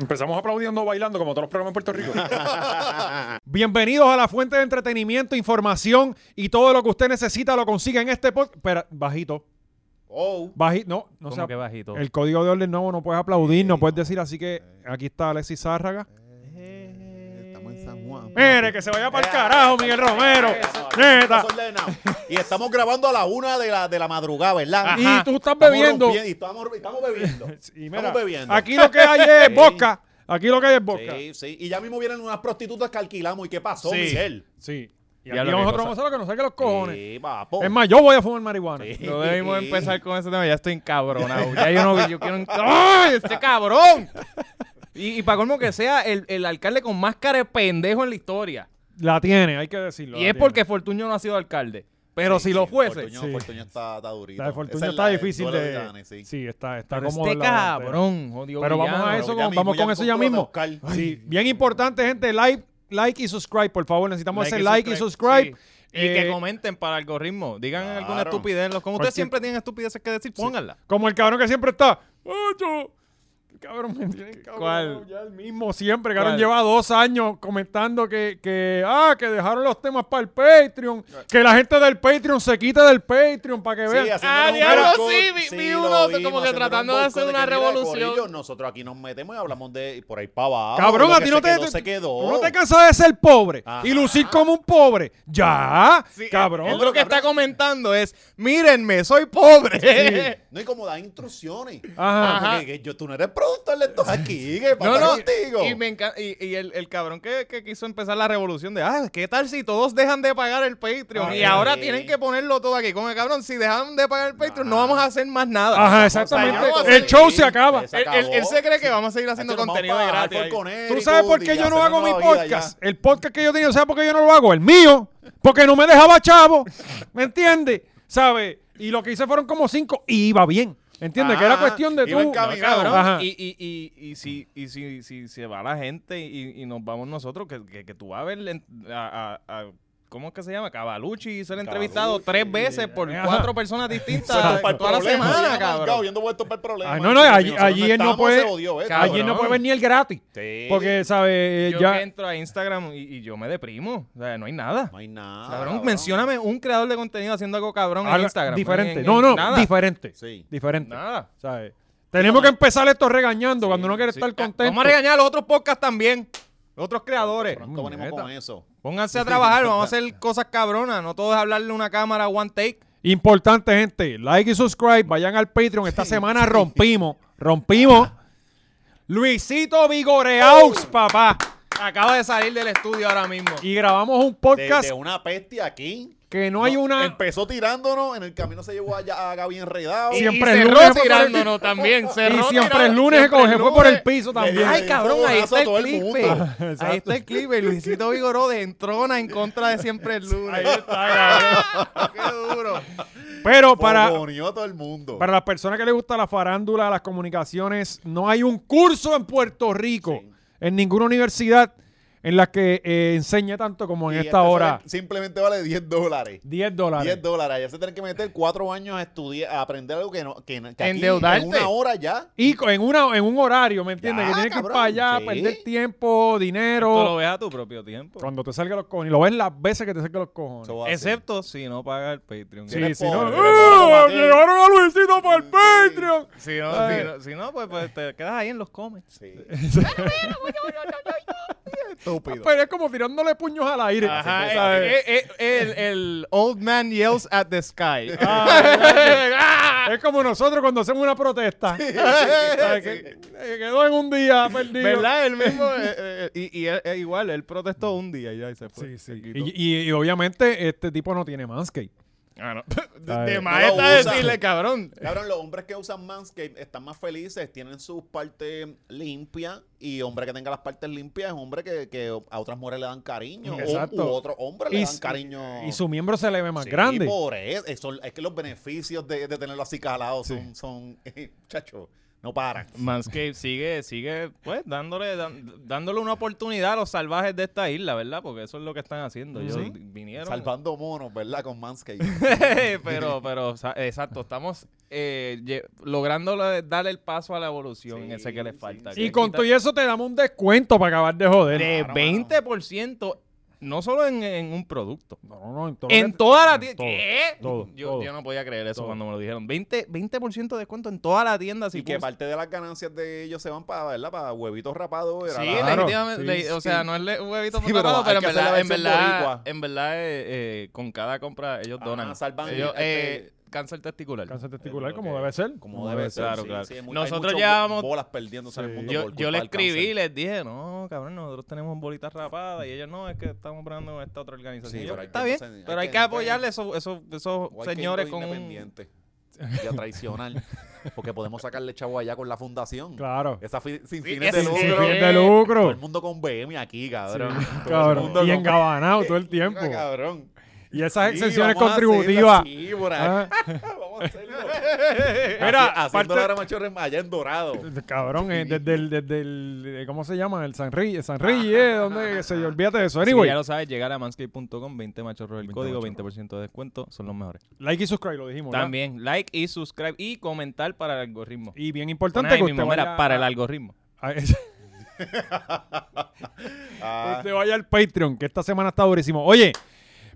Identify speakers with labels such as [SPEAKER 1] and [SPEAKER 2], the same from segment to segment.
[SPEAKER 1] Empezamos aplaudiendo, bailando, como todos los programas en Puerto Rico.
[SPEAKER 2] Bienvenidos a la fuente de entretenimiento, información y todo lo que usted necesita lo consigue en este podcast. Espera, bajito.
[SPEAKER 3] Oh.
[SPEAKER 2] Bajito, no, no
[SPEAKER 4] ¿Cómo
[SPEAKER 2] sea-
[SPEAKER 4] que bajito?
[SPEAKER 2] El código de orden nuevo no puedes aplaudir, no puedes decir, así que aquí está Alexis Zárraga.
[SPEAKER 3] Estamos en San Juan.
[SPEAKER 2] Mire, que se vaya
[SPEAKER 3] Eh,
[SPEAKER 2] para el carajo, Miguel Romero. Neta.
[SPEAKER 3] Desordenado. Y estamos grabando a la una de la, de la madrugada, ¿verdad?
[SPEAKER 2] Y tú estás
[SPEAKER 3] Estamos
[SPEAKER 2] bebiendo.
[SPEAKER 3] rompiendo Y estamos, estamos bebiendo.
[SPEAKER 2] Y mira,
[SPEAKER 3] estamos bebiendo.
[SPEAKER 2] aquí lo que hay es
[SPEAKER 3] Sí.
[SPEAKER 2] vodka. Aquí lo que hay es vodka.
[SPEAKER 3] Sí, sí. Y ya mismo vienen unas prostitutas que alquilamos. ¿Y qué pasó,
[SPEAKER 2] Sí.
[SPEAKER 3] Miguel?
[SPEAKER 2] Sí. Y
[SPEAKER 4] Ya
[SPEAKER 2] aquí
[SPEAKER 4] lo que
[SPEAKER 2] nosotros
[SPEAKER 4] cosa.
[SPEAKER 2] vamos a hacer lo que nos saque los cojones.
[SPEAKER 3] Sí, papo.
[SPEAKER 2] Es más, yo voy a fumar marihuana.
[SPEAKER 3] Sí.
[SPEAKER 4] No debimos empezar con ese tema, ya estoy encabronado. Ya yo no, yo quiero... en- ¡Ay, este cabrón! Y, y para colmo que sea el, el alcalde con más cara de pendejo en la historia.
[SPEAKER 2] La tiene, hay que decirlo.
[SPEAKER 4] y
[SPEAKER 2] la
[SPEAKER 4] es
[SPEAKER 2] tiene.
[SPEAKER 4] porque Fortuño no ha sido alcalde. Pero si lo fuese...
[SPEAKER 3] Fortuño,
[SPEAKER 2] sí.
[SPEAKER 3] Fortuño está, está durito.
[SPEAKER 2] La de Fortunio
[SPEAKER 3] Esa es
[SPEAKER 2] está
[SPEAKER 3] la de
[SPEAKER 2] difícil
[SPEAKER 3] Duelo
[SPEAKER 2] de.
[SPEAKER 3] Ganes, sí.
[SPEAKER 2] Sí, está, está
[SPEAKER 4] Pero
[SPEAKER 2] cómodo.
[SPEAKER 4] este
[SPEAKER 2] en la-
[SPEAKER 4] cabrón, jodido
[SPEAKER 2] Pero vamos
[SPEAKER 4] villano.
[SPEAKER 2] a eso,
[SPEAKER 3] ya
[SPEAKER 2] con-
[SPEAKER 3] mismo,
[SPEAKER 2] vamos
[SPEAKER 3] ya
[SPEAKER 2] con eso ya
[SPEAKER 3] mismo con
[SPEAKER 2] mismo.
[SPEAKER 3] lo de Oscar.
[SPEAKER 2] Sí, bien importante, gente, like, like y subscribe, por favor. Necesitamos ese like y subscribe.
[SPEAKER 4] Sí. Y que
[SPEAKER 2] Eh,
[SPEAKER 4] comenten para el algoritmo. Digan alguna
[SPEAKER 3] claro.
[SPEAKER 4] estupidez. en los- Como
[SPEAKER 2] Cualquier-
[SPEAKER 4] ustedes siempre tienen estupideces que decir, pónganla.
[SPEAKER 2] Como el cabrón que siempre está. "Ah, yo- Cabrón, me tienen cabronado
[SPEAKER 4] ¿Cuál?
[SPEAKER 2] Ya el mismo siempre, cabrón.
[SPEAKER 4] ¿Cuál?
[SPEAKER 2] Lleva dos años comentando que, que, ah, que dejaron los temas para el Patreon. Que la gente del Patreon se quita del Patreon para que
[SPEAKER 3] Sí,
[SPEAKER 2] vean.
[SPEAKER 3] haciéndonos
[SPEAKER 4] Ah,
[SPEAKER 3] un
[SPEAKER 4] diablo,
[SPEAKER 3] boicot.
[SPEAKER 4] sí, vi- vi
[SPEAKER 3] lo
[SPEAKER 4] uno como que
[SPEAKER 3] haciéndonos un
[SPEAKER 4] tratando de
[SPEAKER 3] boicot
[SPEAKER 4] hacer una
[SPEAKER 3] que, mira,
[SPEAKER 4] revolución.
[SPEAKER 3] corillo, nosotros aquí nos metemos y hablamos de por ahí para abajo.
[SPEAKER 2] Cabrón,
[SPEAKER 3] Ah, lo
[SPEAKER 2] a
[SPEAKER 3] que
[SPEAKER 2] ti no
[SPEAKER 3] se
[SPEAKER 2] te,
[SPEAKER 3] quedó, se quedó.
[SPEAKER 2] tú no te cansas de ser pobre
[SPEAKER 3] Ajá.
[SPEAKER 2] y lucir como un pobre. Ya,
[SPEAKER 4] Sí,
[SPEAKER 2] cabrón.
[SPEAKER 4] él lo que está comentando es, mírenme, soy pobre.
[SPEAKER 3] No, y como da instrucciones.
[SPEAKER 2] Ajá.
[SPEAKER 3] Porque que yo, tú no eres productor de estos aquí. ¿Qué
[SPEAKER 4] No,
[SPEAKER 3] pasa
[SPEAKER 4] no,
[SPEAKER 3] contigo?
[SPEAKER 4] y, me encan- y, y el, el cabrón que, que quiso empezar la revolución de, ah, ¿qué tal si todos dejan de pagar el Patreon?
[SPEAKER 3] Ah,
[SPEAKER 4] y
[SPEAKER 3] sí.
[SPEAKER 4] ahora tienen que ponerlo todo aquí. Con el cabrón, si dejan de pagar el Patreon, no vamos a hacer más nada.
[SPEAKER 2] Ajá,
[SPEAKER 4] O sea,
[SPEAKER 2] exactamente.
[SPEAKER 4] vamos
[SPEAKER 2] El
[SPEAKER 4] a hacer-
[SPEAKER 2] show se acaba.
[SPEAKER 4] Él, él- él se cree que vamos a seguir haciendo contenido de gratis. ahí.
[SPEAKER 2] ¿Tú sabes por qué yo no hago mi podcast? El podcast que yo tenía, ¿sabes por qué yo no lo hago? El mío. Porque no me dejaba chavo. ¿Me entiendes? ¿Sabes? Y lo que hice fueron como cinco y iba bien. ¿Entiendes? que era
[SPEAKER 3] Ah,
[SPEAKER 2] cuestión de
[SPEAKER 3] iba
[SPEAKER 2] tú.
[SPEAKER 3] encaminado.
[SPEAKER 4] Cabrón,
[SPEAKER 2] Ajá.
[SPEAKER 4] y, y, y, y si, y si, si se va la gente y, y nos vamos nosotros, que, que, que tú vas a ver en- a, a- a- ¿cómo es que se llama? Cavalucci, ser entrevistado tres veces por
[SPEAKER 2] eh, Ajá.
[SPEAKER 4] cuatro personas distintas
[SPEAKER 3] Para el
[SPEAKER 4] toda la
[SPEAKER 3] problema,
[SPEAKER 4] semana,
[SPEAKER 3] ya, marcado,
[SPEAKER 4] cabrón.
[SPEAKER 3] Yendo vuelto para el problema.
[SPEAKER 2] Ay, Ah, no, no, allí-
[SPEAKER 3] Nosotros
[SPEAKER 2] allí él no
[SPEAKER 3] estamos,
[SPEAKER 2] puede-
[SPEAKER 3] se odió esto,
[SPEAKER 2] Allí no
[SPEAKER 3] cabrón.
[SPEAKER 2] puede venir el gratis.
[SPEAKER 3] Sí.
[SPEAKER 2] Porque, ¿sabes? Eh,
[SPEAKER 4] Yo que
[SPEAKER 2] Ya.
[SPEAKER 4] entro a Instagram y, y yo me deprimo. O sea, no hay nada.
[SPEAKER 3] No hay nada.
[SPEAKER 4] Cabrón, mencióname un creador de contenido haciendo algo cabrón en
[SPEAKER 2] algo
[SPEAKER 4] Instagram. En-
[SPEAKER 2] Diferente.
[SPEAKER 4] en-
[SPEAKER 2] No, no,
[SPEAKER 4] nada.
[SPEAKER 2] diferente.
[SPEAKER 3] Sí.
[SPEAKER 2] Diferente.
[SPEAKER 4] Nada.
[SPEAKER 2] ¿Sabes? Tenemos que empezar esto regañando cuando no quieres estar contento.
[SPEAKER 4] Eh, Vamos a regañar a los otros podcasts también. Los otros creadores.
[SPEAKER 3] Pronto venimos con eso.
[SPEAKER 4] Pónganse a trabajar, vamos a hacer cosas cabronas, no todo es hablarle a una cámara one take.
[SPEAKER 2] Importante, gente. Like y subscribe. Vayan al Patreon. Esta semana rompimos. Rompimos. Luisito Vigoreaux,
[SPEAKER 3] Uh.
[SPEAKER 2] papá.
[SPEAKER 4] Acaba de salir del estudio ahora mismo.
[SPEAKER 2] Y grabamos un
[SPEAKER 3] De,
[SPEAKER 2] podcast
[SPEAKER 3] de una peste aquí.
[SPEAKER 2] que no hay una.
[SPEAKER 3] Empezó tirándonos, en el camino se llevó allá a Gaby enredado.
[SPEAKER 2] Sí, siempre
[SPEAKER 4] y
[SPEAKER 2] el
[SPEAKER 4] cerró
[SPEAKER 2] lunes fue por el-
[SPEAKER 4] tirándonos también.
[SPEAKER 2] Y
[SPEAKER 4] Cerró
[SPEAKER 2] siempre el
[SPEAKER 4] tirándonos,
[SPEAKER 2] lunes se
[SPEAKER 4] siempre
[SPEAKER 2] coge,
[SPEAKER 4] el
[SPEAKER 2] fue por el
[SPEAKER 4] lunes.
[SPEAKER 2] piso
[SPEAKER 3] Le
[SPEAKER 2] también.
[SPEAKER 3] di-
[SPEAKER 4] Ay, cabrón, ahí
[SPEAKER 3] Fogonazo
[SPEAKER 4] está
[SPEAKER 3] a todo
[SPEAKER 4] el
[SPEAKER 3] el
[SPEAKER 4] clipe.
[SPEAKER 3] mundo.
[SPEAKER 4] Ahí está el clipe. Luisito Vigoró de entrona en contra de siempre el lunes. Qué duro.
[SPEAKER 2] Pero para,
[SPEAKER 3] Ah, Fogoneó a todo el mundo.
[SPEAKER 2] para las personas que les gusta la farándula, las comunicaciones, no hay un curso en Puerto Rico, en ninguna universidad, en la que eh, enseñe tanto como
[SPEAKER 3] Y
[SPEAKER 2] en
[SPEAKER 3] este
[SPEAKER 2] esta
[SPEAKER 3] sale-
[SPEAKER 2] hora.
[SPEAKER 3] Simplemente vale 10 dólares.
[SPEAKER 2] 10 dólares.
[SPEAKER 3] 10 dólares. Allá se tienen que meter 4 años a estudiar, a aprender algo que no. Que, no- que aquí,
[SPEAKER 4] Endeudarte.
[SPEAKER 3] En una hora ya.
[SPEAKER 2] Y co- en, una, en un horario, ¿me entiendes?
[SPEAKER 3] Ya,
[SPEAKER 2] que tienes que ir
[SPEAKER 3] cabrón,
[SPEAKER 2] para allá,
[SPEAKER 3] sí.
[SPEAKER 2] perder tiempo,
[SPEAKER 4] Tú lo
[SPEAKER 2] dinero.
[SPEAKER 4] ves a tu propio tiempo.
[SPEAKER 2] Cuando te salga los cojones. Y lo ves las veces que te salga los cojones.
[SPEAKER 3] Eso va a ser.
[SPEAKER 4] Excepto si no paga el Patreon.
[SPEAKER 2] sí,
[SPEAKER 3] eres
[SPEAKER 2] sí, no.
[SPEAKER 3] pobre, eres pobre,
[SPEAKER 2] ¡Ah!
[SPEAKER 3] Mateo.
[SPEAKER 2] Llegaron a Luisito para el Patreon.
[SPEAKER 4] Si no,
[SPEAKER 2] Ay.
[SPEAKER 4] si no, si no, pues, pues te quedas ahí en los comments.
[SPEAKER 3] Sí. Estúpido.
[SPEAKER 2] Pero es como tirándole puños al aire.
[SPEAKER 4] Ajá,
[SPEAKER 2] ¿sabes?
[SPEAKER 4] eh, eh, eh, el, el old man yells at the sky. Ah,
[SPEAKER 2] Es como nosotros cuando hacemos una protesta. ¿Sabes? Que- eh, quedó en un día perdido.
[SPEAKER 4] ¿Verdad? El mismo. eh, eh, y y él- eh, igual, él protestó un día y ya y se fue.
[SPEAKER 2] Sí, sí.
[SPEAKER 4] Se quitó.
[SPEAKER 2] Y, y- y obviamente este tipo no tiene Manscaped.
[SPEAKER 4] Ah, no.
[SPEAKER 2] Ay.
[SPEAKER 4] De,
[SPEAKER 2] No lo
[SPEAKER 4] maestra
[SPEAKER 3] usa.
[SPEAKER 4] decirle, cabrón.
[SPEAKER 3] Cabrón, los hombres que usan Manscaped están más felices, tienen sus partes limpias. Y hombre que tenga las partes limpias es hombre que, que a otras mujeres le dan cariño. o-
[SPEAKER 2] Exacto.
[SPEAKER 3] u otro hombre le
[SPEAKER 2] Y
[SPEAKER 3] dan
[SPEAKER 2] su-
[SPEAKER 3] cariño.
[SPEAKER 2] Y su miembro se le ve más
[SPEAKER 3] Sí,
[SPEAKER 2] grande.
[SPEAKER 3] por eso. Eso- es que los beneficios de, de tenerlo así calado son, son eh, chacho, No paran.
[SPEAKER 4] Manscape sigue, sigue, pues, dándole, dan- dándole una oportunidad a los salvajes de esta isla, ¿verdad? Porque eso es lo que están haciendo. Ellos
[SPEAKER 2] Sí.
[SPEAKER 4] vinieron.
[SPEAKER 3] Salvando monos, ¿verdad? Con Manscaped.
[SPEAKER 4] pero, pero, o sea, exacto, estamos eh, lle- logrando la- darle el paso a la evolución
[SPEAKER 3] Sí,
[SPEAKER 4] ese que les
[SPEAKER 3] sí,
[SPEAKER 4] falta.
[SPEAKER 3] sí.
[SPEAKER 2] Y
[SPEAKER 4] Que
[SPEAKER 2] con
[SPEAKER 4] quita-
[SPEAKER 2] todo y eso te damos un descuento para acabar de joder.
[SPEAKER 4] de
[SPEAKER 3] Claro,
[SPEAKER 4] 20%, no solo en, en un producto.
[SPEAKER 2] No, no, no. en todo lo
[SPEAKER 4] En
[SPEAKER 2] que-
[SPEAKER 4] toda la
[SPEAKER 2] en
[SPEAKER 4] tienda.
[SPEAKER 2] todo.
[SPEAKER 4] ¿Qué?
[SPEAKER 2] todo,
[SPEAKER 4] yo,
[SPEAKER 2] todo,
[SPEAKER 4] yo no podía creer eso
[SPEAKER 2] todo.
[SPEAKER 4] cuando me lo dijeron. 20%, 20 de descuento en toda la tienda. Si
[SPEAKER 3] y que
[SPEAKER 4] puse-
[SPEAKER 3] parte de las ganancias de ellos se van para, ¿verdad? Para huevitos rapados. era
[SPEAKER 4] Sí,
[SPEAKER 3] la-
[SPEAKER 2] Claro,
[SPEAKER 4] legítimamente,
[SPEAKER 2] sí,
[SPEAKER 4] le- o sea, no es le- un huevito
[SPEAKER 3] Sí,
[SPEAKER 4] por
[SPEAKER 3] pero
[SPEAKER 4] tapado,
[SPEAKER 3] hay
[SPEAKER 4] pero,
[SPEAKER 3] que
[SPEAKER 4] en
[SPEAKER 3] hacer la
[SPEAKER 4] verdad, en
[SPEAKER 3] versión
[SPEAKER 4] verdad,
[SPEAKER 3] boricua.
[SPEAKER 4] en verdad eh, eh, con cada compra ellos
[SPEAKER 3] Ah,
[SPEAKER 4] donan.
[SPEAKER 3] salvan,
[SPEAKER 4] Ellos,
[SPEAKER 3] este-
[SPEAKER 4] eh, cáncer testicular.
[SPEAKER 2] Cáncer testicular,
[SPEAKER 4] Eh,
[SPEAKER 2] como
[SPEAKER 4] ok.
[SPEAKER 2] debe ser.
[SPEAKER 3] Como debe ser.
[SPEAKER 4] Claro,
[SPEAKER 3] sí,
[SPEAKER 4] claro.
[SPEAKER 3] sí, hay mu- hay
[SPEAKER 4] Nosotros
[SPEAKER 3] muchos bo-
[SPEAKER 4] llevándose-
[SPEAKER 3] bolas perdiéndose en el
[SPEAKER 2] Sí.
[SPEAKER 3] mundo.
[SPEAKER 4] Yo,
[SPEAKER 3] por
[SPEAKER 4] yo
[SPEAKER 3] culpa
[SPEAKER 4] le
[SPEAKER 3] del
[SPEAKER 4] escribí,
[SPEAKER 3] cáncer.
[SPEAKER 4] les dije, no, cabrón, nosotros tenemos bolitas rapadas y ellos no, es que estamos operando con esta otra organización.
[SPEAKER 3] Sí,
[SPEAKER 4] Y yo, "Pues,
[SPEAKER 3] pero hay
[SPEAKER 4] está
[SPEAKER 3] que-
[SPEAKER 4] bien,
[SPEAKER 3] entonces, hay
[SPEAKER 4] pero
[SPEAKER 3] que
[SPEAKER 4] hay que
[SPEAKER 3] entrar-
[SPEAKER 4] apoyarle a esos, esos, esos
[SPEAKER 3] O hay que
[SPEAKER 4] señores
[SPEAKER 3] irnos
[SPEAKER 4] con un...
[SPEAKER 3] independiente y a traicionar. porque podemos sacarle chavo allá con la fundación.
[SPEAKER 2] Claro.
[SPEAKER 3] Esa fi- sin
[SPEAKER 4] Sí,
[SPEAKER 3] fines
[SPEAKER 4] ese
[SPEAKER 3] de
[SPEAKER 4] sí.
[SPEAKER 3] lucro.
[SPEAKER 2] Sin
[SPEAKER 4] creo
[SPEAKER 2] fines
[SPEAKER 4] que-
[SPEAKER 2] de
[SPEAKER 3] Todo el
[SPEAKER 2] lucro.
[SPEAKER 3] mundo con BM aquí, cabrón. Todo el
[SPEAKER 2] Cabrón.
[SPEAKER 3] mundo
[SPEAKER 2] Y
[SPEAKER 3] con-
[SPEAKER 2] engabanado todo el tiempo.
[SPEAKER 3] Mira, cabrón.
[SPEAKER 2] Y esas
[SPEAKER 3] Sí,
[SPEAKER 2] exenciones
[SPEAKER 3] vamos a hacerlo
[SPEAKER 2] contributivas.
[SPEAKER 3] así, por ahí.
[SPEAKER 2] Ah,
[SPEAKER 3] Vamos a hacerlo.
[SPEAKER 2] Mira,
[SPEAKER 3] Mira, haciendo
[SPEAKER 2] parte-
[SPEAKER 3] la macho allá en Dorado.
[SPEAKER 2] Cabrón, eh, desde el, desde el, eh, ¿cómo se llama? El San Rey, San Rey,
[SPEAKER 3] Ajá,
[SPEAKER 2] eh, donde
[SPEAKER 3] ajá,
[SPEAKER 2] se
[SPEAKER 3] ajá.
[SPEAKER 2] olvídate de eso.
[SPEAKER 4] Si
[SPEAKER 2] Anyway,
[SPEAKER 4] ya lo sabes, llegar a manscape.com, 20 machorros el
[SPEAKER 2] 20
[SPEAKER 4] código,
[SPEAKER 2] machorros.
[SPEAKER 4] 20% de descuento, son los mejores.
[SPEAKER 2] like y subscribe, lo dijimos. ¿verdad?
[SPEAKER 4] También, like y subscribe y comentar para el algoritmo.
[SPEAKER 2] Y bien
[SPEAKER 4] Ponen
[SPEAKER 2] importante
[SPEAKER 4] ahí
[SPEAKER 2] que usted
[SPEAKER 4] mismo, mira,
[SPEAKER 2] vaya
[SPEAKER 4] para el algoritmo.
[SPEAKER 2] a-
[SPEAKER 3] Ah.
[SPEAKER 2] Usted vaya al Patreon, que esta semana está durísimo. Oye,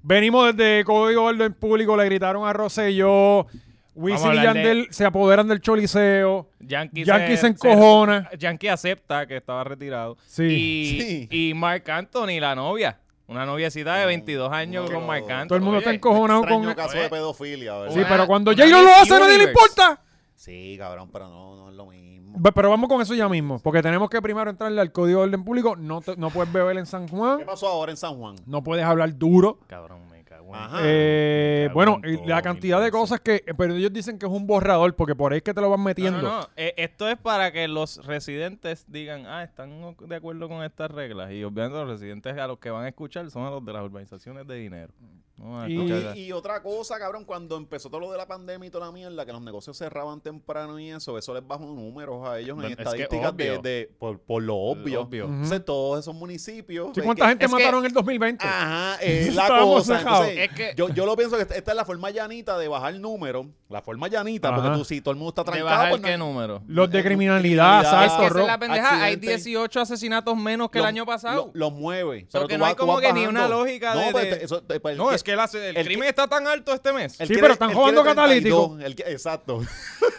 [SPEAKER 2] venimos desde Código Gordo en público, le gritaron a Rosselló, Wisin y
[SPEAKER 4] hablar de-
[SPEAKER 2] Yandel se apoderan del Choliseo,
[SPEAKER 4] Yankee,
[SPEAKER 2] Yankee se encojona.
[SPEAKER 4] Yankee acepta que estaba retirado.
[SPEAKER 2] Sí.
[SPEAKER 4] Y, y Marc Anthony, la novia. Una noviecita de 22 años
[SPEAKER 3] No,
[SPEAKER 4] con Marc
[SPEAKER 3] no.
[SPEAKER 4] Anthony.
[SPEAKER 2] Todo el mundo
[SPEAKER 4] Oye,
[SPEAKER 2] está encojonado con...
[SPEAKER 3] Extraño caso
[SPEAKER 4] Oye.
[SPEAKER 3] de pedofilia, ¿verdad?
[SPEAKER 2] Sí,
[SPEAKER 4] Pues Una-
[SPEAKER 2] pero cuando
[SPEAKER 4] una
[SPEAKER 2] j lo
[SPEAKER 4] Miss
[SPEAKER 2] hace, nadie le
[SPEAKER 4] Universe.
[SPEAKER 2] importa.
[SPEAKER 3] Sí, cabrón, pero no, no es lo mismo.
[SPEAKER 2] Ve- Pero vamos con eso ya mismo, porque tenemos que primero entrarle al código de orden público. No, te- no puedes beber en San
[SPEAKER 3] ¿Qué
[SPEAKER 2] Juan,
[SPEAKER 3] pasó ahora en San Juan?
[SPEAKER 2] no puedes hablar duro.
[SPEAKER 4] Cabrón, me cago en-
[SPEAKER 3] Ajá.
[SPEAKER 2] Eh, bueno,
[SPEAKER 4] cabrón,
[SPEAKER 2] y
[SPEAKER 4] todo
[SPEAKER 2] la
[SPEAKER 4] mil
[SPEAKER 2] cantidad de
[SPEAKER 4] veces.
[SPEAKER 2] cosas que. eh, Pero ellos dicen que es un borrador, porque por ahí es que te lo van
[SPEAKER 4] No,
[SPEAKER 2] metiendo.
[SPEAKER 4] no, no. Eh, esto es para que los residentes digan, ah, están de acuerdo con estas reglas. Y obviamente los residentes a los que van a escuchar son a los de las urbanizaciones de dinero. No van a
[SPEAKER 2] Y-
[SPEAKER 4] escuchar-
[SPEAKER 3] Y, y otra cosa, cabrón, cuando empezó todo lo de la pandemia y toda la mierda, que los negocios cerraban temprano y eso, eso les bajó números a ellos
[SPEAKER 4] Bueno,
[SPEAKER 3] en
[SPEAKER 4] es que
[SPEAKER 3] estadísticas de,
[SPEAKER 4] obvio.
[SPEAKER 3] de- por, por lo obvio.
[SPEAKER 4] obvio.
[SPEAKER 3] Entonces, todos esos municipios.
[SPEAKER 2] Sí,
[SPEAKER 3] eh,
[SPEAKER 2] ¿Cuánta
[SPEAKER 3] que-
[SPEAKER 2] gente
[SPEAKER 4] pues es que- Ah,
[SPEAKER 2] mataron en el 2020?
[SPEAKER 3] Ajá, es la
[SPEAKER 2] Estábamos
[SPEAKER 3] cosa.
[SPEAKER 2] cejados.
[SPEAKER 3] Entonces,
[SPEAKER 4] Es que-
[SPEAKER 3] yo, yo lo pienso que esta- esta es la forma llanita de bajar números. La forma llanita,
[SPEAKER 2] Ajá.
[SPEAKER 3] porque tú, si todo el mundo está
[SPEAKER 4] ¿De
[SPEAKER 3] trancado,
[SPEAKER 4] bajar
[SPEAKER 3] pues no-
[SPEAKER 4] qué número?
[SPEAKER 2] Los de
[SPEAKER 3] eh,
[SPEAKER 2] criminalidad,
[SPEAKER 3] criminalidad,
[SPEAKER 2] asalto,
[SPEAKER 4] Que esa es
[SPEAKER 2] robo.
[SPEAKER 4] la pendeja. Hay
[SPEAKER 3] accidente.
[SPEAKER 4] 18 asesinatos menos que
[SPEAKER 3] lo-
[SPEAKER 4] el año pasado.
[SPEAKER 3] Lo, lo mueve.
[SPEAKER 4] sea,
[SPEAKER 3] Pero
[SPEAKER 4] que
[SPEAKER 3] tú
[SPEAKER 4] no hay
[SPEAKER 3] vas- tú
[SPEAKER 4] como
[SPEAKER 3] vas
[SPEAKER 4] que ni
[SPEAKER 3] bajando.
[SPEAKER 4] una lógica
[SPEAKER 3] No,
[SPEAKER 4] de-
[SPEAKER 3] pues,
[SPEAKER 4] de-
[SPEAKER 3] te- eso- te- pues, el
[SPEAKER 4] no,
[SPEAKER 3] que-
[SPEAKER 4] es que la- el,
[SPEAKER 3] el
[SPEAKER 4] crimen está tan alto este mes.
[SPEAKER 3] él
[SPEAKER 2] Sí,
[SPEAKER 3] quiere-
[SPEAKER 2] pero están
[SPEAKER 3] él
[SPEAKER 2] jugando
[SPEAKER 3] quiere
[SPEAKER 2] catalítico.
[SPEAKER 3] 32, él que- exacto.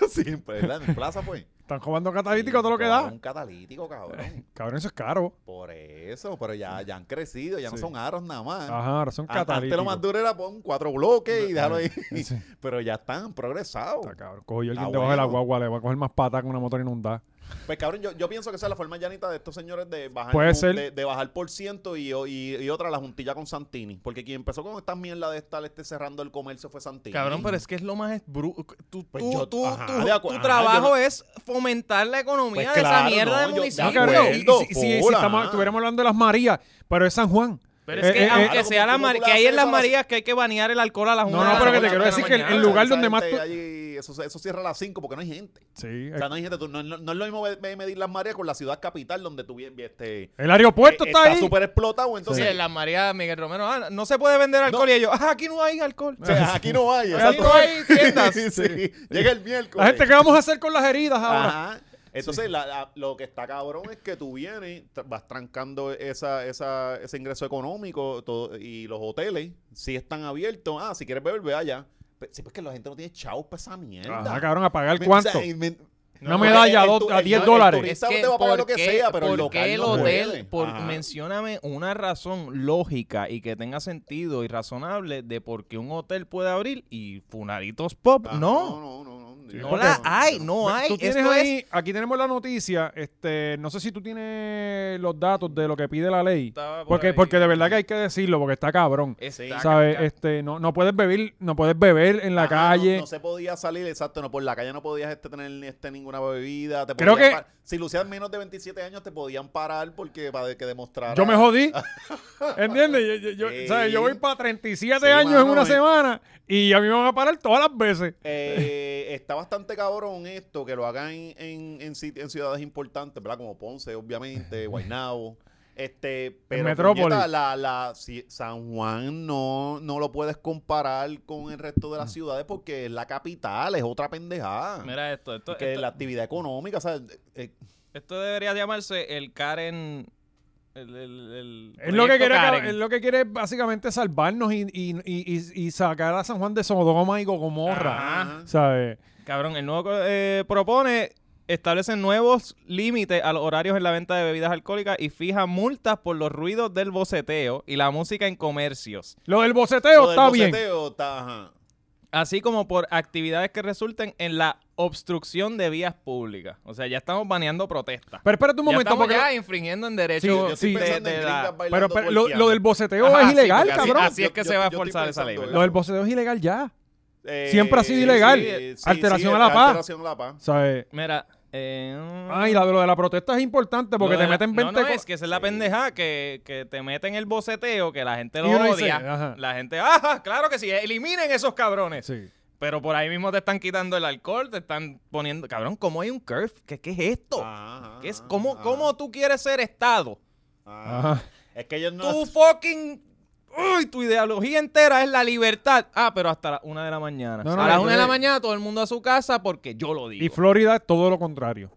[SPEAKER 3] sí, pues, ¿verdad? En plaza, pues.
[SPEAKER 2] Están jugando catalítico todo lo que da. Eh.
[SPEAKER 3] Un catalítico, cabrón.
[SPEAKER 2] Cabrón, eso es caro.
[SPEAKER 3] Por eso, pero ya, ya han crecido, ya no
[SPEAKER 2] Sí.
[SPEAKER 3] son aros nada más.
[SPEAKER 4] Ah,
[SPEAKER 2] Ajá, ahora son
[SPEAKER 3] An- Antes lo más
[SPEAKER 2] catalíticos.
[SPEAKER 3] duro era pon cuatro bloques y déjalo ahí.
[SPEAKER 2] Sí.
[SPEAKER 3] Pero ya están progresados.
[SPEAKER 2] Está cabrón. Cojo yo alguien
[SPEAKER 3] Ah,
[SPEAKER 2] debajo de la
[SPEAKER 3] bueno.
[SPEAKER 2] guagua, le va a coger más pata con una motor inundada.
[SPEAKER 3] Pues cabrón, yo, yo pienso que esa es la forma llanita de estos señores de bajar,
[SPEAKER 2] Puede
[SPEAKER 3] un-
[SPEAKER 2] ser.
[SPEAKER 3] De, de bajar por ciento y, y- y otra la juntilla con Santini. Porque quien empezó con esta mierda de estar este, cerrando el comercio fue Santini.
[SPEAKER 4] Cabrón, pero es que es lo más... bru- Tu,
[SPEAKER 3] Pues
[SPEAKER 4] tu-
[SPEAKER 3] yo-
[SPEAKER 4] tu-
[SPEAKER 3] ajá,
[SPEAKER 4] tu-
[SPEAKER 3] de
[SPEAKER 4] tu
[SPEAKER 3] acu- ajá,
[SPEAKER 4] trabajo
[SPEAKER 3] yo-
[SPEAKER 4] es fomentar la economía
[SPEAKER 3] Pues
[SPEAKER 4] de
[SPEAKER 3] claro,
[SPEAKER 4] esa mierda de
[SPEAKER 3] no, yo-
[SPEAKER 4] municipio.
[SPEAKER 2] No,
[SPEAKER 3] Sí,
[SPEAKER 2] cabrón,
[SPEAKER 3] güey.
[SPEAKER 2] y-
[SPEAKER 3] Gordo,
[SPEAKER 2] y si, si- si
[SPEAKER 3] hola.
[SPEAKER 2] estamos- estuviéramos hablando de las Marías, pero es San Juan.
[SPEAKER 4] Pero
[SPEAKER 2] Eh,
[SPEAKER 4] es que
[SPEAKER 2] eh,
[SPEAKER 4] aunque
[SPEAKER 2] eh,
[SPEAKER 4] sea la
[SPEAKER 3] ¿cómo tú
[SPEAKER 4] mar-
[SPEAKER 3] le
[SPEAKER 4] que ahí
[SPEAKER 3] haces
[SPEAKER 4] en las
[SPEAKER 3] eso a la-
[SPEAKER 4] Marías que hay que banear el alcohol a las
[SPEAKER 2] No,
[SPEAKER 4] una
[SPEAKER 2] no,
[SPEAKER 4] de la
[SPEAKER 2] pero que te
[SPEAKER 4] mañana.
[SPEAKER 2] quiero decir que el- el lugar- donde más tú-
[SPEAKER 3] este, Allí, eso, se- eso cierra a las 5 porque no hay gente.
[SPEAKER 2] sí,
[SPEAKER 3] O sea, no hay gente. Tú- no, no- no es lo mismo ve- ve- medir las mareas con la ciudad capital donde tú bien este,
[SPEAKER 2] el aeropuerto
[SPEAKER 3] eh,
[SPEAKER 2] está, ahí.
[SPEAKER 3] súper explotado.
[SPEAKER 4] Sí,
[SPEAKER 3] Entonces,
[SPEAKER 4] en las Marías, Miguel Romero, ah, no se puede vender alcohol. Y ellos, ah, aquí no hay alcohol.
[SPEAKER 3] o sea, aquí no hay.
[SPEAKER 4] Aquí no hay tiendas.
[SPEAKER 3] Sí, sí. Llega el miércoles.
[SPEAKER 2] La gente, ¿qué vamos a hacer con las heridas ahora?
[SPEAKER 3] Ajá. Entonces, la- la- lo que está cabrón es que tú vienes, tra- vas trancando esa, esa, ese ingreso económico todo, y los hoteles sí están abiertos. Ah, si quieres beber, ve allá. Pe- Sí, porque la gente no tiene chavos para esa mierda.
[SPEAKER 2] Ajá, cabrón, a pagar
[SPEAKER 3] Me-
[SPEAKER 2] cuánto.
[SPEAKER 3] o sea, y me-
[SPEAKER 2] Una
[SPEAKER 3] no,
[SPEAKER 2] medalla a
[SPEAKER 3] el
[SPEAKER 2] dos-
[SPEAKER 3] tu-
[SPEAKER 2] a
[SPEAKER 3] el-
[SPEAKER 2] 10
[SPEAKER 3] no, el
[SPEAKER 2] dólares.
[SPEAKER 3] turista- Esta te va a pagar lo que sea, pero el
[SPEAKER 4] por
[SPEAKER 3] local
[SPEAKER 4] qué el
[SPEAKER 3] no
[SPEAKER 4] hotel?
[SPEAKER 3] puede.
[SPEAKER 4] Por,
[SPEAKER 3] Ajá.
[SPEAKER 4] mencióname una razón lógica y que tenga sentido y razonable de por qué un hotel puede abrir y Funaritos Pop
[SPEAKER 3] Ah,
[SPEAKER 4] no.
[SPEAKER 3] No, no, no.
[SPEAKER 4] No,
[SPEAKER 3] Yo
[SPEAKER 4] la
[SPEAKER 3] creo-
[SPEAKER 4] hay,
[SPEAKER 3] yo
[SPEAKER 4] no hay.
[SPEAKER 2] Tú tienes
[SPEAKER 4] Esto
[SPEAKER 2] ahí,
[SPEAKER 4] es-
[SPEAKER 2] aquí tenemos la noticia, este, no sé si tú tienes los datos de lo que pide la ley,
[SPEAKER 4] Estaba por
[SPEAKER 2] porque
[SPEAKER 4] ahí.
[SPEAKER 2] porque de verdad que hay que decirlo, porque está cabrón.
[SPEAKER 4] Está
[SPEAKER 3] Sí.
[SPEAKER 4] ca-
[SPEAKER 2] ¿Sabes?
[SPEAKER 4] ca-
[SPEAKER 2] Este, no, no puedes beber, no puedes beber en la
[SPEAKER 3] Ajá,
[SPEAKER 2] calle.
[SPEAKER 3] Ah, No, no se podía salir, exacto. No, por la calle no podías este, tener este, ninguna bebida. te
[SPEAKER 2] Creo
[SPEAKER 3] podían
[SPEAKER 2] que-
[SPEAKER 3] pa- Si lucías menos de 27 años, te podían parar porque para que demostrara.
[SPEAKER 2] Yo me jodí. ¿Entiendes? Yo, yo- yo-
[SPEAKER 3] Sí.
[SPEAKER 2] ¿sabes? yo voy para 37
[SPEAKER 3] Sí,
[SPEAKER 2] años en
[SPEAKER 3] mano,
[SPEAKER 2] una
[SPEAKER 3] eh.
[SPEAKER 2] semana y a mí me van a parar todas las veces.
[SPEAKER 3] Eh, está bastante cabrón esto, que lo hagan en, en, en sit- en ciudades importantes, ¿verdad? Como Ponce, obviamente, Guaynabo. Este, pero
[SPEAKER 2] metrópolis.
[SPEAKER 3] puñeta, la, la, si- San Juan no, no lo puedes comparar con el resto de las
[SPEAKER 2] Mm.
[SPEAKER 3] ciudades porque es la capital, es otra pendejada.
[SPEAKER 4] Mira esto, esto,
[SPEAKER 3] que
[SPEAKER 4] esto-
[SPEAKER 3] la actividad económica, o sea, eh,
[SPEAKER 4] esto debería llamarse el Karen. El, el, el
[SPEAKER 2] Es lo, que
[SPEAKER 4] proyecto
[SPEAKER 2] quiere, acab-
[SPEAKER 4] Karen.
[SPEAKER 2] es lo que quiere es básicamente salvarnos y, y- y- y- y sacar a San Juan de Sodoma y Gomorra.
[SPEAKER 4] Ajá.
[SPEAKER 2] ¿Sabes?
[SPEAKER 4] Cabrón, el nuevo co- eh, propone establecen nuevos límites a los horarios en la venta de bebidas alcohólicas y fija multas por los ruidos del boceteo y la música en comercios,
[SPEAKER 2] Lo del boceteo
[SPEAKER 3] lo del
[SPEAKER 2] está bien.
[SPEAKER 3] boceteo está, ajá.
[SPEAKER 4] así como por actividades que resulten en la obstrucción de vías públicas. O sea, ya estamos baneando protestas.
[SPEAKER 2] Pero espérate un
[SPEAKER 4] ya
[SPEAKER 2] momento,
[SPEAKER 4] estamos
[SPEAKER 2] porque.
[SPEAKER 4] ya infringiendo en derechos
[SPEAKER 2] Sí,
[SPEAKER 3] Yo estoy
[SPEAKER 2] sí.
[SPEAKER 4] de-
[SPEAKER 3] pensando en
[SPEAKER 4] de
[SPEAKER 3] gringas
[SPEAKER 4] la-
[SPEAKER 2] Pero,
[SPEAKER 3] bailando
[SPEAKER 2] pero lo,
[SPEAKER 3] twerkeando.
[SPEAKER 2] lo del boceteo
[SPEAKER 4] Ajá,
[SPEAKER 2] es
[SPEAKER 4] sí,
[SPEAKER 2] ilegal,
[SPEAKER 4] porque así-
[SPEAKER 2] cabrón.
[SPEAKER 4] así es que
[SPEAKER 3] Yo-
[SPEAKER 4] se va a
[SPEAKER 3] yo estoy
[SPEAKER 4] forzar esa ley.
[SPEAKER 3] pensando
[SPEAKER 4] ¿verdad?
[SPEAKER 2] Lo del boceteo es ilegal ya.
[SPEAKER 3] Eh,
[SPEAKER 2] Siempre ha sido ilegal. Alteración a la paz.
[SPEAKER 3] Alteración a la paz.
[SPEAKER 2] ¿Sabes?
[SPEAKER 4] Mira, eh,
[SPEAKER 2] Ay, la- lo de la protesta es importante porque
[SPEAKER 4] lo
[SPEAKER 2] te
[SPEAKER 4] de la-
[SPEAKER 2] meten 20
[SPEAKER 4] No, no,
[SPEAKER 2] co-
[SPEAKER 4] es que esa es la pendeja que, que te meten el boceteo, que la gente
[SPEAKER 2] Y
[SPEAKER 4] lo
[SPEAKER 2] uno
[SPEAKER 4] odia.
[SPEAKER 2] dice, ajá.
[SPEAKER 4] la gente, ajá, claro que sí, eliminen esos cabrones.
[SPEAKER 2] Sí.
[SPEAKER 4] Pero por ahí mismo te están quitando el alcohol, te están poniendo... Cabrón, ¿cómo hay un curve? ¿Qué, qué es esto?
[SPEAKER 3] Ajá,
[SPEAKER 4] ¿Qué es,
[SPEAKER 3] ajá,
[SPEAKER 4] cómo,
[SPEAKER 3] ajá,
[SPEAKER 4] ¿Cómo tú quieres ser Estado?
[SPEAKER 3] ajá.
[SPEAKER 2] Ajá.
[SPEAKER 3] Es que ellos no.
[SPEAKER 4] Tu fucking... Uy, tu ideología entera es la libertad. Ah, pero hasta la una de la mañana.
[SPEAKER 2] No, no,
[SPEAKER 4] a las
[SPEAKER 2] no,
[SPEAKER 4] una de la
[SPEAKER 2] no.
[SPEAKER 4] mañana todo el mundo a su casa porque yo lo
[SPEAKER 2] Y
[SPEAKER 4] digo.
[SPEAKER 2] Florida es todo lo contrario.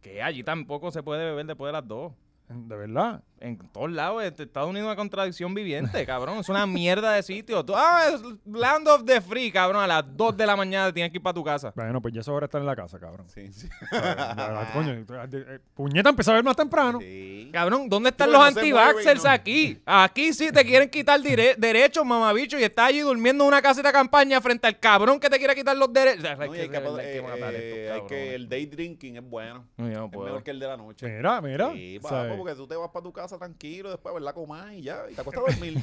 [SPEAKER 4] que allí tampoco se puede beber después de las dos.
[SPEAKER 2] De verdad.
[SPEAKER 4] En todos lados, este, Estados Unidos es una contradicción viviente, cabrón. Es una mierda de sitio. Tú- ah, es Land of the Free, cabrón. A las 2 de la mañana tienes que ir para tu casa.
[SPEAKER 2] Bueno, pues ya es hora de estar en la casa, cabrón.
[SPEAKER 3] Sí, sí.
[SPEAKER 2] Ah, Coño, eh, puñeta, empezó a ver más temprano.
[SPEAKER 3] Sí.
[SPEAKER 4] Cabrón, ¿dónde están
[SPEAKER 3] Tú,
[SPEAKER 4] los
[SPEAKER 3] no se
[SPEAKER 4] anti-vaxxers
[SPEAKER 3] mueven, no.
[SPEAKER 4] aquí? Aquí sí te quieren quitar dire- derechos, mamabicho, y estás allí durmiendo en una casita de campaña frente al cabrón que te quiere quitar los derechos.
[SPEAKER 3] No, y hay que, eh, eh, hay que el day drinking es bueno.
[SPEAKER 4] No, yo no
[SPEAKER 3] Es
[SPEAKER 4] puedo.
[SPEAKER 3] mejor que el de la noche.
[SPEAKER 2] Mira, mira. eh.
[SPEAKER 3] Sí,
[SPEAKER 2] ¿sabes?
[SPEAKER 3] papo, porque tú te vas para tu casa tranquilo, después, ¿verdad? Comás y ya, y te acuestas a dormir.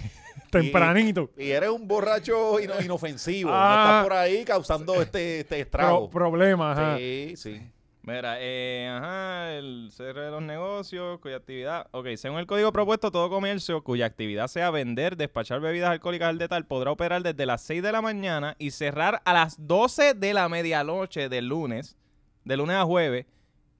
[SPEAKER 2] Tempranito.
[SPEAKER 3] Y eres un borracho ino- inofensivo.
[SPEAKER 2] Ah.
[SPEAKER 3] No estás por ahí causando este, este
[SPEAKER 2] Pro-
[SPEAKER 3] estrago.
[SPEAKER 2] problema, ajá.
[SPEAKER 3] sí, sí.
[SPEAKER 4] Mira, eh, ajá, el cierre de los negocios, cuya actividad... Ok, según el código propuesto, todo comercio cuya actividad sea vender, despachar bebidas alcohólicas al detal podrá operar desde las 6 de la mañana y cerrar a las 12 de la medianoche del lunes, de lunes a jueves,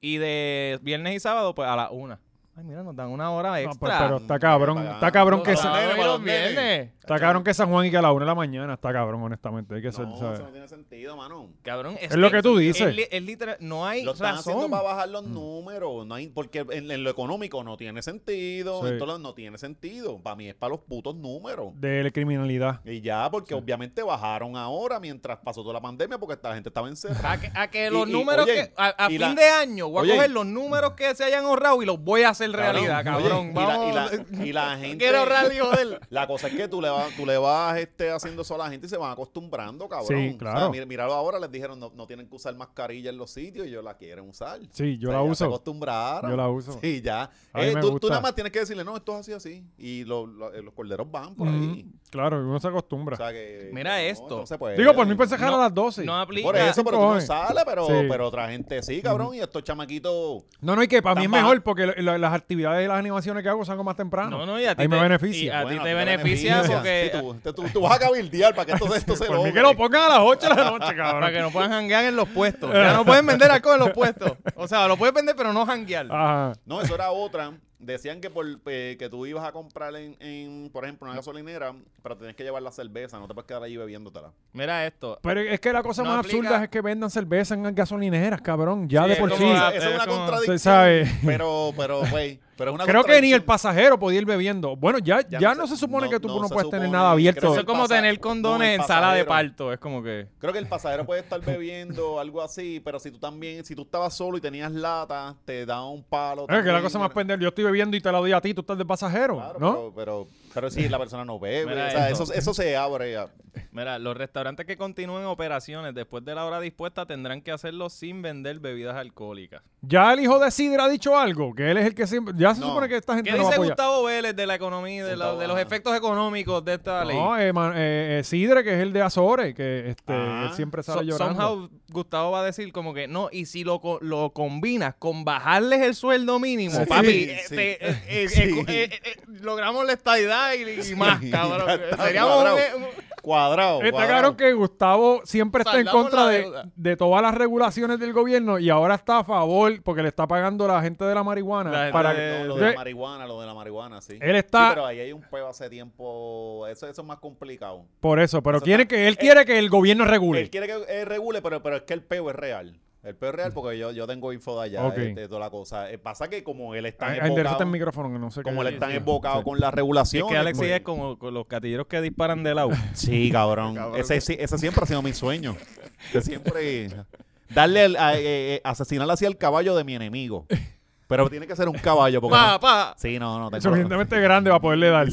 [SPEAKER 4] y de viernes y sábado, pues a las 1. Ay, mira, nos dan una hora
[SPEAKER 2] No, pues,
[SPEAKER 4] extra.
[SPEAKER 2] pero, pero está cabrón,
[SPEAKER 3] Está
[SPEAKER 2] está cabrón que
[SPEAKER 4] Los
[SPEAKER 2] Sa-
[SPEAKER 3] Está-
[SPEAKER 4] sábados y
[SPEAKER 3] para
[SPEAKER 4] los
[SPEAKER 3] los nenes.
[SPEAKER 4] viernes.
[SPEAKER 2] está cabrón que San Juan y que a la una de la mañana está cabrón, honestamente. Hay que ser,
[SPEAKER 3] No,
[SPEAKER 2] ¿sabes?
[SPEAKER 3] eso no tiene sentido, mano.
[SPEAKER 4] Cabrón,
[SPEAKER 2] Es lo que tú
[SPEAKER 4] es
[SPEAKER 2] dices.
[SPEAKER 4] li- es literal, no hay
[SPEAKER 3] Lo están haciendo
[SPEAKER 4] razón. Mm.
[SPEAKER 3] para bajar los números, no hay, porque en, en lo económico no tiene sentido,
[SPEAKER 2] Sí.
[SPEAKER 3] en todo lo- no tiene sentido. Para mí es para los putos números.
[SPEAKER 2] de la criminalidad.
[SPEAKER 3] Y ya, porque obviamente bajaron ahora mientras pasó toda la pandemia, porque esta- la gente estaba encerrada.
[SPEAKER 4] A que, a que los
[SPEAKER 3] Y- y,
[SPEAKER 4] números
[SPEAKER 3] oye,
[SPEAKER 4] que, a, a
[SPEAKER 3] y
[SPEAKER 4] fin
[SPEAKER 3] la-
[SPEAKER 4] de año voy
[SPEAKER 3] oye.
[SPEAKER 4] a coger los números que se hayan ahorrado y los voy a hacer realidad, cabrón.
[SPEAKER 3] Oye,
[SPEAKER 4] Vamos.
[SPEAKER 3] Y la, y la- y la gente.
[SPEAKER 4] Quiero ahorrar hijo de él.
[SPEAKER 3] La cosa es que tú le vas, tú le vas este, haciendo eso a la gente y se van acostumbrando, cabrón.
[SPEAKER 2] Sí,
[SPEAKER 3] O sea,
[SPEAKER 2] claro.
[SPEAKER 3] mi- míralo ahora, les dijeron no, no tienen que usar mascarilla en los sitios y ellos la quieren usar.
[SPEAKER 2] Sí, yo
[SPEAKER 3] O sea,
[SPEAKER 2] la
[SPEAKER 3] ya
[SPEAKER 2] uso.
[SPEAKER 3] Se acostumbraron.
[SPEAKER 2] Yo la uso.
[SPEAKER 3] Sí, ya.
[SPEAKER 2] A mí
[SPEAKER 3] Eh,
[SPEAKER 2] me
[SPEAKER 3] tú, tú
[SPEAKER 2] gusta.
[SPEAKER 3] nada más tienes que decirle, no, esto es así, así. Y lo- lo- eh, los corderos van por ahí.
[SPEAKER 2] Mm, claro, uno se acostumbra.
[SPEAKER 3] O sea que.
[SPEAKER 4] Mira
[SPEAKER 3] no,
[SPEAKER 4] esto.
[SPEAKER 3] no se puede.
[SPEAKER 2] Digo, por mí puede cerrar
[SPEAKER 4] No,
[SPEAKER 2] a las 12.
[SPEAKER 4] no aplica.
[SPEAKER 3] Por eso, pero tú no
[SPEAKER 2] Cojones.
[SPEAKER 3] sales, pero,
[SPEAKER 2] Sí.
[SPEAKER 3] pero otra gente sí, cabrón. Y estos chamaquitos.
[SPEAKER 2] No, no, y que para mí es
[SPEAKER 3] Tan baja.
[SPEAKER 2] mejor porque lo- lo- las actividades y las animaciones que hago salgo más temprano.
[SPEAKER 4] No, no, y a ti
[SPEAKER 2] Ahí
[SPEAKER 4] te,
[SPEAKER 2] me beneficia.
[SPEAKER 4] y a
[SPEAKER 3] bueno,
[SPEAKER 4] ti te beneficia porque
[SPEAKER 3] Sí, tú, tú- tú vas a cabildear para que esto, esto se
[SPEAKER 2] Por mí
[SPEAKER 3] logre.
[SPEAKER 2] que lo pongan a las 8 de la noche,
[SPEAKER 4] para que
[SPEAKER 2] cabrón.
[SPEAKER 4] no puedan janguear en los puestos. Ya no pueden vender alcohol en los puestos. O sea, lo puedes vender, pero no janguear.
[SPEAKER 2] Ajá.
[SPEAKER 3] No, eso era otra. Decían que por eh, que tú ibas a comprar en, en, por ejemplo, una gasolinera, pero tenías que llevar la cerveza, no te puedes quedar allí bebiéndotela.
[SPEAKER 4] Mira esto.
[SPEAKER 2] Pero es que la cosa
[SPEAKER 4] No
[SPEAKER 2] más
[SPEAKER 4] aplica.
[SPEAKER 2] absurda es que vendan cerveza en gasolineras, cabrón. Ya
[SPEAKER 4] Sí,
[SPEAKER 2] de
[SPEAKER 4] es
[SPEAKER 2] por
[SPEAKER 4] como
[SPEAKER 2] sí.
[SPEAKER 4] la-
[SPEAKER 3] Esa esa es una
[SPEAKER 4] es como-
[SPEAKER 3] contradicción.
[SPEAKER 2] se sabe.
[SPEAKER 3] Pero, pero, güey, pero es una
[SPEAKER 2] Creo que ni el
[SPEAKER 3] contradicción.
[SPEAKER 2] pasajero podía ir bebiendo. Bueno, ya, ya,
[SPEAKER 3] Ya no
[SPEAKER 2] no,
[SPEAKER 3] se-
[SPEAKER 2] se, supone
[SPEAKER 3] no-
[SPEAKER 2] que tú
[SPEAKER 3] no
[SPEAKER 2] no,
[SPEAKER 3] se
[SPEAKER 2] puedes tener
[SPEAKER 3] supone.
[SPEAKER 2] nada abierto.
[SPEAKER 3] Creo
[SPEAKER 4] Eso es como
[SPEAKER 3] pasa-
[SPEAKER 4] tener condones
[SPEAKER 3] no, el
[SPEAKER 4] en sala de
[SPEAKER 3] pasajero.
[SPEAKER 4] parto. Es como que...
[SPEAKER 3] Creo que el pasajero puede estar bebiendo algo así, pero si tú también, si tú estabas solo y tenías lata, te da un palo.
[SPEAKER 2] Es que la
[SPEAKER 3] también.
[SPEAKER 2] cosa más pendeja, yo estoy bebiendo y te la doy a ti, tú estás de pasajero,
[SPEAKER 3] Claro,
[SPEAKER 2] ¿no?
[SPEAKER 3] pero, pero, pero si la persona no bebe,
[SPEAKER 4] Mira
[SPEAKER 3] o sea,
[SPEAKER 4] esto.
[SPEAKER 3] eso, eso se abre ya.
[SPEAKER 4] Mira, los restaurantes que continúen operaciones después de la hora dispuesta tendrán que hacerlo sin vender bebidas alcohólicas.
[SPEAKER 2] Ya el hijo de Sidra ha dicho algo, que él es el que siempre... Ya se
[SPEAKER 3] No.
[SPEAKER 2] supone que esta gente
[SPEAKER 4] ¿Qué
[SPEAKER 2] no va a
[SPEAKER 4] dice
[SPEAKER 2] apoyar.
[SPEAKER 4] Gustavo Vélez de la economía, de, la- de los efectos económicos de esta ley?
[SPEAKER 2] No, eh, man- eh, eh, Sidre, que es el de Azores, que este,
[SPEAKER 3] Ah.
[SPEAKER 2] él siempre
[SPEAKER 4] So-
[SPEAKER 2] sale llorando.
[SPEAKER 4] somehow Gustavo va a decir como que no, y si lo, co- lo combinas con bajarles el sueldo mínimo,
[SPEAKER 3] Sí,
[SPEAKER 4] papi,
[SPEAKER 3] sí.
[SPEAKER 4] eh, te- eh, eh,
[SPEAKER 3] Sí.
[SPEAKER 4] eh, eh, eh, logramos la estadidad y, y más,
[SPEAKER 3] Sí,
[SPEAKER 4] cabrón.
[SPEAKER 3] ya está
[SPEAKER 4] Seríamos un-
[SPEAKER 3] cuadrado.
[SPEAKER 4] un- Oh,
[SPEAKER 3] Cuadrado.
[SPEAKER 2] Está
[SPEAKER 3] cuadrado.
[SPEAKER 2] claro que Gustavo siempre está en
[SPEAKER 5] Saldamos
[SPEAKER 2] contra
[SPEAKER 5] la
[SPEAKER 2] de,
[SPEAKER 5] deuda.
[SPEAKER 2] de todas las regulaciones del gobierno y ahora está a favor porque le está pagando la gente de la marihuana.
[SPEAKER 4] La gente
[SPEAKER 2] para
[SPEAKER 4] de-
[SPEAKER 3] No, lo de,
[SPEAKER 2] de-
[SPEAKER 3] la marihuana, lo de la marihuana, sí.
[SPEAKER 2] Él
[SPEAKER 3] Sí,
[SPEAKER 2] está
[SPEAKER 3] pero ahí hay un peo hace tiempo. Eso, eso es más complicado.
[SPEAKER 2] por eso, pero
[SPEAKER 3] eso
[SPEAKER 2] quiere
[SPEAKER 3] está-
[SPEAKER 2] que él
[SPEAKER 3] eh,
[SPEAKER 2] quiere que el gobierno regule.
[SPEAKER 3] Él quiere que eh, regule, pero, pero es que el peo es real. El peo es real porque yo, yo tengo info de allá,
[SPEAKER 2] Ok.
[SPEAKER 3] eh, de toda la cosa. Eh, pasa que como él está
[SPEAKER 2] Ah, enderezate el
[SPEAKER 3] embocado,
[SPEAKER 2] micrófono que no sé
[SPEAKER 3] como
[SPEAKER 2] qué-
[SPEAKER 3] él está
[SPEAKER 2] sí.
[SPEAKER 3] embocado
[SPEAKER 2] Sí.
[SPEAKER 3] con la
[SPEAKER 4] Es
[SPEAKER 3] regulación.
[SPEAKER 4] que Alex es como con los catilleros que disparan de lado.
[SPEAKER 3] Sí, cabrón.
[SPEAKER 5] Cabrón.
[SPEAKER 3] Ese, sí- ese siempre ha sido mi sueño. De siempre darle al, a- eh, eh, asesinar hacia el caballo de mi enemigo. Pero tiene que ser un caballo porque
[SPEAKER 5] Pa,
[SPEAKER 2] Ah.
[SPEAKER 3] no-
[SPEAKER 5] pa.
[SPEAKER 3] Sí, no, no tengo.
[SPEAKER 2] Suficientemente grande para poderle dar.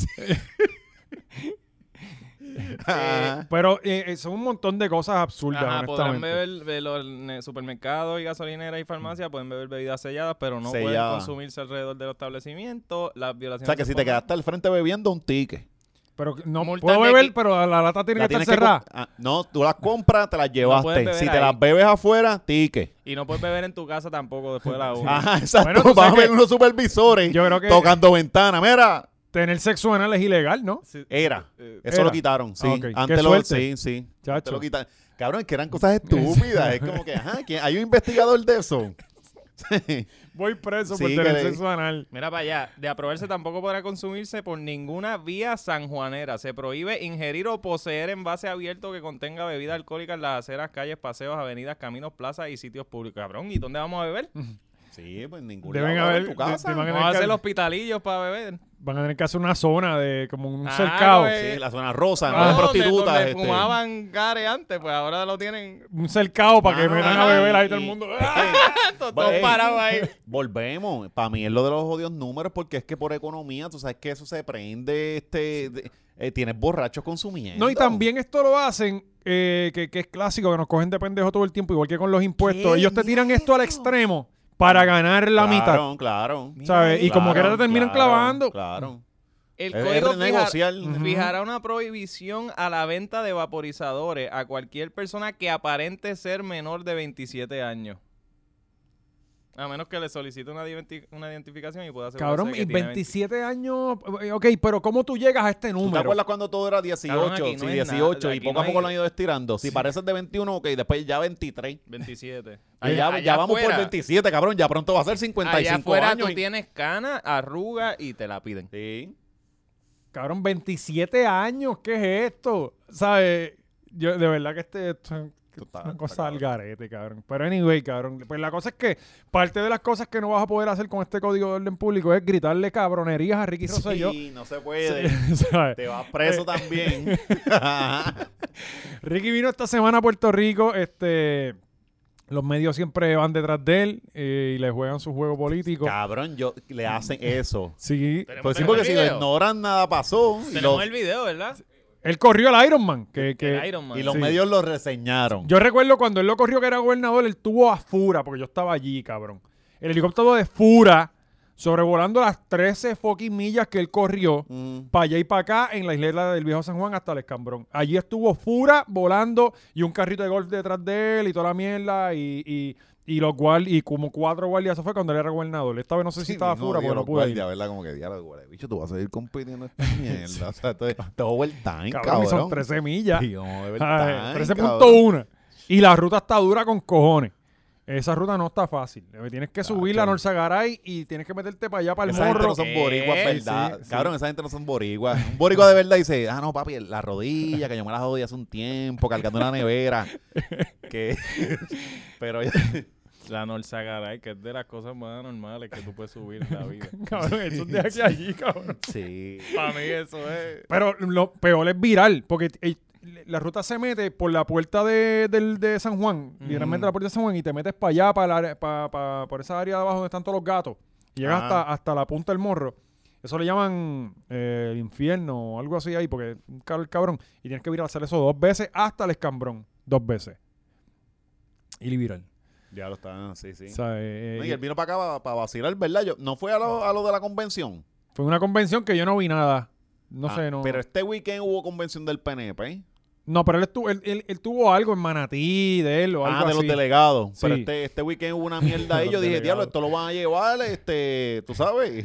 [SPEAKER 3] Ah,
[SPEAKER 2] Pero eh, eh, son un montón de cosas absurdas,
[SPEAKER 4] Ajá, podrán
[SPEAKER 2] honestamente.
[SPEAKER 4] beber de los ne- supermercados y gasolineras y farmacias, pueden beber bebidas selladas, pero no pueden
[SPEAKER 3] Selladas.
[SPEAKER 4] consumirse alrededor de los establecimientos. Las
[SPEAKER 3] o
[SPEAKER 4] violaciones.
[SPEAKER 3] sea, que
[SPEAKER 4] de
[SPEAKER 3] si te
[SPEAKER 4] forma-
[SPEAKER 3] quedaste al frente bebiendo un ticket.
[SPEAKER 2] Pero no
[SPEAKER 5] Multas
[SPEAKER 2] puedo
[SPEAKER 5] de
[SPEAKER 2] beber,
[SPEAKER 5] qui-
[SPEAKER 2] pero la lata tiene
[SPEAKER 3] la
[SPEAKER 2] que estar
[SPEAKER 3] tienes que
[SPEAKER 2] cerrada.
[SPEAKER 3] co- ah, no, tú las compras, te las llevaste.
[SPEAKER 4] beber
[SPEAKER 3] si te
[SPEAKER 4] ahí.
[SPEAKER 3] las bebes afuera, ticket.
[SPEAKER 4] Y no puedes beber en tu casa tampoco después de la una.
[SPEAKER 3] Ajá, Ah, exacto.
[SPEAKER 2] Bueno, tú
[SPEAKER 3] Vas a
[SPEAKER 2] sabes
[SPEAKER 3] ver
[SPEAKER 2] que-
[SPEAKER 3] unos supervisores
[SPEAKER 2] Yo creo que-
[SPEAKER 3] tocando ventana. Mira,
[SPEAKER 2] Tener sexo anal es ilegal, ¿no?
[SPEAKER 4] Sí,
[SPEAKER 3] era.
[SPEAKER 4] eh,
[SPEAKER 3] Eso
[SPEAKER 2] Era.
[SPEAKER 3] lo quitaron, sí.
[SPEAKER 2] Ah, ok.
[SPEAKER 3] Antes
[SPEAKER 2] Qué
[SPEAKER 3] lo
[SPEAKER 2] suerte.
[SPEAKER 3] sí, sí.
[SPEAKER 2] Chacho.
[SPEAKER 3] Antes lo quitaron. Cabrón, es que eran cosas estúpidas. es como que, ajá, ¿quién- hay un investigador de eso. Sí.
[SPEAKER 2] Voy preso
[SPEAKER 3] Sí,
[SPEAKER 2] por tener
[SPEAKER 3] que-
[SPEAKER 2] sexo anal.
[SPEAKER 4] Mira para allá, de aprobarse tampoco podrá consumirse por ninguna vía sanjuanera. Se prohíbe ingerir o poseer envase abierto que contenga bebida alcohólica en las aceras, calles, paseos, avenidas, caminos, plazas y sitios públicos. Cabrón, ¿y dónde vamos a beber?
[SPEAKER 3] Sí, pues ningún
[SPEAKER 2] Deben
[SPEAKER 3] lado,
[SPEAKER 2] haber-
[SPEAKER 3] en tu casa.
[SPEAKER 2] de- de-
[SPEAKER 4] Vamos a hacer los pitalillos para beber.
[SPEAKER 2] Van a tener que hacer una zona de como un
[SPEAKER 4] Ah,
[SPEAKER 2] cercado.
[SPEAKER 4] güey.
[SPEAKER 3] Sí, la zona rosa, no
[SPEAKER 4] Ah,
[SPEAKER 3] hay
[SPEAKER 4] donde-
[SPEAKER 3] prostitutas.
[SPEAKER 4] Donde
[SPEAKER 3] este.
[SPEAKER 4] fumaban gare antes, pues ahora lo tienen
[SPEAKER 2] Un cercado para que
[SPEAKER 3] Ah,
[SPEAKER 2] vengan a beber ahí todo el
[SPEAKER 3] y-
[SPEAKER 2] mundo. Ah,
[SPEAKER 4] todos
[SPEAKER 3] Bueno,
[SPEAKER 4] parados ahí.
[SPEAKER 3] Pues, eh, Volvemos. Para mí es lo de los odios números porque es que por economía, tú sabes que eso se prende, este, de- eh, tienes borrachos consumiendo.
[SPEAKER 2] No, y también esto lo hacen, eh, que, que es clásico, que nos cogen de pendejo todo el tiempo, igual que con los impuestos.
[SPEAKER 3] ¿Qué
[SPEAKER 2] Ellos te tiran esto al
[SPEAKER 3] mierda?
[SPEAKER 2] extremo para ganar la mitad.
[SPEAKER 3] Claro, claro.
[SPEAKER 2] ¿Sabes? Y como
[SPEAKER 3] Claro,
[SPEAKER 2] quiera te terminan
[SPEAKER 3] claro,
[SPEAKER 2] clavando.
[SPEAKER 3] Claro.
[SPEAKER 4] El
[SPEAKER 3] Es- es
[SPEAKER 4] código fija-
[SPEAKER 3] renegociar. Ujú.
[SPEAKER 4] fijará una prohibición a la venta de vaporizadores a cualquier persona que aparente ser menor de 27 años. A menos que le solicite una, identi- una identificación y pueda hacer
[SPEAKER 2] Cabrón, y 27 años. eh, Ok, pero ¿cómo tú llegas a este
[SPEAKER 3] ¿Tú te
[SPEAKER 2] número?
[SPEAKER 3] acuerdas cuando todo era 18?
[SPEAKER 4] Cabrón, aquí
[SPEAKER 3] sí,
[SPEAKER 4] no es nada,
[SPEAKER 3] 18 y
[SPEAKER 4] aquí
[SPEAKER 3] poco
[SPEAKER 4] no
[SPEAKER 3] a poco
[SPEAKER 4] hay-
[SPEAKER 3] lo han ido estirando. Si pareces de 21, ok, después ya 23.
[SPEAKER 4] 27.
[SPEAKER 3] Y
[SPEAKER 5] Allá-
[SPEAKER 3] ya,
[SPEAKER 5] allá
[SPEAKER 3] ya vamos por
[SPEAKER 5] afuera.
[SPEAKER 3] 27, cabrón. Ya pronto va a ser 55
[SPEAKER 4] Allá afuera
[SPEAKER 3] años.
[SPEAKER 4] tú tienes cana, arruga y te la piden.
[SPEAKER 3] Sí.
[SPEAKER 2] Cabrón, 27 años, ¿qué es esto? ¿Sabes? Yo, de verdad que este, esto
[SPEAKER 3] Tú
[SPEAKER 2] es
[SPEAKER 3] estás-
[SPEAKER 2] una
[SPEAKER 3] está
[SPEAKER 2] cosa al
[SPEAKER 3] cabrón.
[SPEAKER 2] garete, cabrón. Pero anyway, cabrón. Pues la cosa es que parte de las cosas que no vas a poder hacer con este código de orden público es gritarle cabronerías a Ricky Rosselló.
[SPEAKER 3] Sí, no se puede.
[SPEAKER 2] ¿Sabes?
[SPEAKER 3] Te vas preso también.
[SPEAKER 2] Ricky vino esta semana a Puerto Rico, este... Los medios siempre van detrás de él eh, y le juegan su juego político.
[SPEAKER 3] Cabrón, yo le hacen eso.
[SPEAKER 2] Sí,
[SPEAKER 3] Pues sí, porque
[SPEAKER 4] el
[SPEAKER 3] si lo
[SPEAKER 4] video.
[SPEAKER 3] ignoran, nada pasó. Y
[SPEAKER 4] Tenemos
[SPEAKER 3] los,
[SPEAKER 4] el video, ¿verdad?
[SPEAKER 2] él corrió al Iron Man. Que, que-
[SPEAKER 4] El Iron Man.
[SPEAKER 3] eh, y los
[SPEAKER 2] Sí.
[SPEAKER 3] medios lo reseñaron.
[SPEAKER 2] Yo recuerdo cuando él lo corrió que era gobernador, él tuvo a Fura, porque yo estaba allí, cabrón. El helicóptero de Fura sobrevolando las 13 fucking millas que él corrió
[SPEAKER 3] Mm.
[SPEAKER 2] para allá y para acá en la isleta del Viejo San Juan hasta el Escambrón. Allí estuvo Fura volando y un carrito de golf detrás de él y toda la mierda y, y, y los guard- y como cuatro guardias. Eso fue cuando él era gobernador. Esta vez no sé si
[SPEAKER 3] Sí,
[SPEAKER 2] estaba
[SPEAKER 3] bien
[SPEAKER 2] Fura
[SPEAKER 3] odio
[SPEAKER 2] porque no
[SPEAKER 3] los
[SPEAKER 2] pude ir.
[SPEAKER 3] guardias, ¿verdad? Como que diálogo, güey. Bicho, tú vas a seguir compitiendo esta mierda. O sea, te, te overtime,
[SPEAKER 2] Cabrón,
[SPEAKER 3] cabrón.
[SPEAKER 2] y son 13 millas.
[SPEAKER 3] Sí, como overtime,
[SPEAKER 2] Ay,
[SPEAKER 3] cabrón.
[SPEAKER 2] 13.1. Y la ruta está dura con cojones. Esa ruta no está fácil. Tienes que subir la
[SPEAKER 3] Tacho.
[SPEAKER 2] Norzagaray y tienes que meterte para allá, para el
[SPEAKER 3] Esa gente
[SPEAKER 2] morro.
[SPEAKER 3] no son boricuas,
[SPEAKER 4] ¿Qué?
[SPEAKER 3] ¿verdad?
[SPEAKER 2] Sí, sí.
[SPEAKER 3] Cabrón, esa gente no son boricuas. Un boricua de verdad dice, ah, no, papi, la rodilla, que yo me la jodí hace un tiempo, cargando una nevera. que... Pero
[SPEAKER 4] La Norsagaray, que es de las cosas más normales que tú puedes subir en la vida.
[SPEAKER 2] Cabrón, eso es de aquí a allí, cabrón.
[SPEAKER 3] sí.
[SPEAKER 4] para mí eso es...
[SPEAKER 2] Pero lo peor es viral, porque eh, la ruta se mete por la puerta de, del- de San Juan, literalmente la puerta de San Juan, y te metes para allá, para la- pa- pa- por esa área de abajo donde están todos los gatos. Y llegas
[SPEAKER 3] Ah.
[SPEAKER 2] hasta, hasta la punta del morro. Eso le llaman eh, el infierno o algo así ahí, porque es un calor cabrón. Y tienes que virar hacer eso dos veces hasta el escambrón. Dos veces. Y viral.
[SPEAKER 3] Ya lo están, sí, sí.
[SPEAKER 2] O sea, eh,
[SPEAKER 3] No, y él vino para acá para, vacilar, ¿verdad? Yo, no fue a lo, a lo de la convención.
[SPEAKER 2] fue una convención que yo no vi nada. No
[SPEAKER 3] Ah,
[SPEAKER 2] sé, no.
[SPEAKER 3] Pero este weekend hubo convención del PNP, ¿eh?
[SPEAKER 2] no, pero él, estuvo, él, él- él tuvo algo en Manatí de él o algo
[SPEAKER 3] Ah, de los
[SPEAKER 2] así.
[SPEAKER 3] delegados. Pero
[SPEAKER 2] Sí.
[SPEAKER 3] este, este weekend hubo una mierda
[SPEAKER 2] De
[SPEAKER 3] ahí. Yo
[SPEAKER 2] los
[SPEAKER 3] dije, diablo,
[SPEAKER 2] delegados.
[SPEAKER 3] esto lo van a llevar, este, tú sabes.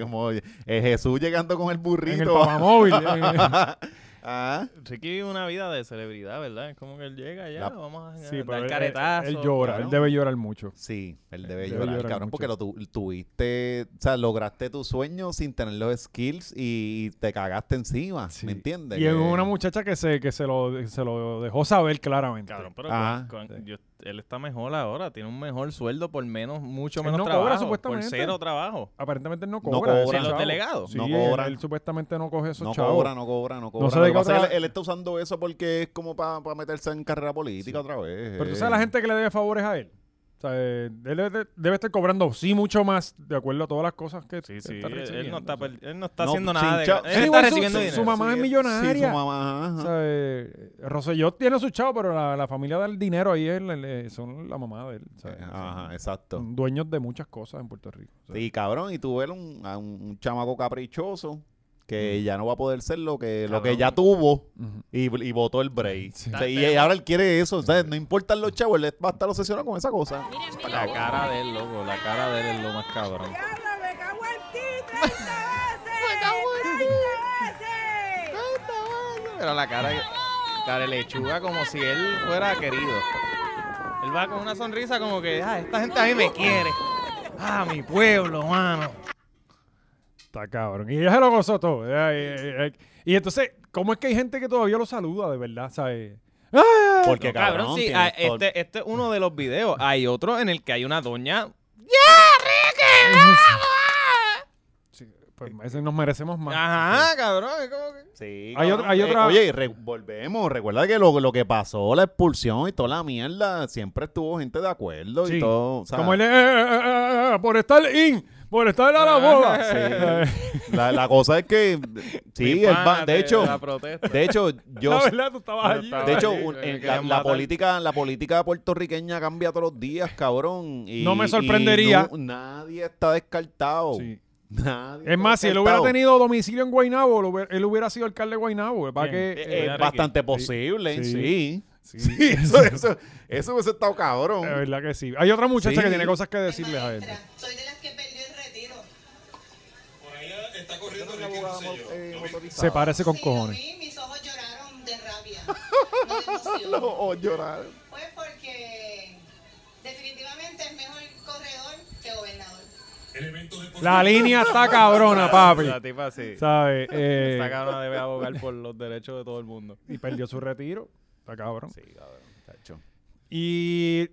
[SPEAKER 3] Como eh, Jesús llegando con el
[SPEAKER 2] en el
[SPEAKER 3] burrito.
[SPEAKER 2] papamóvil. eh.
[SPEAKER 3] Ah.
[SPEAKER 4] Ricky vive una vida de celebridad, ¿verdad? Es como que él llega ya,
[SPEAKER 3] La-
[SPEAKER 4] vamos a
[SPEAKER 2] Sí, pero él-
[SPEAKER 4] dar
[SPEAKER 2] él-
[SPEAKER 4] caretazo.
[SPEAKER 2] Él, llora,
[SPEAKER 4] cabrón.
[SPEAKER 2] él debe llorar mucho.
[SPEAKER 3] Sí, él debe
[SPEAKER 2] Debe
[SPEAKER 3] llorar,
[SPEAKER 2] llorar
[SPEAKER 3] cabrón,
[SPEAKER 2] mucho.
[SPEAKER 3] porque lo tu- tuviste, o sea, lograste tu sueño sin tener los skills y, y te cagaste encima,
[SPEAKER 2] Sí.
[SPEAKER 3] ¿me entiendes? Eh,
[SPEAKER 2] Y es
[SPEAKER 3] Que-
[SPEAKER 2] una muchacha que se, que se lo, se lo dejó saber claramente.
[SPEAKER 3] pues.
[SPEAKER 4] Cabrón, pero
[SPEAKER 2] Ah,
[SPEAKER 3] Ajá.
[SPEAKER 4] con- con- yo- él está mejor ahora, tiene un mejor sueldo por menos, mucho
[SPEAKER 2] Él
[SPEAKER 4] menos
[SPEAKER 2] no cobra,
[SPEAKER 4] trabajo. por
[SPEAKER 2] supuestamente.
[SPEAKER 4] cero trabajo.
[SPEAKER 2] Aparentemente él no
[SPEAKER 3] No
[SPEAKER 2] cobra.
[SPEAKER 3] cobra.
[SPEAKER 2] esos
[SPEAKER 3] ¿Los
[SPEAKER 2] chavos.
[SPEAKER 4] delegados?
[SPEAKER 2] Sí,
[SPEAKER 3] No
[SPEAKER 2] él-
[SPEAKER 3] cobra.
[SPEAKER 2] Él, supuestamente no coge esos
[SPEAKER 3] No
[SPEAKER 2] chavos.
[SPEAKER 3] cobra, no cobra, no cobra.
[SPEAKER 2] sé
[SPEAKER 3] Lo
[SPEAKER 2] de
[SPEAKER 3] que
[SPEAKER 2] qué
[SPEAKER 3] pasa es que
[SPEAKER 2] otra-
[SPEAKER 3] él, él está usando eso porque es como para meterse en carrera política otra vez. eh.
[SPEAKER 2] Pero tú sabes la gente que le debe favores a él. O sea, eh, él debe, debe estar cobrando sí mucho más de acuerdo a todas las cosas que
[SPEAKER 4] Sí,
[SPEAKER 2] que
[SPEAKER 4] sí,
[SPEAKER 2] está
[SPEAKER 4] él, él
[SPEAKER 2] recibiendo,
[SPEAKER 4] no está,
[SPEAKER 2] o sea.
[SPEAKER 4] per- él no está
[SPEAKER 3] No,
[SPEAKER 4] haciendo
[SPEAKER 3] sin
[SPEAKER 4] nada de...
[SPEAKER 3] cha-
[SPEAKER 4] Él
[SPEAKER 2] Sí,
[SPEAKER 4] está
[SPEAKER 2] igual su-
[SPEAKER 4] recibiendo
[SPEAKER 2] su- su
[SPEAKER 4] dinero.
[SPEAKER 2] mamá- es millonaria.
[SPEAKER 3] Sí, su mamá, ajá.
[SPEAKER 2] O sea, eh, Rosselló tiene su chavo, pero la, la familia del dinero ahí es, la- le- son la mamá de él. o sea,
[SPEAKER 3] Eh,
[SPEAKER 2] son-
[SPEAKER 3] Ajá, exacto.
[SPEAKER 2] son dueños de muchas cosas en Puerto Rico. o sea.
[SPEAKER 3] Sí, cabrón, y tú ves un, a un, un chamaco caprichoso que
[SPEAKER 2] Mm.
[SPEAKER 3] ya no va a poder ser lo que, lo que
[SPEAKER 4] Cabrón.
[SPEAKER 3] ya tuvo
[SPEAKER 2] Ujú.
[SPEAKER 3] y, y votó el break.
[SPEAKER 2] Sí.
[SPEAKER 3] O sea, y ahora él quiere eso, o sea, no importan los chavos, él va a estar obsesionado con esa cosa.
[SPEAKER 4] La cara de él, loco, la cara de él es lo más cabrón.
[SPEAKER 5] ¡Diablo, me cago en ti 30 veces! ¡Me cago en ti! veces!
[SPEAKER 4] Pero la cara, cara de lechuga como si él fuera querido. Él va con una sonrisa como que, ah, esta gente a mí me quiere. Ah, mi pueblo, mano.
[SPEAKER 2] Está cabrón. Y ella se lo gozó todo. Ella- ella- ella- Y entonces, ¿cómo es que hay gente que todavía lo saluda de verdad? ¿Sabes? ¡Ah!
[SPEAKER 3] Porque
[SPEAKER 4] No, cabrón, sí,
[SPEAKER 3] tiene
[SPEAKER 4] ah,
[SPEAKER 3] todo-
[SPEAKER 4] este, este es uno de los videos. Hay otro en el que hay una doña.
[SPEAKER 2] Sí, pues ese nos merecemos más.
[SPEAKER 4] Ajá, cabrón. Es como que...
[SPEAKER 3] Sí,
[SPEAKER 2] Hay
[SPEAKER 3] cabrón,
[SPEAKER 2] otra- hay
[SPEAKER 3] eh,
[SPEAKER 2] otra-
[SPEAKER 3] Oye, y re- volvemos. Recuerda que lo, lo que pasó, la expulsión y toda la mierda, siempre estuvo gente de acuerdo
[SPEAKER 2] Sí.
[SPEAKER 3] y todo. o sea,
[SPEAKER 2] Como él es, eh, eh, eh, eh, por estar in, por estar a la boda.
[SPEAKER 3] la, la cosa es que.
[SPEAKER 4] Mi
[SPEAKER 3] Sí, él
[SPEAKER 4] pana,
[SPEAKER 3] va- de
[SPEAKER 4] te-
[SPEAKER 3] hecho,
[SPEAKER 4] la protesta.
[SPEAKER 3] de hecho, yo.
[SPEAKER 2] la verdad, tú estabas
[SPEAKER 4] Yo
[SPEAKER 2] allí.
[SPEAKER 4] estaba-
[SPEAKER 3] De hecho,
[SPEAKER 4] Ay,
[SPEAKER 3] un-
[SPEAKER 4] me
[SPEAKER 3] en- la,
[SPEAKER 4] querían
[SPEAKER 3] la
[SPEAKER 4] matar.
[SPEAKER 3] política, la política puertorriqueña cambia todos los días, cabrón. y-
[SPEAKER 2] No me
[SPEAKER 3] y
[SPEAKER 2] sorprendería.
[SPEAKER 3] no- nadie está descartado.
[SPEAKER 2] Sí.
[SPEAKER 3] Nadie
[SPEAKER 2] Es
[SPEAKER 3] está
[SPEAKER 2] más, si él hubiera
[SPEAKER 3] descartado.
[SPEAKER 2] tenido domicilio en Guaynabo, lo hubiera- él hubiera sido alcalde de Guaynabo. Para
[SPEAKER 4] Bien.
[SPEAKER 2] que,
[SPEAKER 3] Eh,
[SPEAKER 2] eh,
[SPEAKER 3] eh,
[SPEAKER 4] Ricky.
[SPEAKER 3] bastante posible,
[SPEAKER 2] Sí.
[SPEAKER 3] sí.
[SPEAKER 2] sí,
[SPEAKER 3] Sí, eso, eso, eso hubiese estado cabrón.
[SPEAKER 2] De verdad que sí. Hay otra muchacha
[SPEAKER 3] eh, Sí.
[SPEAKER 2] que tiene cosas que decirles a él.
[SPEAKER 6] Soy de las que perdió el retiro.
[SPEAKER 2] Se parece con
[SPEAKER 6] Sí,
[SPEAKER 2] cojones.
[SPEAKER 6] lo vi, mis ojos lloraron de rabia. No de emoción.
[SPEAKER 3] o llorar.
[SPEAKER 6] Pues porque definitivamente es mejor corredor que gobernador.
[SPEAKER 2] La línea está cabrona, papi.
[SPEAKER 4] La tipa sí.
[SPEAKER 2] ¿Sabes? Eh,
[SPEAKER 4] Esta cabrona debe abogar por los derechos de todo el mundo.
[SPEAKER 2] y perdió su retiro. Está cabrón.
[SPEAKER 3] Chacho.
[SPEAKER 2] Y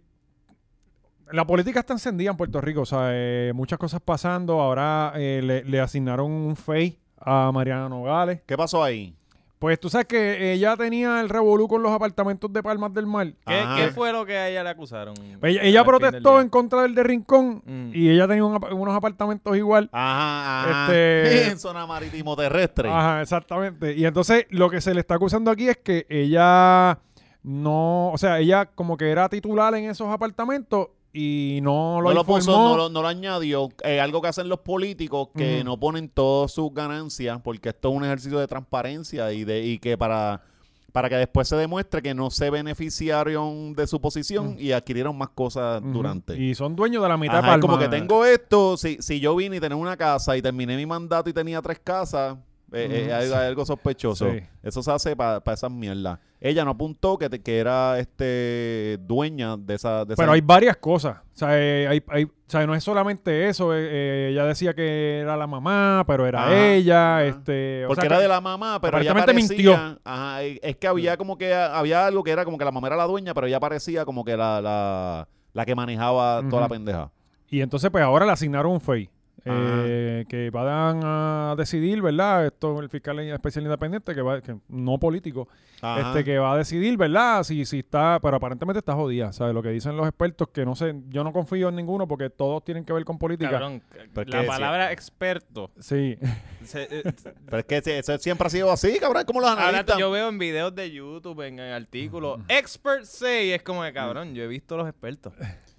[SPEAKER 2] la política está encendida en Puerto Rico. O sea, eh, muchas cosas pasando. Ahora eh, le, le asignaron un FEI a Mariana Nogales.
[SPEAKER 3] ¿Qué pasó ahí?
[SPEAKER 2] Pues tú sabes que ella tenía el revolú con los apartamentos de Palmas del Mar.
[SPEAKER 4] ¿Qué,
[SPEAKER 3] Ajá.
[SPEAKER 4] qué fue lo que a ella le acusaron?
[SPEAKER 2] Ella,
[SPEAKER 4] Al
[SPEAKER 2] ella
[SPEAKER 4] fin del
[SPEAKER 2] protestó
[SPEAKER 4] día.
[SPEAKER 2] en contra del de Rincón
[SPEAKER 4] Mm.
[SPEAKER 2] y ella tenía un apa- unos apartamentos igual.
[SPEAKER 3] Ajá, ajá.
[SPEAKER 2] Este-
[SPEAKER 3] En zona marítimo terrestre.
[SPEAKER 2] Ajá, exactamente. Y entonces lo que se le está acusando aquí es que ella no, o sea, ella como que era titular en esos apartamentos y no lo
[SPEAKER 3] no lo
[SPEAKER 2] informó.
[SPEAKER 3] puso, no lo, no lo añadió. Eh, algo que hacen los políticos que
[SPEAKER 2] Ujú.
[SPEAKER 3] no ponen todas sus ganancias, porque esto es un ejercicio de transparencia y de y que para, para que después se demuestre que no se beneficiaron de su posición y adquirieron más cosas
[SPEAKER 2] Ujú.
[SPEAKER 3] durante.
[SPEAKER 2] Y son dueños de la mitad
[SPEAKER 3] Ajá,
[SPEAKER 2] de Palma.
[SPEAKER 3] es como que tengo esto, si, si yo vine y tenía una casa y terminé mi mandato y tenía tres casas, eh, eh,
[SPEAKER 2] Ujú,
[SPEAKER 3] hay,
[SPEAKER 2] sí.
[SPEAKER 3] hay algo sospechoso.
[SPEAKER 2] Sí.
[SPEAKER 3] Eso se hace para esas mierdas. Ella no apuntó que, te- que era este dueña de esa... De
[SPEAKER 2] Pero
[SPEAKER 3] esa-
[SPEAKER 2] hay varias cosas. O sea, eh, hay, hay- o sea, no es solamente eso. eh, eh, ella decía que era la mamá, pero era
[SPEAKER 3] Ajá,
[SPEAKER 2] ella.
[SPEAKER 3] ajá.
[SPEAKER 2] Este, o
[SPEAKER 3] Porque
[SPEAKER 2] sea
[SPEAKER 3] era
[SPEAKER 2] que-
[SPEAKER 3] de la mamá, pero ella
[SPEAKER 2] aparentemente
[SPEAKER 3] parecía...
[SPEAKER 2] mintió.
[SPEAKER 3] Ajá, y- es que había como que... Había algo que era como que la mamá era la dueña, pero ella parecía como que la, la, la que manejaba toda la
[SPEAKER 2] Ujú.
[SPEAKER 3] pendeja.
[SPEAKER 2] Y entonces, pues ahora le asignaron un FEI.
[SPEAKER 3] Ajá.
[SPEAKER 2] eh, que van a decidir, ¿verdad? Esto el fiscal especial independiente, que va, que no político,
[SPEAKER 3] Ajá.
[SPEAKER 2] este que va a decidir, ¿verdad? Si, si está, pero aparentemente está jodida, ¿sabes? Lo que dicen los expertos, que no sé, yo no confío en ninguno porque todos tienen que ver con política.
[SPEAKER 4] Cabrón,
[SPEAKER 3] Pero
[SPEAKER 4] la
[SPEAKER 3] qué
[SPEAKER 4] palabra experto.
[SPEAKER 2] Sí,
[SPEAKER 4] se- eh,
[SPEAKER 3] Pero es que si- eso siempre ha sido así, cabrón, como los
[SPEAKER 4] ahora
[SPEAKER 3] analistas.
[SPEAKER 4] yo veo en videos de YouTube, en, en
[SPEAKER 3] Mm.
[SPEAKER 4] artículos, expert say, es como que cabrón, yo he visto los expertos.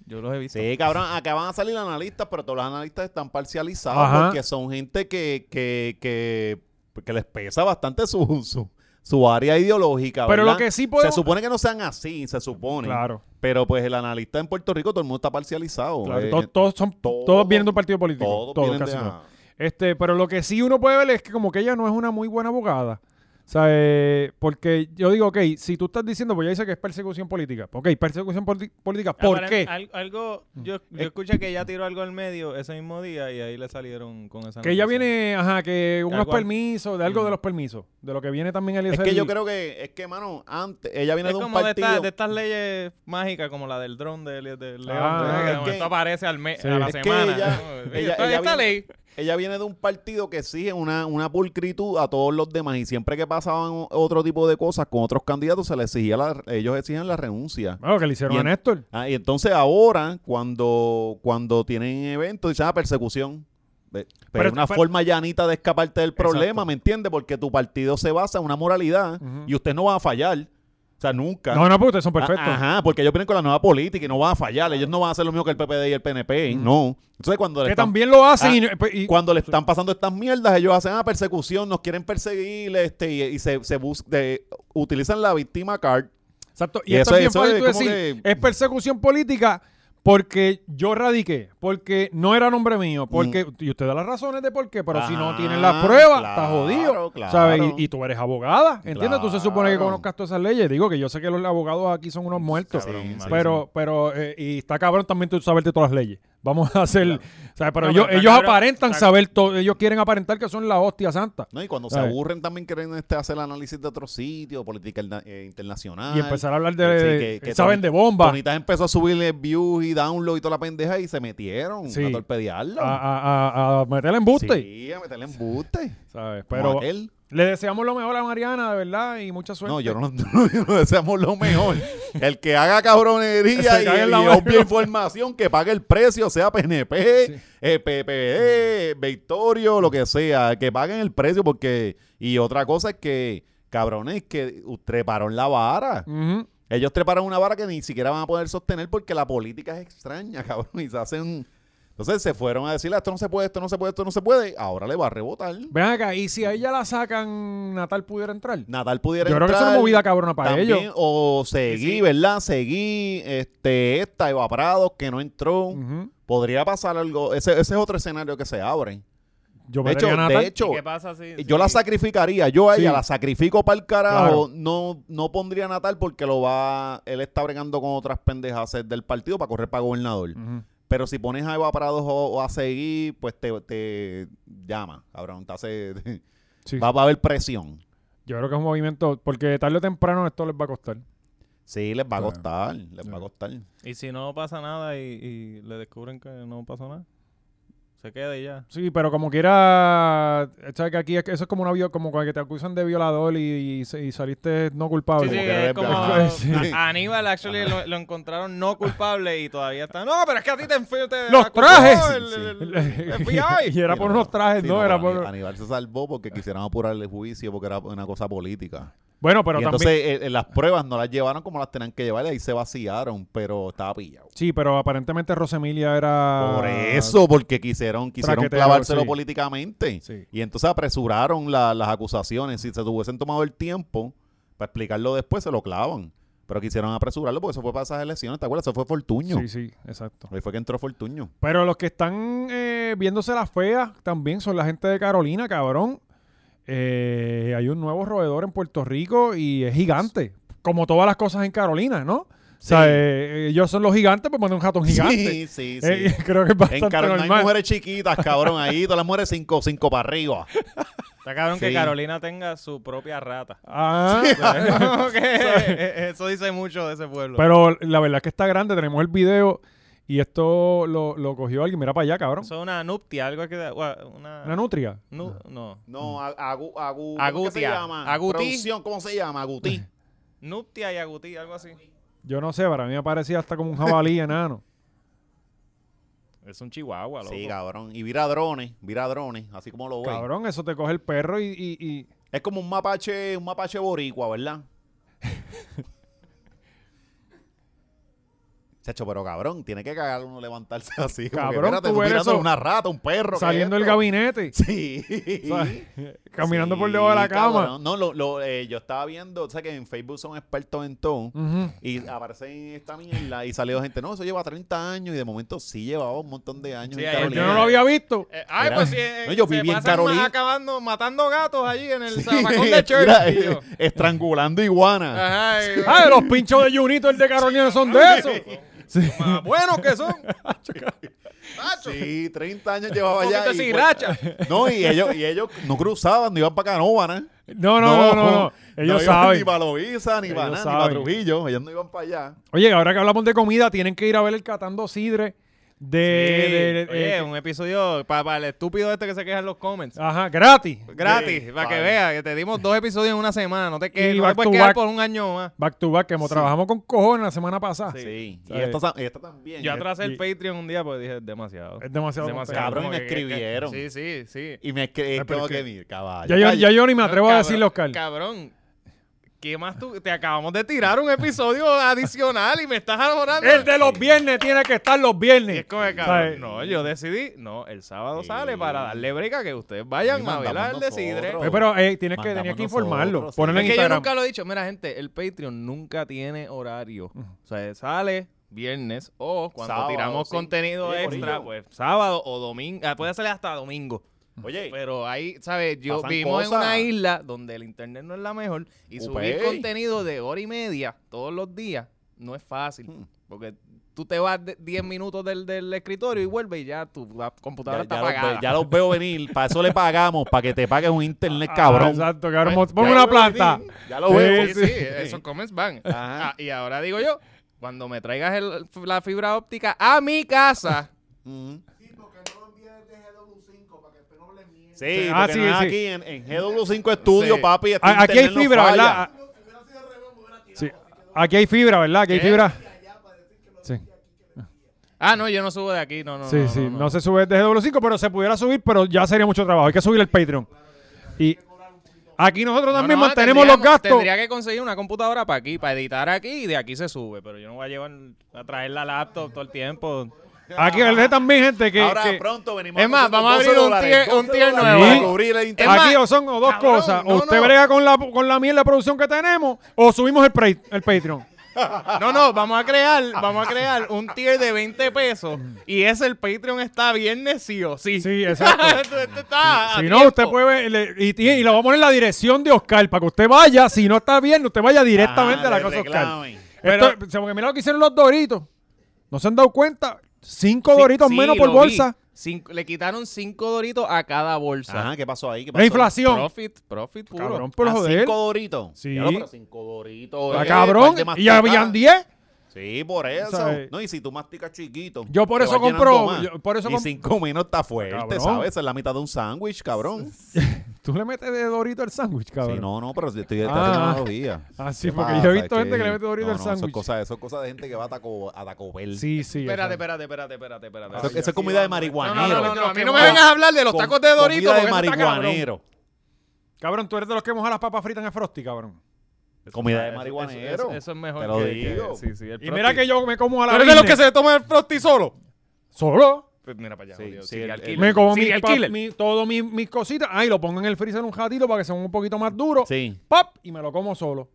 [SPEAKER 4] Yo los he visto.
[SPEAKER 3] Sí, cabrón, acá van a salir analistas, pero todos los analistas están parcializados
[SPEAKER 2] Ajá.
[SPEAKER 3] porque son gente que, que, que, que les pesa bastante su, su, su área ideológica.
[SPEAKER 2] Pero
[SPEAKER 3] ¿verdad?
[SPEAKER 2] lo que sí podemos-
[SPEAKER 3] Se supone que no sean así, se supone.
[SPEAKER 2] claro.
[SPEAKER 3] Pero pues el analista en Puerto Rico, todo el mundo está parcializado.
[SPEAKER 2] claro.
[SPEAKER 3] eh,
[SPEAKER 2] To- todos, son,
[SPEAKER 3] todos-
[SPEAKER 2] todos vienen de un partido político.
[SPEAKER 3] todos
[SPEAKER 2] Todos,
[SPEAKER 3] vienen
[SPEAKER 2] casi
[SPEAKER 3] de-
[SPEAKER 2] todos. Este, pero lo que sí uno puede ver es que como que ella no es una muy buena abogada. O sea, eh, porque yo digo, ok, si tú estás diciendo, pues ya dice que es persecución política. Ok, persecución politi- política, ¿por
[SPEAKER 4] Aparent-
[SPEAKER 2] qué?
[SPEAKER 4] al- algo, yo, yo
[SPEAKER 2] Eh.
[SPEAKER 4] escuché que ella tiró algo al medio ese mismo día y ahí le salieron con esa
[SPEAKER 2] Que ya
[SPEAKER 4] noticia.
[SPEAKER 2] viene, ajá, que unos
[SPEAKER 4] Algo al-
[SPEAKER 2] permisos, de algo
[SPEAKER 4] Ujú.
[SPEAKER 2] de los permisos, de lo que viene también el
[SPEAKER 3] Mm. Es que yo creo que, es que, mano, antes, ella viene
[SPEAKER 4] Es
[SPEAKER 3] de un
[SPEAKER 4] como de,
[SPEAKER 3] partido.
[SPEAKER 4] esta- de estas leyes mágicas como la del dron de, de, de León.
[SPEAKER 2] Ah,
[SPEAKER 4] ¿verdad? que de
[SPEAKER 3] es que-
[SPEAKER 4] momento aparece al mes,
[SPEAKER 2] Sí.
[SPEAKER 4] a la
[SPEAKER 2] Es
[SPEAKER 3] que
[SPEAKER 4] semana.
[SPEAKER 3] ella-
[SPEAKER 4] ¿no?
[SPEAKER 3] ella-
[SPEAKER 4] Esta-
[SPEAKER 3] ella
[SPEAKER 4] esta
[SPEAKER 3] viene-
[SPEAKER 4] ley.
[SPEAKER 3] Ella viene de un partido que exige una, una pulcritud a todos los demás y siempre que pasaban o- otro tipo de cosas con otros candidatos se les exigía la- ellos exigían la renuncia.
[SPEAKER 2] Bueno, que le hicieron
[SPEAKER 3] Y
[SPEAKER 2] a
[SPEAKER 3] en-
[SPEAKER 2] Néstor.
[SPEAKER 3] Ah, y entonces ahora cuando cuando tienen eventos dicen ah, persecución. Ve- Pero,
[SPEAKER 2] Pero-
[SPEAKER 3] es una
[SPEAKER 2] pero-
[SPEAKER 3] forma llanita de escaparte del problema,
[SPEAKER 2] Exacto.
[SPEAKER 3] ¿me entiendes? Porque tu partido se basa en una moralidad
[SPEAKER 2] Ujú.
[SPEAKER 3] y usted no va a fallar. O sea, nunca.
[SPEAKER 2] No, no, pues ustedes son
[SPEAKER 3] Ah,
[SPEAKER 2] perfectos.
[SPEAKER 3] Ajá, porque ellos vienen con la nueva política y no van a fallar. Ellos no van a hacer lo mismo que el PPD y el PNP. No. Entonces, cuando le
[SPEAKER 2] Mm. que
[SPEAKER 3] están-
[SPEAKER 2] también lo hacen
[SPEAKER 3] Ah,
[SPEAKER 2] y no- pues, y,
[SPEAKER 3] cuando le están pasando estas mierdas, ellos hacen ah, persecución, nos quieren perseguir, este, y, y se, se bus- de- utilizan la víctima card.
[SPEAKER 2] Exacto. Y,
[SPEAKER 3] Y
[SPEAKER 2] esto
[SPEAKER 3] eso-
[SPEAKER 2] es bien
[SPEAKER 3] eso
[SPEAKER 2] fácil
[SPEAKER 3] es
[SPEAKER 2] tú
[SPEAKER 3] como
[SPEAKER 2] decir. Es persecución política porque yo radiqué, porque no era nombre mío, porque. Y usted da las razones de por qué, pero si no
[SPEAKER 3] Ajá,
[SPEAKER 2] tienen las pruebas, está
[SPEAKER 3] Mm. Ah, claro,
[SPEAKER 2] jodido.
[SPEAKER 3] claro.
[SPEAKER 2] ¿sabes? Y, y tú eres abogada, ¿entiendes? Tú se supone que
[SPEAKER 3] Claro.
[SPEAKER 2] conozcas todas esas leyes. Digo que yo sé que los abogados aquí son unos muertos.
[SPEAKER 3] Cabrón,
[SPEAKER 4] sí,
[SPEAKER 3] mal.
[SPEAKER 2] pero, pero, eh, y está cabrón también tú saberte todas las leyes. Vamos a hacer. o sea, Pero
[SPEAKER 4] No,
[SPEAKER 2] ellos,
[SPEAKER 4] pero está
[SPEAKER 2] ellos
[SPEAKER 4] cabrón,
[SPEAKER 2] aparentan
[SPEAKER 4] está-
[SPEAKER 2] saber todo. Ellos quieren aparentar que son la hostia santa.
[SPEAKER 3] No, y cuando se
[SPEAKER 2] Ay.
[SPEAKER 3] aburren también quieren este, hacer análisis de otros sitios, política interna- eh, internacional.
[SPEAKER 2] Y empezar a hablar
[SPEAKER 3] Sí,
[SPEAKER 2] de.
[SPEAKER 3] que- que
[SPEAKER 2] saben
[SPEAKER 3] Tony-
[SPEAKER 2] de bomba.
[SPEAKER 3] Bonitas empezó a subirle views y download y toda la pendeja y se metieron
[SPEAKER 2] Sí.
[SPEAKER 3] a torpedearlo.
[SPEAKER 2] A, a, a, a meterle embuste.
[SPEAKER 3] Sí, a meterle embuste.
[SPEAKER 2] ¿Sabes?
[SPEAKER 3] Como
[SPEAKER 2] Pero.
[SPEAKER 3] aquel.
[SPEAKER 2] Le deseamos lo mejor a Mariana, de verdad, y mucha suerte.
[SPEAKER 3] No, yo no, no, yo no deseamos lo mejor. El que haga cabronería
[SPEAKER 2] Se
[SPEAKER 3] y,
[SPEAKER 2] cae en la
[SPEAKER 3] y
[SPEAKER 2] mano.
[SPEAKER 3] obvia información, que pague el precio, sea PNP,
[SPEAKER 2] Sí.
[SPEAKER 3] eh, PPD, Victorio, lo que sea, que paguen el precio porque... Y otra cosa es que, cabrones, que treparon la vara.
[SPEAKER 2] Ujú.
[SPEAKER 3] Ellos treparon una vara que ni siquiera van a poder sostener porque la política es extraña, cabrón, y se hacen... Entonces se fueron a decirle, esto no se puede, esto no se puede, esto no se puede. Ahora le va a rebotar.
[SPEAKER 2] Ven acá, y si a ella la sacan, Natal pudiera entrar.
[SPEAKER 3] Natal pudiera
[SPEAKER 2] Yo creo que eso es una
[SPEAKER 3] entrar.
[SPEAKER 2] movida cabrona para
[SPEAKER 3] También,
[SPEAKER 2] ellos.
[SPEAKER 3] O seguí,
[SPEAKER 4] Sí, sí.
[SPEAKER 3] ¿verdad? Seguí este, esta Eva Prado que no entró.
[SPEAKER 2] Ujú.
[SPEAKER 3] Podría pasar algo. Ese, ese es otro escenario que se abre.
[SPEAKER 2] Yo
[SPEAKER 3] De
[SPEAKER 2] metería
[SPEAKER 3] hecho,
[SPEAKER 2] a Natal.
[SPEAKER 3] de hecho
[SPEAKER 4] ¿Y qué pasa si,
[SPEAKER 3] yo la
[SPEAKER 4] si-
[SPEAKER 3] sacrificaría. Yo a ella
[SPEAKER 2] Sí.
[SPEAKER 3] la sacrifico para el carajo.
[SPEAKER 2] Claro.
[SPEAKER 3] No, no pondría a Natal porque lo va. Él está bregando con otras pendejas del partido para correr para gobernador.
[SPEAKER 2] Ujú.
[SPEAKER 3] Pero si pones a Eva Prado o, o a seguir, pues te, te llama, cabrón. Te hace,
[SPEAKER 2] Sí.
[SPEAKER 3] va, va a haber presión.
[SPEAKER 2] Yo creo que es un movimiento, porque tarde o temprano esto les va a costar.
[SPEAKER 3] Sí, les va a
[SPEAKER 2] Claro.
[SPEAKER 3] costar. Les va a
[SPEAKER 2] Claro.
[SPEAKER 3] costar.
[SPEAKER 4] Y si no pasa nada y, y le descubren que no pasó nada, se queda y ya.
[SPEAKER 2] Sí, pero como quiera, sabes que aquí es que eso es como una vio- como cuando que te acusan de violador y, y se- y saliste no culpable.
[SPEAKER 4] Sí, sí,
[SPEAKER 3] que
[SPEAKER 4] es
[SPEAKER 3] eres
[SPEAKER 4] como
[SPEAKER 3] blanco.
[SPEAKER 2] Sí.
[SPEAKER 4] a- a Aníbal actually lo, lo encontraron no culpable y todavía está. No, pero es que a ti te, enf- te
[SPEAKER 2] ¡Los
[SPEAKER 4] acusó
[SPEAKER 2] trajes!
[SPEAKER 4] el- el- el
[SPEAKER 2] y
[SPEAKER 4] FBI.
[SPEAKER 2] era
[SPEAKER 3] Sí,
[SPEAKER 2] por unos trajes,
[SPEAKER 3] sí,
[SPEAKER 2] no, era
[SPEAKER 3] pero
[SPEAKER 2] por...
[SPEAKER 3] Ani- Aníbal se salvó porque quisieron apurarle el juicio porque era una cosa política.
[SPEAKER 2] Bueno, pero
[SPEAKER 3] y
[SPEAKER 2] también...
[SPEAKER 3] entonces eh, eh, las pruebas no las llevaron como las tenían que llevar y ahí se vaciaron, pero estaba pillado.
[SPEAKER 2] Sí, pero aparentemente Rosemilia era...
[SPEAKER 3] Por eso, porque quisieron, quisieron
[SPEAKER 2] Traquetero,
[SPEAKER 3] clavárselo
[SPEAKER 2] Ah, sí.
[SPEAKER 3] políticamente.
[SPEAKER 2] Sí.
[SPEAKER 3] Y entonces apresuraron la- las acusaciones. Si se hubiesen tomado el tiempo para explicarlo después, se lo clavan. Pero quisieron apresurarlo porque eso fue para esas elecciones, ¿te acuerdas? Eso fue Fortuño.
[SPEAKER 2] Sí, sí, exacto.
[SPEAKER 3] Ahí fue que entró Fortuño.
[SPEAKER 2] Pero los que están eh, viéndose las feas también son la gente de Carolina, cabrón. Eh, hay un nuevo roedor en Puerto Rico y es gigante. Como todas las cosas en Carolina, ¿no? O sea,
[SPEAKER 3] Sí.
[SPEAKER 2] eh, ellos son los gigantes, pues ponen un ratón gigante.
[SPEAKER 3] Sí, sí, sí.
[SPEAKER 2] Eh, creo que es bastante
[SPEAKER 3] En Carolina hay
[SPEAKER 2] normal.
[SPEAKER 3] mujeres chiquitas, cabrón. Ahí todas las mujeres cinco, cinco para arriba.
[SPEAKER 4] Está cabrón que
[SPEAKER 3] Sí.
[SPEAKER 4] Carolina tenga su propia rata.
[SPEAKER 2] Ah,
[SPEAKER 4] Como que, eh, eso dice mucho de ese pueblo.
[SPEAKER 2] pero la verdad es que está grande. Tenemos el video y esto lo, lo cogió alguien. Mira para allá, cabrón.
[SPEAKER 4] eso es una nuptia, algo que. Una,
[SPEAKER 2] Una nutria.
[SPEAKER 4] nu- no.
[SPEAKER 2] Mm.
[SPEAKER 3] No, a- agu, agu, ¿cómo que se
[SPEAKER 4] Agutia.
[SPEAKER 3] llama?
[SPEAKER 4] Agutí.
[SPEAKER 3] Producción, ¿cómo se llama? Agutí.
[SPEAKER 4] Nuptia y agutí, algo así.
[SPEAKER 2] Yo no sé, para mí me parecía hasta como un jabalí enano.
[SPEAKER 4] Es un chihuahua, loco.
[SPEAKER 3] Sí, cabrón. Y vira drones, vira drones, así como lo ves.
[SPEAKER 2] Cabrón, eso te coge el perro y- y- y
[SPEAKER 3] Es como un mapache, un mapache boricua, ¿verdad? Chacho, pero cabrón, tiene que cagar uno levantarse así. como que,
[SPEAKER 2] Cabrón,
[SPEAKER 3] espérate,
[SPEAKER 2] tú
[SPEAKER 3] tú
[SPEAKER 2] eres
[SPEAKER 3] mirando
[SPEAKER 2] eso-
[SPEAKER 3] una rata, un perro. ¿qué
[SPEAKER 2] Saliendo
[SPEAKER 3] es
[SPEAKER 2] del
[SPEAKER 3] esto?
[SPEAKER 2] gabinete.
[SPEAKER 3] Sí.
[SPEAKER 2] o sea, caminando por
[SPEAKER 3] Sí,
[SPEAKER 2] debajo de la cama.
[SPEAKER 3] cabrón. No, lo, lo, eh, yo estaba viendo, o sea, que en Facebook son expertos en todo.
[SPEAKER 2] Ujú.
[SPEAKER 3] Y aparecen esta mierda y salió gente, no, eso lleva 30 años y de momento sí llevaba un montón de años.
[SPEAKER 4] Sí,
[SPEAKER 3] en
[SPEAKER 4] ayer
[SPEAKER 3] Carolina.
[SPEAKER 2] Yo no lo había visto.
[SPEAKER 4] Eh, ay,
[SPEAKER 3] Era-
[SPEAKER 4] pues sí, eh,
[SPEAKER 3] No, yo
[SPEAKER 4] se
[SPEAKER 3] viví en
[SPEAKER 4] pasan ma-
[SPEAKER 3] Carolina.
[SPEAKER 4] acabando, matando gatos allí en el
[SPEAKER 3] Sí,
[SPEAKER 4] zafacón de Church.
[SPEAKER 3] mira, eh,
[SPEAKER 4] y yo,
[SPEAKER 3] estrangulando iguanas.
[SPEAKER 4] ajá, y-
[SPEAKER 2] Ah, los pinchos de Junito, el de Carolina, son de esos. Sí.
[SPEAKER 4] más buenos que son.
[SPEAKER 3] Sí, 30 años llevaba
[SPEAKER 4] Un
[SPEAKER 3] allá.
[SPEAKER 4] poquito
[SPEAKER 3] y
[SPEAKER 4] sin
[SPEAKER 3] pues-
[SPEAKER 4] racha.
[SPEAKER 3] No, y ellos, y ellos no cruzaban, no iban para Canóvana. pues,
[SPEAKER 2] No, no, no, no, no. Ellos
[SPEAKER 3] iban
[SPEAKER 2] saben.
[SPEAKER 3] Ni para Loiza, ni para
[SPEAKER 2] Ellos
[SPEAKER 3] nada, ni para
[SPEAKER 2] saben.
[SPEAKER 3] Trujillo. Ellos no iban para allá.
[SPEAKER 2] Oye, ahora que hablamos de comida, tienen que ir a ver el Catando Sidre de... de- de-
[SPEAKER 4] Oye,
[SPEAKER 2] eh,
[SPEAKER 4] un episodio para, el estúpido este que se queja en los comments.
[SPEAKER 2] ajá, gratis.
[SPEAKER 4] Gratis,
[SPEAKER 3] Sí,
[SPEAKER 4] para que
[SPEAKER 3] vale.
[SPEAKER 4] veas que te dimos dos episodios en una semana. No te quejes,
[SPEAKER 2] Y
[SPEAKER 4] no te
[SPEAKER 2] back
[SPEAKER 4] puedes
[SPEAKER 2] to
[SPEAKER 4] quedar
[SPEAKER 2] back.
[SPEAKER 4] por un año más.
[SPEAKER 2] Back to back, que mo- trabajamos con cojones la semana pasada.
[SPEAKER 3] Sí. Y
[SPEAKER 2] ¿Sabes?
[SPEAKER 3] esta, sa- esta también. eh,
[SPEAKER 4] Yo atrasé
[SPEAKER 2] y-
[SPEAKER 4] el Patreon un día porque dije, es demasiado.
[SPEAKER 2] Es demasiado.
[SPEAKER 4] demasiado.
[SPEAKER 3] Cabrón, y
[SPEAKER 4] Como
[SPEAKER 3] me
[SPEAKER 4] que- que-
[SPEAKER 3] escribieron.
[SPEAKER 4] Sí, sí, sí.
[SPEAKER 3] Y me escribí,
[SPEAKER 2] Ay, pero
[SPEAKER 3] tengo
[SPEAKER 2] es que-
[SPEAKER 3] que ir, caballo.
[SPEAKER 2] Ya yo,
[SPEAKER 3] Caballo.
[SPEAKER 2] ya yo ni me atrevo
[SPEAKER 4] No,
[SPEAKER 2] a
[SPEAKER 4] cabrón,
[SPEAKER 2] decirlo, Oscar.
[SPEAKER 4] Cabrón, ¿qué más tú? Te acabamos de tirar un episodio adicional y me estás adorando.
[SPEAKER 2] El de los viernes tiene que estar los
[SPEAKER 4] Y
[SPEAKER 2] viernes.
[SPEAKER 4] es como que, cabrón,
[SPEAKER 2] ¿Sabes?
[SPEAKER 4] no, yo decidí, no, el sábado
[SPEAKER 3] Sí.
[SPEAKER 4] sale para darle break a que ustedes vayan
[SPEAKER 3] Ahí
[SPEAKER 4] a
[SPEAKER 3] mandamos
[SPEAKER 4] velar el de
[SPEAKER 3] nosotros.
[SPEAKER 4] Sidre.
[SPEAKER 2] Oye, pero eh, tienes que,
[SPEAKER 3] Mandamos
[SPEAKER 2] tenías que
[SPEAKER 3] nosotros,
[SPEAKER 2] informarlo.
[SPEAKER 3] sí.
[SPEAKER 2] Ponerlo en
[SPEAKER 4] Es que yo
[SPEAKER 2] Instagram.
[SPEAKER 4] nunca lo he dicho. Mira, gente, el Patreon nunca tiene horario. O sea, sale viernes o cuando
[SPEAKER 3] Sábado,
[SPEAKER 4] tiramos
[SPEAKER 3] sí.
[SPEAKER 4] contenido
[SPEAKER 3] Sí,
[SPEAKER 4] extra,
[SPEAKER 3] corillo.
[SPEAKER 4] pues sábado o domingo. Ah, puede salir hasta domingo.
[SPEAKER 3] Oye,
[SPEAKER 2] Pues,
[SPEAKER 4] Pero ahí, ¿sabes? Yo
[SPEAKER 3] Pasan
[SPEAKER 4] vivimos en
[SPEAKER 3] cosas.
[SPEAKER 4] una isla donde el internet no es la mejor y subir
[SPEAKER 3] Upey.
[SPEAKER 4] contenido de hora y media todos los días no es fácil.
[SPEAKER 3] Hmm.
[SPEAKER 4] Porque tú te vas de- 10 minutos del, del escritorio y vuelves y ya tu la computadora
[SPEAKER 3] Hmm. ya,
[SPEAKER 4] está
[SPEAKER 3] ya los
[SPEAKER 4] apagada.
[SPEAKER 3] ve- ya los veo venir. Para eso le pagamos, para que te pagues un internet,
[SPEAKER 2] Ah,
[SPEAKER 3] cabrón.
[SPEAKER 2] exacto, cabrón.
[SPEAKER 4] Pues,
[SPEAKER 2] Pon
[SPEAKER 4] ya
[SPEAKER 2] una
[SPEAKER 4] lo vendí.
[SPEAKER 2] planta.
[SPEAKER 3] ya lo
[SPEAKER 2] Sí,
[SPEAKER 3] veo.
[SPEAKER 4] Sí, sí, esos comments van.
[SPEAKER 3] Ajá.
[SPEAKER 4] Ah, y ahora digo yo, cuando me traigas el- la fibra óptica a mi casa,
[SPEAKER 3] Ujú.
[SPEAKER 2] Sí,
[SPEAKER 3] Sí,
[SPEAKER 2] ah,
[SPEAKER 3] porque
[SPEAKER 2] sí,
[SPEAKER 3] no es
[SPEAKER 2] sí.
[SPEAKER 3] aquí en, en GW5 Studio,
[SPEAKER 4] Sí.
[SPEAKER 3] papi. este
[SPEAKER 2] A- Aquí hay
[SPEAKER 3] internet no
[SPEAKER 2] fibra,
[SPEAKER 3] falla.
[SPEAKER 2] ¿verdad? Ah, Sí. Aquí hay fibra, ¿verdad? Aquí hay
[SPEAKER 4] ¿Qué?
[SPEAKER 2] fibra. Sí,
[SPEAKER 4] Ah, no, yo no subo de aquí, no, no.
[SPEAKER 2] sí,
[SPEAKER 4] no,
[SPEAKER 2] sí.
[SPEAKER 4] no, no.
[SPEAKER 2] No se sube desde W5, pero se pudiera subir, pero ya sería mucho trabajo. Hay que subir el Patreon. Y aquí nosotros
[SPEAKER 4] No,
[SPEAKER 2] también
[SPEAKER 4] no,
[SPEAKER 2] mantenemos los
[SPEAKER 4] tendríamos-
[SPEAKER 2] gastos.
[SPEAKER 4] Tendría que conseguir una computadora para aquí, para editar aquí y de aquí se sube, pero yo no voy a llevar a traer la laptop todo el tiempo.
[SPEAKER 2] Aquí el también, gente, que.
[SPEAKER 3] Ahora
[SPEAKER 2] que-
[SPEAKER 3] pronto venimos
[SPEAKER 4] Es más, vamos a abrir un tier- un tier
[SPEAKER 2] nuevo.
[SPEAKER 3] Para cubrir el
[SPEAKER 4] Es
[SPEAKER 3] internet.
[SPEAKER 2] aquí
[SPEAKER 4] más,
[SPEAKER 2] o son o dos
[SPEAKER 4] cabrón,
[SPEAKER 2] cosas.
[SPEAKER 4] no,
[SPEAKER 2] o usted
[SPEAKER 4] no.
[SPEAKER 2] brega con la, con la mierda de producción que tenemos, o subimos el, pre- el Patreon.
[SPEAKER 4] No, no, vamos a crear, vamos a crear un tier de 20 pesos y ese el Patreon está viernes sí o sí.
[SPEAKER 2] Sí, exacto.
[SPEAKER 4] Esto- esto está a
[SPEAKER 2] Si
[SPEAKER 4] tiempo.
[SPEAKER 2] no, usted puede. ver, le- y, y- y lo vamos a poner en la dirección de Oscar para que usted vaya. Si no está bien, usted vaya directamente
[SPEAKER 3] Ajá,
[SPEAKER 2] a la
[SPEAKER 3] Ah, le
[SPEAKER 2] casa de Oscar.
[SPEAKER 3] reclamen.
[SPEAKER 2] Pero, porque mira lo que hicieron los doritos. ¿No se han dado cuenta? Cinco
[SPEAKER 4] Sí,
[SPEAKER 2] doritos
[SPEAKER 4] sí,
[SPEAKER 2] menos por
[SPEAKER 4] lo vi.
[SPEAKER 2] bolsa.
[SPEAKER 4] Cinco- le quitaron 5 doritos a cada bolsa.
[SPEAKER 3] Ajá, ¿qué pasó ahí? ¿Qué pasó?
[SPEAKER 2] La inflación.
[SPEAKER 4] Profit, profit puro.
[SPEAKER 2] Cabrón, por
[SPEAKER 3] Ah,
[SPEAKER 2] joder.
[SPEAKER 3] cinco doritos.
[SPEAKER 2] Sí.
[SPEAKER 3] Ya lo, pero cinco doritos.
[SPEAKER 2] Está
[SPEAKER 3] eh,
[SPEAKER 2] cabrón.
[SPEAKER 3] par de masticadas.
[SPEAKER 2] Y habían 10.
[SPEAKER 3] Sí, por eso.
[SPEAKER 2] ¿Sabes?
[SPEAKER 3] No, y si tú masticas chiquito.
[SPEAKER 2] eh. Yo por
[SPEAKER 3] te
[SPEAKER 2] eso
[SPEAKER 3] vas llenando
[SPEAKER 2] compro-
[SPEAKER 3] más.
[SPEAKER 2] yo por eso
[SPEAKER 3] y
[SPEAKER 2] comp-
[SPEAKER 3] cinco menos está fuerte,
[SPEAKER 2] Cabrón.
[SPEAKER 3] ¿sabes? Esa es la mitad de un sándwich, cabrón.
[SPEAKER 2] Tú le metes de dorito al sándwich, cabrón.
[SPEAKER 3] Sí, no, no, pero si estoy de
[SPEAKER 2] Ah.
[SPEAKER 3] tecnología.
[SPEAKER 2] Ah, sí,
[SPEAKER 3] ¿Qué
[SPEAKER 2] porque yo he
[SPEAKER 3] pasa?
[SPEAKER 2] visto
[SPEAKER 3] Es
[SPEAKER 2] gente que le mete Doritos al
[SPEAKER 3] no, no, Eso es
[SPEAKER 2] sándwich.
[SPEAKER 3] cosa, eso es cosa de gente que va a Taco, a taco Bell.
[SPEAKER 2] Sí, sí.
[SPEAKER 4] Espérate,
[SPEAKER 2] exacto.
[SPEAKER 4] espérate, espérate, espérate, espérate.
[SPEAKER 3] Eso, eso es comida de
[SPEAKER 4] No,
[SPEAKER 3] marihuanero.
[SPEAKER 4] no, no, no, no, a mí no me
[SPEAKER 3] Con-
[SPEAKER 4] vengas a hablar de los
[SPEAKER 3] con-
[SPEAKER 4] tacos de Doritos
[SPEAKER 3] Comida de
[SPEAKER 4] porque eso está cabrón.
[SPEAKER 3] marihuanero.
[SPEAKER 2] Cabrón, tú eres de los que moja las papas fritas en el Frosty, cabrón.
[SPEAKER 3] Comida de
[SPEAKER 4] Ah, Eso-
[SPEAKER 3] marihuanero.
[SPEAKER 4] Eso, eso- eso es mejor
[SPEAKER 3] Te lo
[SPEAKER 4] que,
[SPEAKER 3] digo.
[SPEAKER 4] que- sí, sí, el
[SPEAKER 2] Y mira
[SPEAKER 4] Frosty.
[SPEAKER 2] que yo me como a la.
[SPEAKER 4] ¿Tú eres de los que
[SPEAKER 2] business.
[SPEAKER 4] se toma el Frosty solo?
[SPEAKER 2] Solo.
[SPEAKER 4] Pues mira para allá,
[SPEAKER 3] Sí,
[SPEAKER 4] jodido,
[SPEAKER 3] sí,
[SPEAKER 4] serial
[SPEAKER 3] el-
[SPEAKER 4] killer.
[SPEAKER 2] Me como mi,
[SPEAKER 4] Serial
[SPEAKER 2] pa-
[SPEAKER 4] killer.
[SPEAKER 2] mi- todo mi- mis cositas. Ay, lo pongo en el freezer un ratito para que sea un poquito más duro.
[SPEAKER 3] Sí,
[SPEAKER 2] Pop, y me lo como solo.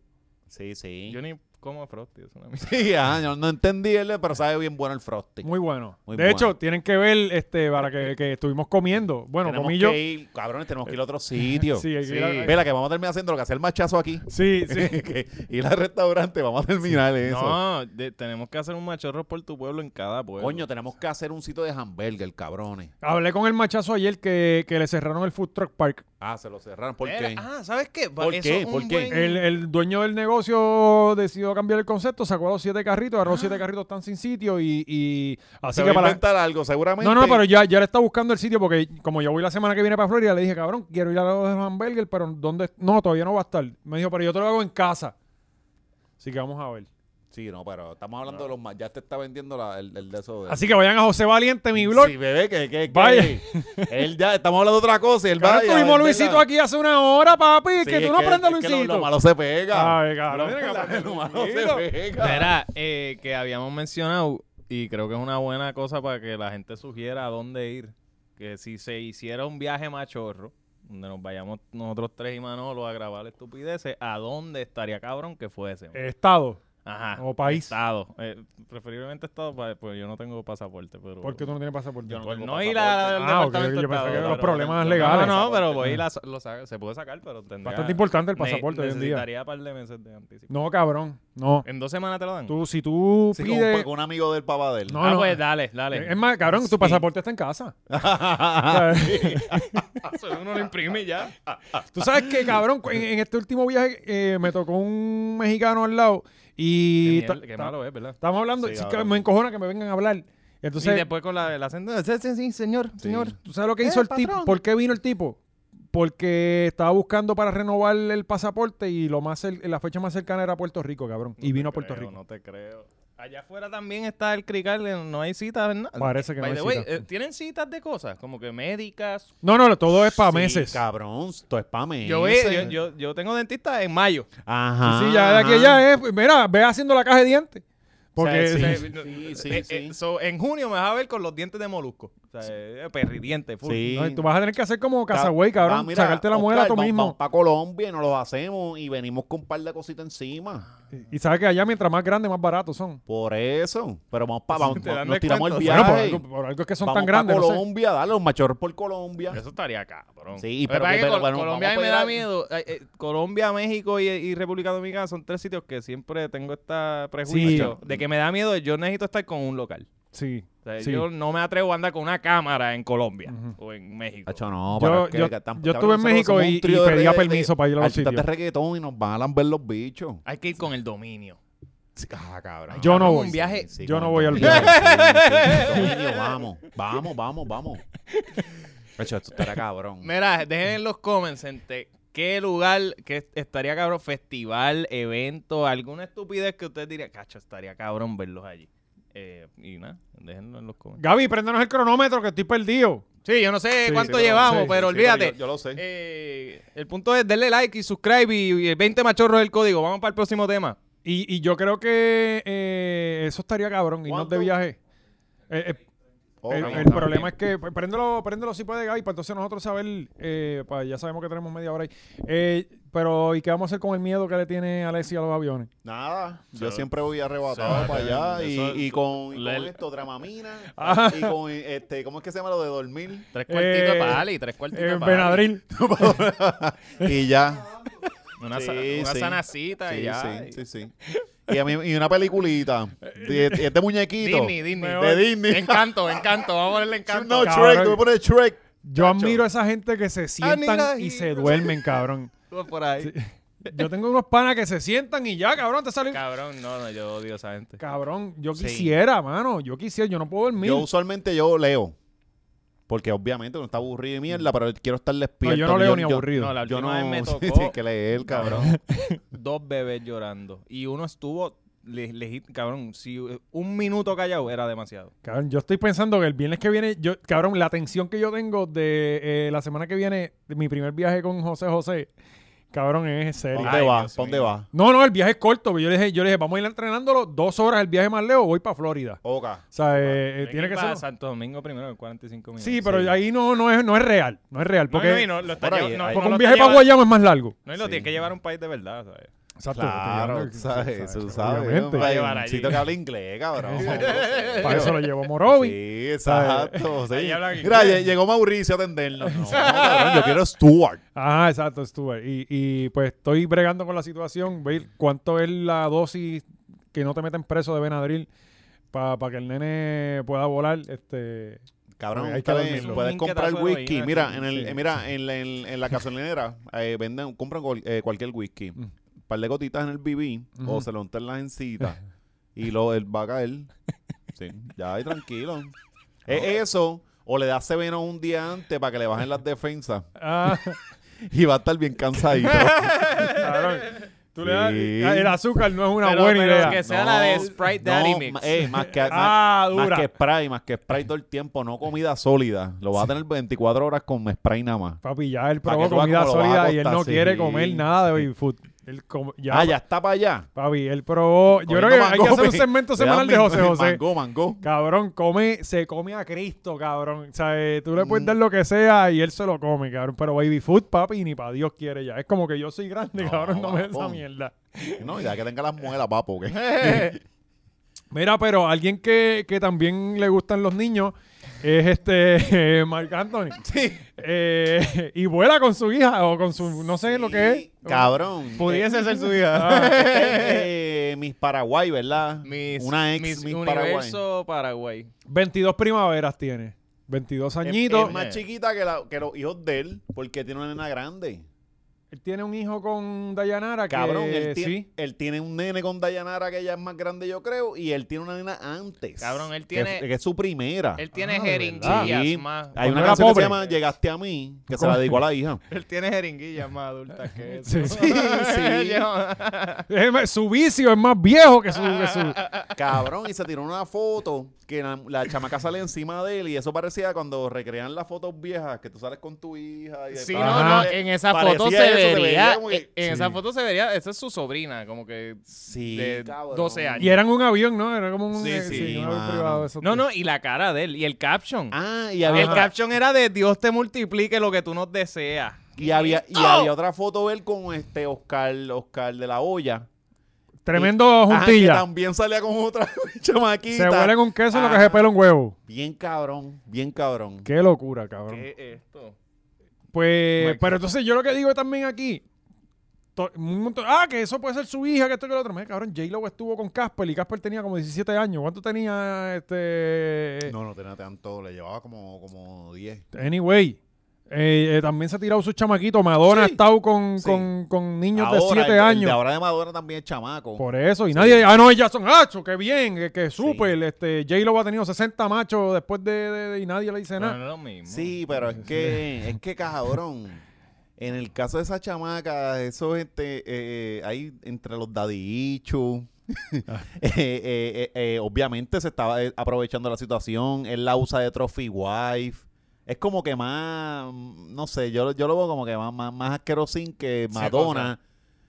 [SPEAKER 3] sí, sí.
[SPEAKER 4] Yo ni como Frosty, es una mierda.
[SPEAKER 3] Sí, ajá, yo no entendí él, pero sabe bien bueno el frosting.
[SPEAKER 2] Muy bueno.
[SPEAKER 3] Muy
[SPEAKER 2] de
[SPEAKER 3] bueno.
[SPEAKER 2] hecho, tienen que ver este para que, que estuvimos comiendo. Bueno,
[SPEAKER 3] tenemos
[SPEAKER 2] comí yo.
[SPEAKER 3] que ir, cabrones, tenemos que ir a otro sitio.
[SPEAKER 2] Sí, hay que
[SPEAKER 3] Sí.
[SPEAKER 2] ir a-
[SPEAKER 3] Vela, que vamos a terminar haciendo lo que hace el machazo aquí.
[SPEAKER 2] Sí, sí.
[SPEAKER 3] Que ir al restaurante, vamos a terminar eso.
[SPEAKER 4] No, de- tenemos que hacer un machorro por tu pueblo en cada pueblo.
[SPEAKER 3] Coño, tenemos que hacer un sitio de hamburger, cabrones.
[SPEAKER 2] Hablé con el machazo ayer que, que le cerraron el food truck park.
[SPEAKER 3] Ah, se lo cerraron. ¿Por
[SPEAKER 4] Era-
[SPEAKER 3] qué?
[SPEAKER 4] Ah, ¿sabes qué? Va-
[SPEAKER 3] ¿Por
[SPEAKER 4] eso
[SPEAKER 3] qué?
[SPEAKER 4] es un
[SPEAKER 3] ¿Por qué?
[SPEAKER 4] buen-
[SPEAKER 2] El, el dueño del negocio decidió cambiar el concepto, sacó a los siete carritos, ahora los siete carritos están sin sitio y, y así
[SPEAKER 3] Ah. se
[SPEAKER 2] que
[SPEAKER 3] va a
[SPEAKER 2] para
[SPEAKER 3] inventar algo, seguramente.
[SPEAKER 2] No, no, pero ya, ya le está buscando el sitio porque como yo voy la semana que viene para Florida, le dije, cabrón, quiero ir a los de los hamburgers, pero ¿dónde? No, todavía no va a estar. Me dijo, pero yo te lo hago en casa. Así que vamos a ver.
[SPEAKER 3] Sí, no, pero estamos hablando de los más. Ya te está vendiendo la- el, el de eso. De...
[SPEAKER 2] Así que vayan a José Valiente, mi blog.
[SPEAKER 3] Sí, bebé, que. que, que-
[SPEAKER 2] Vaya.
[SPEAKER 3] Él ya, estamos hablando de otra cosa. y Él
[SPEAKER 2] Claro,
[SPEAKER 3] va y a
[SPEAKER 2] tuvimos a
[SPEAKER 3] venderla.
[SPEAKER 2] Luisito aquí hace una hora, papi.
[SPEAKER 3] Sí,
[SPEAKER 2] que
[SPEAKER 3] es
[SPEAKER 2] tú no prendas a
[SPEAKER 3] es que lo-
[SPEAKER 2] Luisito.
[SPEAKER 3] Lo malo se pega.
[SPEAKER 2] Ay, cabrón,
[SPEAKER 3] Lo-
[SPEAKER 2] mira que aprende
[SPEAKER 3] lo malo se
[SPEAKER 2] Luisito.
[SPEAKER 3] pega.
[SPEAKER 4] Verá, eh, que habíamos mencionado, y creo que es una buena cosa para que la gente sugiera a dónde ir. Que si se hiciera un viaje machorro, donde nos vayamos nosotros tres y Manolo a grabar estupideces, ¿a dónde estaría cabrón que fuese?
[SPEAKER 2] Estado.
[SPEAKER 4] Ajá.
[SPEAKER 2] o país.
[SPEAKER 4] Estado. Eh, preferiblemente estado, pa- pues yo no tengo pasaporte, pero...
[SPEAKER 2] Porque tú no tienes pasaporte.
[SPEAKER 3] Yo no
[SPEAKER 4] Pues
[SPEAKER 3] tengo
[SPEAKER 4] no ir
[SPEAKER 3] pasaporte.
[SPEAKER 4] a- al
[SPEAKER 2] Ah,
[SPEAKER 4] departamento
[SPEAKER 2] ok, yo
[SPEAKER 4] de
[SPEAKER 2] pensaba
[SPEAKER 4] estado,
[SPEAKER 2] que eran los
[SPEAKER 4] pero-
[SPEAKER 2] problemas
[SPEAKER 4] no,
[SPEAKER 2] legales.
[SPEAKER 4] No, no, pero voy a ir a... lo sa- se puede sacar, pero tendría...
[SPEAKER 2] Bastante importante el
[SPEAKER 4] ne-
[SPEAKER 2] pasaporte hoy en día.
[SPEAKER 4] Necesitaría par de meses de anticipación.
[SPEAKER 2] No, cabrón. No.
[SPEAKER 4] En dos semanas te lo dan.
[SPEAKER 2] Tú, si tú
[SPEAKER 3] Eh, Sí, como
[SPEAKER 2] pides.
[SPEAKER 3] con un amigo del papá de él.
[SPEAKER 2] No,
[SPEAKER 4] ah,
[SPEAKER 2] no.
[SPEAKER 4] pues dale, dale.
[SPEAKER 2] Es más, cabrón, tu
[SPEAKER 4] Sí.
[SPEAKER 2] pasaporte está en casa. O sea,
[SPEAKER 4] Uno lo imprime y ya.
[SPEAKER 2] Tú sabes que, cabrón, en, en este último viaje eh, me tocó un mexicano al lado y...
[SPEAKER 4] Qué
[SPEAKER 2] ta-
[SPEAKER 4] miel- qué
[SPEAKER 2] ta-
[SPEAKER 4] malo es, ¿verdad?
[SPEAKER 2] Estamos hablando,
[SPEAKER 3] Sí,
[SPEAKER 2] sí, que
[SPEAKER 3] cabrón.
[SPEAKER 2] me encojona que me vengan a hablar. Entonces,
[SPEAKER 4] y después con la, el acento. Sí, sí, sí, señor, señor.
[SPEAKER 2] ¿tú sabes lo que hizo el tipo? ¿Por qué vino el tipo? Porque estaba buscando para renovar el pasaporte y lo más cer- la fecha más cercana era Puerto Rico, cabrón.
[SPEAKER 4] No
[SPEAKER 2] y
[SPEAKER 4] te
[SPEAKER 2] vino a Puerto
[SPEAKER 4] creo,
[SPEAKER 2] Rico.
[SPEAKER 4] No te creo. Allá afuera también está el crical, eh, no hay citas, ¿verdad?
[SPEAKER 2] Parece que no
[SPEAKER 4] By
[SPEAKER 2] hay
[SPEAKER 4] the way,
[SPEAKER 2] cita.
[SPEAKER 4] eh, ¿Tienen citas de cosas? Como que médicas.
[SPEAKER 2] No, no, no, todo es para
[SPEAKER 3] Sí,
[SPEAKER 2] meses.
[SPEAKER 3] Cabrón, esto es pa' meses.
[SPEAKER 4] Yo, voy- yo, yo, yo tengo dentista en mayo.
[SPEAKER 3] Ajá.
[SPEAKER 2] Sí, sí, ya de aquí a allá eh, es. pues, Mira, ve haciendo la caja de dientes. Porque
[SPEAKER 4] Ah. O sea,
[SPEAKER 2] sí.
[SPEAKER 4] eh,
[SPEAKER 3] sí,
[SPEAKER 4] eh,
[SPEAKER 3] sí,
[SPEAKER 4] eh,
[SPEAKER 3] sí.
[SPEAKER 4] so, en junio me vas a ver con los dientes de molusco. O sea, eh, perridiente, full.
[SPEAKER 3] Sí.
[SPEAKER 2] No, y tú vas a tener que hacer como
[SPEAKER 3] Ca-
[SPEAKER 2] Casaway, cabrón.
[SPEAKER 3] Va, mira,
[SPEAKER 2] sacarte la muela
[SPEAKER 3] Oscar,
[SPEAKER 2] tú
[SPEAKER 3] vamos-
[SPEAKER 2] mismo.
[SPEAKER 3] Vamos para Colombia y nos los hacemos y venimos con un par de cositas encima.
[SPEAKER 2] Y- Y sabes que allá mientras más grandes, más baratos son.
[SPEAKER 3] Por eso. Pero vamos para. Vamos,
[SPEAKER 4] Te dan
[SPEAKER 3] nos tiramos el
[SPEAKER 4] descuento.
[SPEAKER 3] viaje.
[SPEAKER 2] Bueno, por algo, por algo es que son
[SPEAKER 3] vamos
[SPEAKER 2] tan
[SPEAKER 3] pa'
[SPEAKER 2] grandes. no sé.
[SPEAKER 3] Colombia, dale un machorro por Colombia.
[SPEAKER 4] Eso estaría cabrón.
[SPEAKER 3] Sí,
[SPEAKER 4] Lo que
[SPEAKER 3] pero-
[SPEAKER 4] pasa es que
[SPEAKER 3] pero-
[SPEAKER 4] Col-
[SPEAKER 3] pero
[SPEAKER 4] Colombia a mí
[SPEAKER 3] vamos
[SPEAKER 4] me
[SPEAKER 3] a
[SPEAKER 4] da
[SPEAKER 3] pegar-
[SPEAKER 4] miedo. Ay, eh, Colombia, México y, y República Dominicana son tres sitios que siempre tengo esta prejuicio de que me da miedo. Yo necesito estar con un local.
[SPEAKER 2] Sí.
[SPEAKER 4] O sea,
[SPEAKER 2] sí.
[SPEAKER 4] Yo no me atrevo a andar con una cámara en Colombia
[SPEAKER 2] Ujú.
[SPEAKER 4] o en México.
[SPEAKER 3] Hacho,
[SPEAKER 2] Yo-
[SPEAKER 3] no, pero es que-
[SPEAKER 2] yo-
[SPEAKER 3] que tampoco-
[SPEAKER 2] yo estuve en
[SPEAKER 3] nosotros
[SPEAKER 2] México
[SPEAKER 3] somos un
[SPEAKER 2] y-
[SPEAKER 3] trío
[SPEAKER 2] y
[SPEAKER 3] de
[SPEAKER 2] pedía
[SPEAKER 3] regga- de-
[SPEAKER 2] permiso para ir a los
[SPEAKER 3] artistas de
[SPEAKER 2] sitios.
[SPEAKER 3] reggaetón y nos van a ver los bichos.
[SPEAKER 4] Hay que ir con el dominio.
[SPEAKER 3] Ah, cabrón.
[SPEAKER 2] Yo no
[SPEAKER 4] Cabrón,
[SPEAKER 2] voy.
[SPEAKER 4] Un viaje.
[SPEAKER 3] Sí,
[SPEAKER 2] Yo
[SPEAKER 3] con
[SPEAKER 2] no
[SPEAKER 3] el
[SPEAKER 2] voy al
[SPEAKER 3] dominio.
[SPEAKER 4] viaje.
[SPEAKER 3] Sí, sí, dominio, vamos, vamos, vamos, vamos. Hacho, esto estará cabrón.
[SPEAKER 4] Mira, dejen en los comments gente, qué lugar que estaría cabrón, festival, evento, alguna estupidez que ustedes dirían, cacho, estaría cabrón verlos allí. Eh, y nada, déjenlo en los comments.
[SPEAKER 2] Gaby, préndanos el cronómetro que estoy perdido.
[SPEAKER 4] Sí, yo no sé
[SPEAKER 2] Sí,
[SPEAKER 4] cuánto
[SPEAKER 2] sí, pero-
[SPEAKER 4] llevamos,
[SPEAKER 2] sí, sí,
[SPEAKER 4] pero
[SPEAKER 3] Sí,
[SPEAKER 4] olvídate.
[SPEAKER 3] yo- yo lo sé.
[SPEAKER 4] Eh, el punto es darle like y subscribe y, y 20 machorros del código. Vamos para el próximo tema.
[SPEAKER 2] Y, y yo creo que eh, eso estaría cabrón, irnos de
[SPEAKER 3] ¿Cuánto?
[SPEAKER 2] viaje. Eh, eh,
[SPEAKER 3] Oh,
[SPEAKER 2] el,
[SPEAKER 3] vamos,
[SPEAKER 2] el
[SPEAKER 3] vamos.
[SPEAKER 2] problema es que, pues, préndelo, préndelo si puede, Gaby, para entonces nosotros saber, eh, pa- ya sabemos que tenemos media hora ahí. Eh, pero, ¿y qué vamos a hacer con el miedo que le tiene Alessia a los aviones?
[SPEAKER 3] Nada, yo
[SPEAKER 4] Se-
[SPEAKER 3] siempre voy
[SPEAKER 4] se
[SPEAKER 3] arrebatado
[SPEAKER 4] va
[SPEAKER 3] para
[SPEAKER 4] a
[SPEAKER 3] allá y,
[SPEAKER 4] tener- eso-
[SPEAKER 3] y con, y con
[SPEAKER 4] le-
[SPEAKER 3] esto, dramamina
[SPEAKER 2] Ah.
[SPEAKER 3] y con este, ¿cómo es que se llama lo de dormir?
[SPEAKER 4] Tres
[SPEAKER 2] cuartitos Eh,
[SPEAKER 4] cuartitos para
[SPEAKER 2] para
[SPEAKER 4] Ali, tres cuartitos
[SPEAKER 2] Eh,
[SPEAKER 4] para
[SPEAKER 2] Benadryl.
[SPEAKER 3] y ya.
[SPEAKER 4] Una, sa-
[SPEAKER 3] Sí,
[SPEAKER 4] una
[SPEAKER 3] sí.
[SPEAKER 4] sanacita y
[SPEAKER 3] Sí,
[SPEAKER 4] ya.
[SPEAKER 3] sí, sí, sí. Y, a mí- y una peliculita de, de este muñequito
[SPEAKER 4] Disney, Disney.
[SPEAKER 3] de Disney.
[SPEAKER 4] Encanto, encanto. Vamos a ponerle encanto.
[SPEAKER 3] No,
[SPEAKER 2] Cabrón.
[SPEAKER 3] Shrek, tú me pones Shrek.
[SPEAKER 2] Yo
[SPEAKER 3] Chacho.
[SPEAKER 2] admiro a esa gente que se sientan
[SPEAKER 4] mira,
[SPEAKER 2] y
[SPEAKER 4] y-
[SPEAKER 2] se duermen, cabrón.
[SPEAKER 4] Por ahí.
[SPEAKER 2] Yo tengo unos panas que se sientan y ya, cabrón, te salen.
[SPEAKER 4] Cabrón, no, no, yo odio a esa gente.
[SPEAKER 2] Cabrón, yo
[SPEAKER 4] Sí.
[SPEAKER 2] quisiera, mano. Yo quisiera, yo no puedo dormir.
[SPEAKER 3] Yo usualmente yo leo. Porque obviamente uno está aburrido y mierda, pero quiero estar
[SPEAKER 2] No,
[SPEAKER 3] despierto.
[SPEAKER 2] yo no leo ni aburrido.
[SPEAKER 4] No, la
[SPEAKER 3] Yo
[SPEAKER 4] última
[SPEAKER 3] no,
[SPEAKER 4] vez me
[SPEAKER 3] sí,
[SPEAKER 4] tocó
[SPEAKER 3] sí, que leer, cabrón.
[SPEAKER 4] dos bebés llorando. Y uno estuvo, le- legi- cabrón, si eh, un minuto callado era demasiado.
[SPEAKER 2] Cabrón, yo estoy pensando que el viernes que viene, yo, cabrón, la tensión que yo tengo de eh, la semana que viene, de mi primer viaje con José José, cabrón, es serio.
[SPEAKER 3] ¿Dónde
[SPEAKER 4] Ay,
[SPEAKER 3] va?
[SPEAKER 4] Dios
[SPEAKER 3] ¿Dónde
[SPEAKER 4] mío.
[SPEAKER 3] va?
[SPEAKER 2] No, no, el viaje es corto. pero Yo le dije, yo le dije, vamos a ir entrenándolo dos horas el viaje más lejos, voy para Florida. O
[SPEAKER 3] Oca.
[SPEAKER 2] sea, eh, eh, tiene que
[SPEAKER 4] ir para
[SPEAKER 2] ser.
[SPEAKER 4] Santo Domingo primero, en 45 minutos.
[SPEAKER 2] Sí, pero ahí no, no es, no es real. No es real.
[SPEAKER 4] No,
[SPEAKER 2] Porque,
[SPEAKER 4] no, y no, lo está
[SPEAKER 3] Por ahí,
[SPEAKER 4] llev- no,
[SPEAKER 3] ahí.
[SPEAKER 4] no
[SPEAKER 2] porque
[SPEAKER 4] lo
[SPEAKER 2] un
[SPEAKER 4] está
[SPEAKER 2] viaje para
[SPEAKER 4] llevando-
[SPEAKER 2] Guayama es más largo.
[SPEAKER 4] No, y lo tienes que llevar a un país de verdad, ¿sabes?
[SPEAKER 2] Exacto.
[SPEAKER 3] Claro, tú sabes, tú sabes.
[SPEAKER 2] obviamente.
[SPEAKER 4] Va a llevar
[SPEAKER 3] Un
[SPEAKER 4] allí.
[SPEAKER 3] sitio que habla inglés, cabrón.
[SPEAKER 2] Para eso lo llevó Morovi.
[SPEAKER 3] Sí, exacto. sí.
[SPEAKER 4] Ahí hablan
[SPEAKER 3] Mira,
[SPEAKER 4] inglés.
[SPEAKER 3] lle- llegó Mauricio a atendernos. No, cabrón, yo quiero Stuart.
[SPEAKER 2] Ah, exacto, Stuart. Y, y, pues estoy bregando con la situación, ver cuánto es la dosis que no te meten preso de Benadryl para que el nene pueda volar. Este,
[SPEAKER 3] Cabrón,
[SPEAKER 2] Oye, hay que
[SPEAKER 3] ustedes
[SPEAKER 2] dormirlo.
[SPEAKER 3] puedes
[SPEAKER 4] Un
[SPEAKER 3] comprar
[SPEAKER 4] quetazo de
[SPEAKER 3] whisky.
[SPEAKER 4] heroína,
[SPEAKER 3] Mira,
[SPEAKER 4] sí,
[SPEAKER 3] en, el,
[SPEAKER 2] sí.
[SPEAKER 3] eh, mira en, la, en- en la gasolinera eh, venden, compran cual- eh, cualquier whisky.
[SPEAKER 2] Mm.
[SPEAKER 3] Un par de gotitas en el BB
[SPEAKER 2] Ujú.
[SPEAKER 3] o se lo untan en las encitas y lo, él va a caer. Sí, ya ahí tranquilo. Es eso, o le das seveno un día antes para que le bajen las defensas
[SPEAKER 2] ah,
[SPEAKER 3] y va a estar bien cansadito.
[SPEAKER 2] cabrón. Tú le das,
[SPEAKER 3] Sí.
[SPEAKER 2] ah, el azúcar no es una
[SPEAKER 4] pero,
[SPEAKER 2] buena
[SPEAKER 4] pero
[SPEAKER 2] idea.
[SPEAKER 4] que sea la de Sprite Daddy
[SPEAKER 3] no,
[SPEAKER 4] Mix.
[SPEAKER 3] ma- eh, más que,
[SPEAKER 2] Ah,
[SPEAKER 3] más,
[SPEAKER 2] dura.
[SPEAKER 3] más que spray, más que spray todo el tiempo, no comida sólida. Lo vas a tener 24 horas con spray nada más.
[SPEAKER 2] Papi, ya él
[SPEAKER 3] Para que
[SPEAKER 2] probó
[SPEAKER 3] tú veas
[SPEAKER 2] comida
[SPEAKER 3] cómo lo vas a
[SPEAKER 2] sólida y él
[SPEAKER 3] costar,
[SPEAKER 2] no quiere
[SPEAKER 3] sí.
[SPEAKER 2] comer nada de baby food. Él com- ya,
[SPEAKER 3] ah, ya está para allá.
[SPEAKER 2] Papi, él probó. Yo creo que hay que hacer un segmento semanal de José José.
[SPEAKER 3] Mango, mango.
[SPEAKER 2] Cabrón, come, se come a Cristo, cabrón. O sea, eh, tú le
[SPEAKER 3] Mm.
[SPEAKER 2] puedes dar lo que sea y él se lo come, cabrón. Pero baby food, papi, ni para Dios quiere ya. Es como que yo soy grande,
[SPEAKER 3] No,
[SPEAKER 2] cabrón, no me des esa
[SPEAKER 3] papón.
[SPEAKER 2] mierda.
[SPEAKER 3] No, ya que tenga las muelas, papo. ¿qué?
[SPEAKER 2] Mira, pero alguien que, que también le gustan los niños es este eh, Marc Anthony.
[SPEAKER 3] Sí.
[SPEAKER 2] Eh, y vuela con su hija o con su, no sé lo que es. Ah,
[SPEAKER 3] Cabrón.
[SPEAKER 4] Pudiese ser su hija.
[SPEAKER 3] Eh, eh, mis Paraguay, ¿verdad?
[SPEAKER 4] Mis-
[SPEAKER 3] Una ex
[SPEAKER 4] mis
[SPEAKER 3] Miss, Paraguay.
[SPEAKER 4] Universo Paraguay.
[SPEAKER 2] 22 primaveras tiene. 22
[SPEAKER 3] Es-
[SPEAKER 2] añitos.
[SPEAKER 3] Es más chiquita que, la- que los hijos de él, porque tiene una nena grande.
[SPEAKER 2] Él tiene un hijo con Dayanara que
[SPEAKER 3] Cabrón, él, tiene,
[SPEAKER 2] sí.
[SPEAKER 3] él tiene un nene con Dayanara que ella es más grande, yo creo, y él tiene una nena antes.
[SPEAKER 4] Cabrón, él
[SPEAKER 3] Que-
[SPEAKER 4] tiene-
[SPEAKER 3] Que, es su primera.
[SPEAKER 4] Él tiene
[SPEAKER 2] Ah, de verdad.
[SPEAKER 4] jeringuillas
[SPEAKER 3] Sí.
[SPEAKER 4] más.
[SPEAKER 3] Hay
[SPEAKER 2] Cuando
[SPEAKER 3] una
[SPEAKER 2] era
[SPEAKER 3] canción que
[SPEAKER 2] pobre.
[SPEAKER 3] se llama Llegaste a mí, que se la dedicó a la hija.
[SPEAKER 4] Él tiene jeringuillas más adultas que eso.
[SPEAKER 2] Sí, sí.
[SPEAKER 4] Yo-
[SPEAKER 2] Es más, su vicio es más viejo que su... que su-
[SPEAKER 3] Cabrón, y se tiró una foto que la, la chamaca sale encima de él, y eso parecía cuando recrean las fotos viejas, que tú sales con tu hija. Y
[SPEAKER 4] Sí,
[SPEAKER 3] está-
[SPEAKER 4] no, no, en esa
[SPEAKER 3] Parecía
[SPEAKER 4] foto se
[SPEAKER 3] eso, se
[SPEAKER 4] vería, eh,
[SPEAKER 3] veía muy-
[SPEAKER 4] en en
[SPEAKER 3] Sí.
[SPEAKER 4] esa foto se vería, esa es su sobrina, como que
[SPEAKER 3] Sí,
[SPEAKER 4] de
[SPEAKER 3] cabrón.
[SPEAKER 4] 12 años.
[SPEAKER 2] Y eran un avión, ¿no? Era como un,
[SPEAKER 3] Sí,
[SPEAKER 2] eh,
[SPEAKER 3] sí,
[SPEAKER 2] un avión
[SPEAKER 3] mano.
[SPEAKER 2] privado. esos
[SPEAKER 4] No,
[SPEAKER 2] tíos.
[SPEAKER 4] no, y la cara de él, y el caption.
[SPEAKER 3] Ah, y había,
[SPEAKER 4] el caption era de Dios te multiplique lo que tú nos deseas.
[SPEAKER 3] y había, y
[SPEAKER 4] ¡Oh!
[SPEAKER 3] había otra foto de él con este Oscar, Oscar de la olla.
[SPEAKER 2] Tremendo
[SPEAKER 3] Ajá, que
[SPEAKER 2] juntilla.
[SPEAKER 3] también salía con otra
[SPEAKER 2] se
[SPEAKER 3] chamaquita.
[SPEAKER 2] huelen un queso en lo que se
[SPEAKER 3] Ajá.
[SPEAKER 2] pela un huevo.
[SPEAKER 3] Bien cabrón, bien cabrón.
[SPEAKER 2] Qué locura, cabrón.
[SPEAKER 4] ¿Qué es esto?
[SPEAKER 2] Pues,
[SPEAKER 3] Michael.
[SPEAKER 2] pero entonces yo lo que digo también aquí, to- un montón- ah, que eso puede ser su hija, que esto que lo otro. Mira, cabrón, J-Lo estuvo con Casper y Casper tenía como 17 años. ¿Cuánto tenía este?
[SPEAKER 3] No, no tenía tanto, le llevaba como, como 10.
[SPEAKER 2] Anyway. eh, eh, también se ha tirado su chamaquito. Madonna ha
[SPEAKER 3] Sí.
[SPEAKER 2] estado con,
[SPEAKER 3] Sí.
[SPEAKER 2] con- con niños
[SPEAKER 3] Ahora,
[SPEAKER 2] de
[SPEAKER 3] el-
[SPEAKER 2] 7
[SPEAKER 3] el
[SPEAKER 2] años.
[SPEAKER 3] de ahora de Madonna también es chamaco.
[SPEAKER 2] Por eso, y nadie. Ah, no, ya son ¡Acho! ¡Qué bien! ¡Qué, qué súper! Este, J-Lo ha tenido 60 machos después de, de- de- y nadie le dice
[SPEAKER 4] No,
[SPEAKER 2] nada.
[SPEAKER 4] no es lo mismo.
[SPEAKER 3] Sí, pero es que, es que cabrón. En el caso de esa chamaca, eso este, eh, hay entre los dadichos. eh, obviamente se estaba eh, aprovechando la situación. Él la usa de trophy wife. Es como que más, mm, no sé, yo, yo lo veo como que más, más, más asquerosín que Madonna.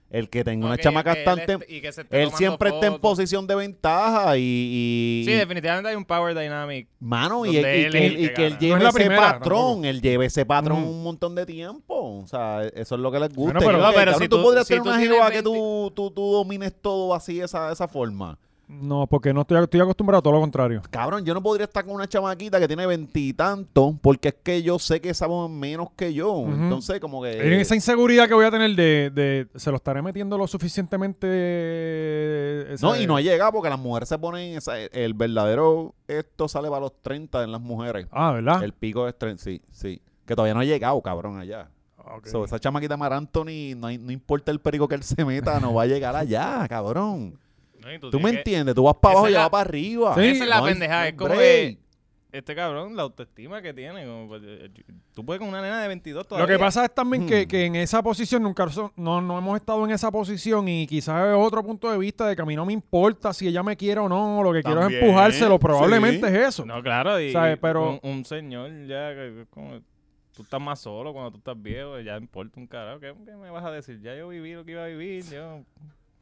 [SPEAKER 3] El que tenga
[SPEAKER 4] Ok,
[SPEAKER 3] una chamaca
[SPEAKER 4] que él
[SPEAKER 3] tan...
[SPEAKER 4] esté-
[SPEAKER 3] tem-
[SPEAKER 4] y que se esté
[SPEAKER 3] Él
[SPEAKER 4] tomando
[SPEAKER 3] siempre está en
[SPEAKER 4] fotos.
[SPEAKER 3] posición de ventaja y... y-
[SPEAKER 4] Sí, definitivamente hay un power dynamic.
[SPEAKER 3] Mano, y,
[SPEAKER 4] Donde
[SPEAKER 3] y
[SPEAKER 4] él
[SPEAKER 3] que,
[SPEAKER 4] es el
[SPEAKER 3] y
[SPEAKER 4] que
[SPEAKER 3] que él
[SPEAKER 4] gana.
[SPEAKER 3] lleve
[SPEAKER 2] No es la
[SPEAKER 3] ese
[SPEAKER 2] primera,
[SPEAKER 3] patrón,
[SPEAKER 2] tampoco.
[SPEAKER 3] él lleve ese patrón
[SPEAKER 2] Ujú.
[SPEAKER 3] un montón de tiempo. O sea, e-, eso es lo que les
[SPEAKER 2] Bueno,
[SPEAKER 3] gusta.
[SPEAKER 2] pero-
[SPEAKER 3] Yo creo que,
[SPEAKER 4] pero
[SPEAKER 3] cabrón,
[SPEAKER 4] si
[SPEAKER 3] tú,
[SPEAKER 4] tú-
[SPEAKER 3] podrías
[SPEAKER 4] si
[SPEAKER 3] tener
[SPEAKER 4] tú
[SPEAKER 3] una
[SPEAKER 4] tienes
[SPEAKER 3] jeva que
[SPEAKER 4] 20
[SPEAKER 3] tú, tú, tú domines todo así, esa, de esa forma.
[SPEAKER 2] No, porque no estoy, estoy acostumbrado a todo lo contrario.
[SPEAKER 3] Cabrón, yo no podría estar con una chamaquita que tiene veintitantos, porque es que yo sé que saben menos que yo. Entonces, como que.
[SPEAKER 2] En esa inseguridad que voy a tener de, de- se lo estaré metiendo lo suficientemente. eh,
[SPEAKER 3] No,
[SPEAKER 2] ¿sabes?
[SPEAKER 3] y no ha llegado porque las mujeres se ponen. esa- el verdadero esto sale para los 30 en las mujeres.
[SPEAKER 2] Ah, ¿verdad?
[SPEAKER 3] El pico es 30, sí, sí. Que todavía no ha llegado, cabrón, allá.
[SPEAKER 2] Ah,
[SPEAKER 3] So, esa chamaquita Mar Anthony, no, hay- no importa el perico que él se meta, no va a llegar allá, cabrón.
[SPEAKER 4] No, y
[SPEAKER 3] Tú me
[SPEAKER 4] tienes que-
[SPEAKER 3] entiendes, tú vas para
[SPEAKER 4] Esa
[SPEAKER 3] abajo y
[SPEAKER 4] es
[SPEAKER 3] ella
[SPEAKER 4] la-
[SPEAKER 3] va para arriba.
[SPEAKER 2] Sí.
[SPEAKER 4] Esa es la
[SPEAKER 3] No hay-
[SPEAKER 4] pendejada, es
[SPEAKER 3] no hay
[SPEAKER 4] como
[SPEAKER 3] break.
[SPEAKER 4] que este cabrón, la autoestima que tiene. como, pues, eh, tú puedes con una nena de 22 todavía.
[SPEAKER 2] Lo que pasa es también que,
[SPEAKER 3] Hmm.
[SPEAKER 2] que en esa posición nunca so- no, no hemos estado en esa posición y quizás es otro punto de vista de que a mí no me importa si ella me quiere o no, lo que quiero es
[SPEAKER 3] También,
[SPEAKER 2] empujárselo, probablemente
[SPEAKER 3] sí.
[SPEAKER 2] es eso.
[SPEAKER 4] No, claro, y
[SPEAKER 2] ¿Sabes?
[SPEAKER 4] y
[SPEAKER 2] Pero-
[SPEAKER 4] un, un señor ya que- que como, tú estás más solo cuando tú estás viejo, ya importa un carajo, ¿qué, qué me vas a decir? Ya yo viví lo que iba a vivir, yo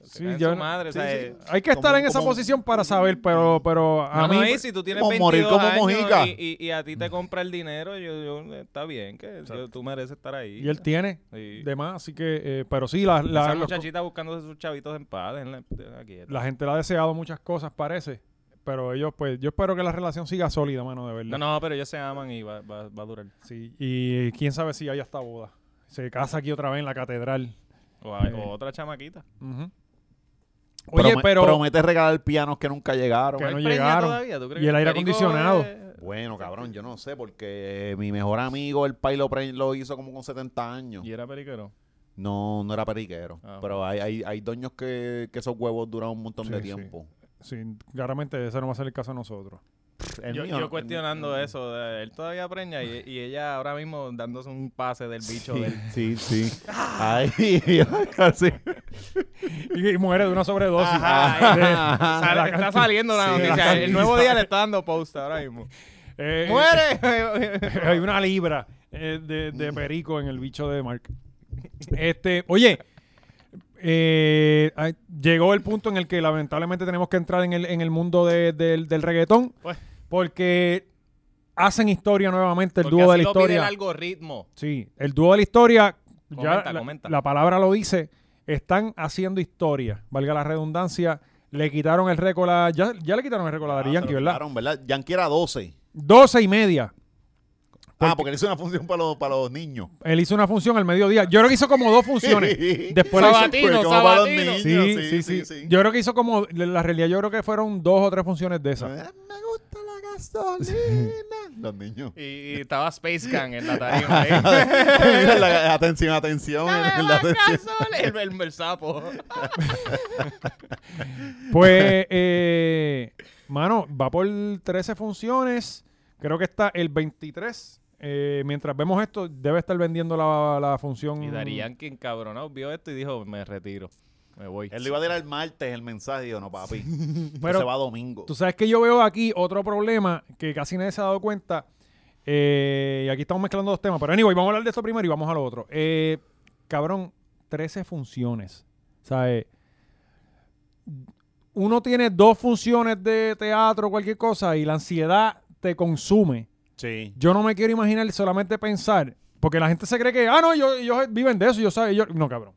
[SPEAKER 2] Sí,
[SPEAKER 4] sí,
[SPEAKER 2] yo no-
[SPEAKER 4] su madre,
[SPEAKER 3] sí,
[SPEAKER 4] ¿sabes?
[SPEAKER 3] sí.
[SPEAKER 2] Hay que estar
[SPEAKER 3] Como-
[SPEAKER 2] en esa
[SPEAKER 3] como-
[SPEAKER 2] posición para saber, pero, pero a
[SPEAKER 4] No, no,
[SPEAKER 2] mí...
[SPEAKER 4] y si tú tienes
[SPEAKER 3] como morir
[SPEAKER 4] 22
[SPEAKER 3] como
[SPEAKER 4] años
[SPEAKER 3] mojica.
[SPEAKER 4] Y, y- y a ti te compra el dinero, yo, yo- está bien, que yo- tú mereces estar ahí.
[SPEAKER 2] Y él tiene
[SPEAKER 4] Sí.
[SPEAKER 2] de más, así que... eh, pero sí, la, la-
[SPEAKER 4] Esa
[SPEAKER 2] los-
[SPEAKER 4] muchachita buscándose sus chavitos en paz, déjenla- déjenla quieta.
[SPEAKER 2] la gente le ha deseado muchas cosas, parece. Pero ellos, pues, yo espero que la relación siga sólida, mano, de verdad.
[SPEAKER 4] No, no, pero ellos se aman y va, va- va a durar.
[SPEAKER 2] Sí, y quién sabe si hay hasta boda. Se casa aquí otra vez en la catedral.
[SPEAKER 4] O, a-
[SPEAKER 2] Sí.
[SPEAKER 4] o otra chamaquita.
[SPEAKER 2] Ujú. Oye,
[SPEAKER 3] Prome-
[SPEAKER 2] pero...
[SPEAKER 3] Promete regalar pianos que nunca llegaron.
[SPEAKER 2] Que no
[SPEAKER 4] ¿Hay
[SPEAKER 2] llegaron.
[SPEAKER 4] preña todavía? ¿Tú crees
[SPEAKER 2] Y
[SPEAKER 4] que
[SPEAKER 2] el aire
[SPEAKER 4] perico
[SPEAKER 2] acondicionado.
[SPEAKER 4] es-
[SPEAKER 3] Bueno, cabrón, yo no sé, porque mi mejor amigo, el pai lo, pre- lo hizo como con 70 años.
[SPEAKER 4] ¿Y era periquero?
[SPEAKER 3] No, no era periquero.
[SPEAKER 4] Ah.
[SPEAKER 3] Pero hay, hay, hay doños que, que esos huevos duran un montón
[SPEAKER 2] Sí,
[SPEAKER 3] de
[SPEAKER 2] sí.
[SPEAKER 3] tiempo.
[SPEAKER 2] Sí, claramente ese no va a ser el caso de nosotros.
[SPEAKER 3] Pff, el
[SPEAKER 4] Yo,
[SPEAKER 3] mío
[SPEAKER 4] yo
[SPEAKER 3] no-
[SPEAKER 4] cuestionando eso, de- él todavía preña y, y ella ahora mismo dándose un pase del bicho del...
[SPEAKER 3] Sí, sí. Ay, Dios, casi.
[SPEAKER 2] Y, y muere de una sobredosis.
[SPEAKER 4] Ajá,
[SPEAKER 2] De-
[SPEAKER 4] ahí. Sale- está saliendo la
[SPEAKER 3] Ah, Sí,
[SPEAKER 4] noticia.
[SPEAKER 3] sí.
[SPEAKER 4] El nuevo día le está dando post ahora mismo.
[SPEAKER 2] eh,
[SPEAKER 4] ¡Muere!
[SPEAKER 2] Hay una libra eh, de, de perico en el bicho de Mark. Este, oye, eh, ay, llegó el punto en el que lamentablemente tenemos que entrar en el, en el mundo de- del, del reggaetón.
[SPEAKER 4] Pues.
[SPEAKER 2] Porque hacen historia nuevamente el
[SPEAKER 4] Porque
[SPEAKER 2] dúo de la
[SPEAKER 4] así lo pide el
[SPEAKER 2] historia.
[SPEAKER 4] algoritmo.
[SPEAKER 2] Sí, el dúo de la historia,
[SPEAKER 4] Comenta,
[SPEAKER 2] ya la,
[SPEAKER 4] comenta.
[SPEAKER 2] la palabra lo dice, están haciendo historia, valga la redundancia. Le quitaron el récord a. Ya, ya le quitaron el récord a
[SPEAKER 4] Ah,
[SPEAKER 2] Daddy Yankee, ¿verdad?
[SPEAKER 3] Claro, ¿verdad? Yankee era 12.
[SPEAKER 2] 12 y media.
[SPEAKER 3] Ah, porque le hizo una función para los, para los niños.
[SPEAKER 2] Él hizo una función al mediodía. Yo creo que hizo como dos funciones. Después la hizo-
[SPEAKER 4] Sabatino,
[SPEAKER 3] Fue Pues, como para los
[SPEAKER 4] Sabatino.
[SPEAKER 3] niños,
[SPEAKER 2] Sí, sí, sí, Yo creo que hizo como. La realidad, yo creo que fueron dos o tres funciones de esas.
[SPEAKER 3] Ah, Me gusta la gasolina. Los niños.
[SPEAKER 4] Y, y estaba Space Gun en la tarima. ahí.
[SPEAKER 3] Mira, la- atención, atención. la atención.
[SPEAKER 4] el, el, el sapo.
[SPEAKER 2] Pues, eh, mano, va por 13 funciones. Creo que está el 23. Eh, mientras vemos esto, debe estar vendiendo la, la función.
[SPEAKER 4] Y Dari Yankee encabronado vio esto y dijo, me retiro, me voy.
[SPEAKER 3] Él le iba a tirar el martes el mensaje. Dijo, no, papi.
[SPEAKER 2] Pero-
[SPEAKER 3] se va domingo.
[SPEAKER 2] Tú sabes que yo veo aquí otro problema que casi nadie se ha dado cuenta. Eh, y aquí estamos mezclando dos temas. Pero anyway, vamos a hablar de esto primero y vamos a lo otro. Eh, cabrón, 13 funciones. O sea, eh, uno tiene dos funciones de teatro o cualquier cosa y la ansiedad te consume.
[SPEAKER 3] Sí.
[SPEAKER 2] Yo no me quiero imaginar solamente pensar. Porque la gente se cree que, ah, no, ellos, ellos viven de eso, yo sabe, ellos- No, cabrón.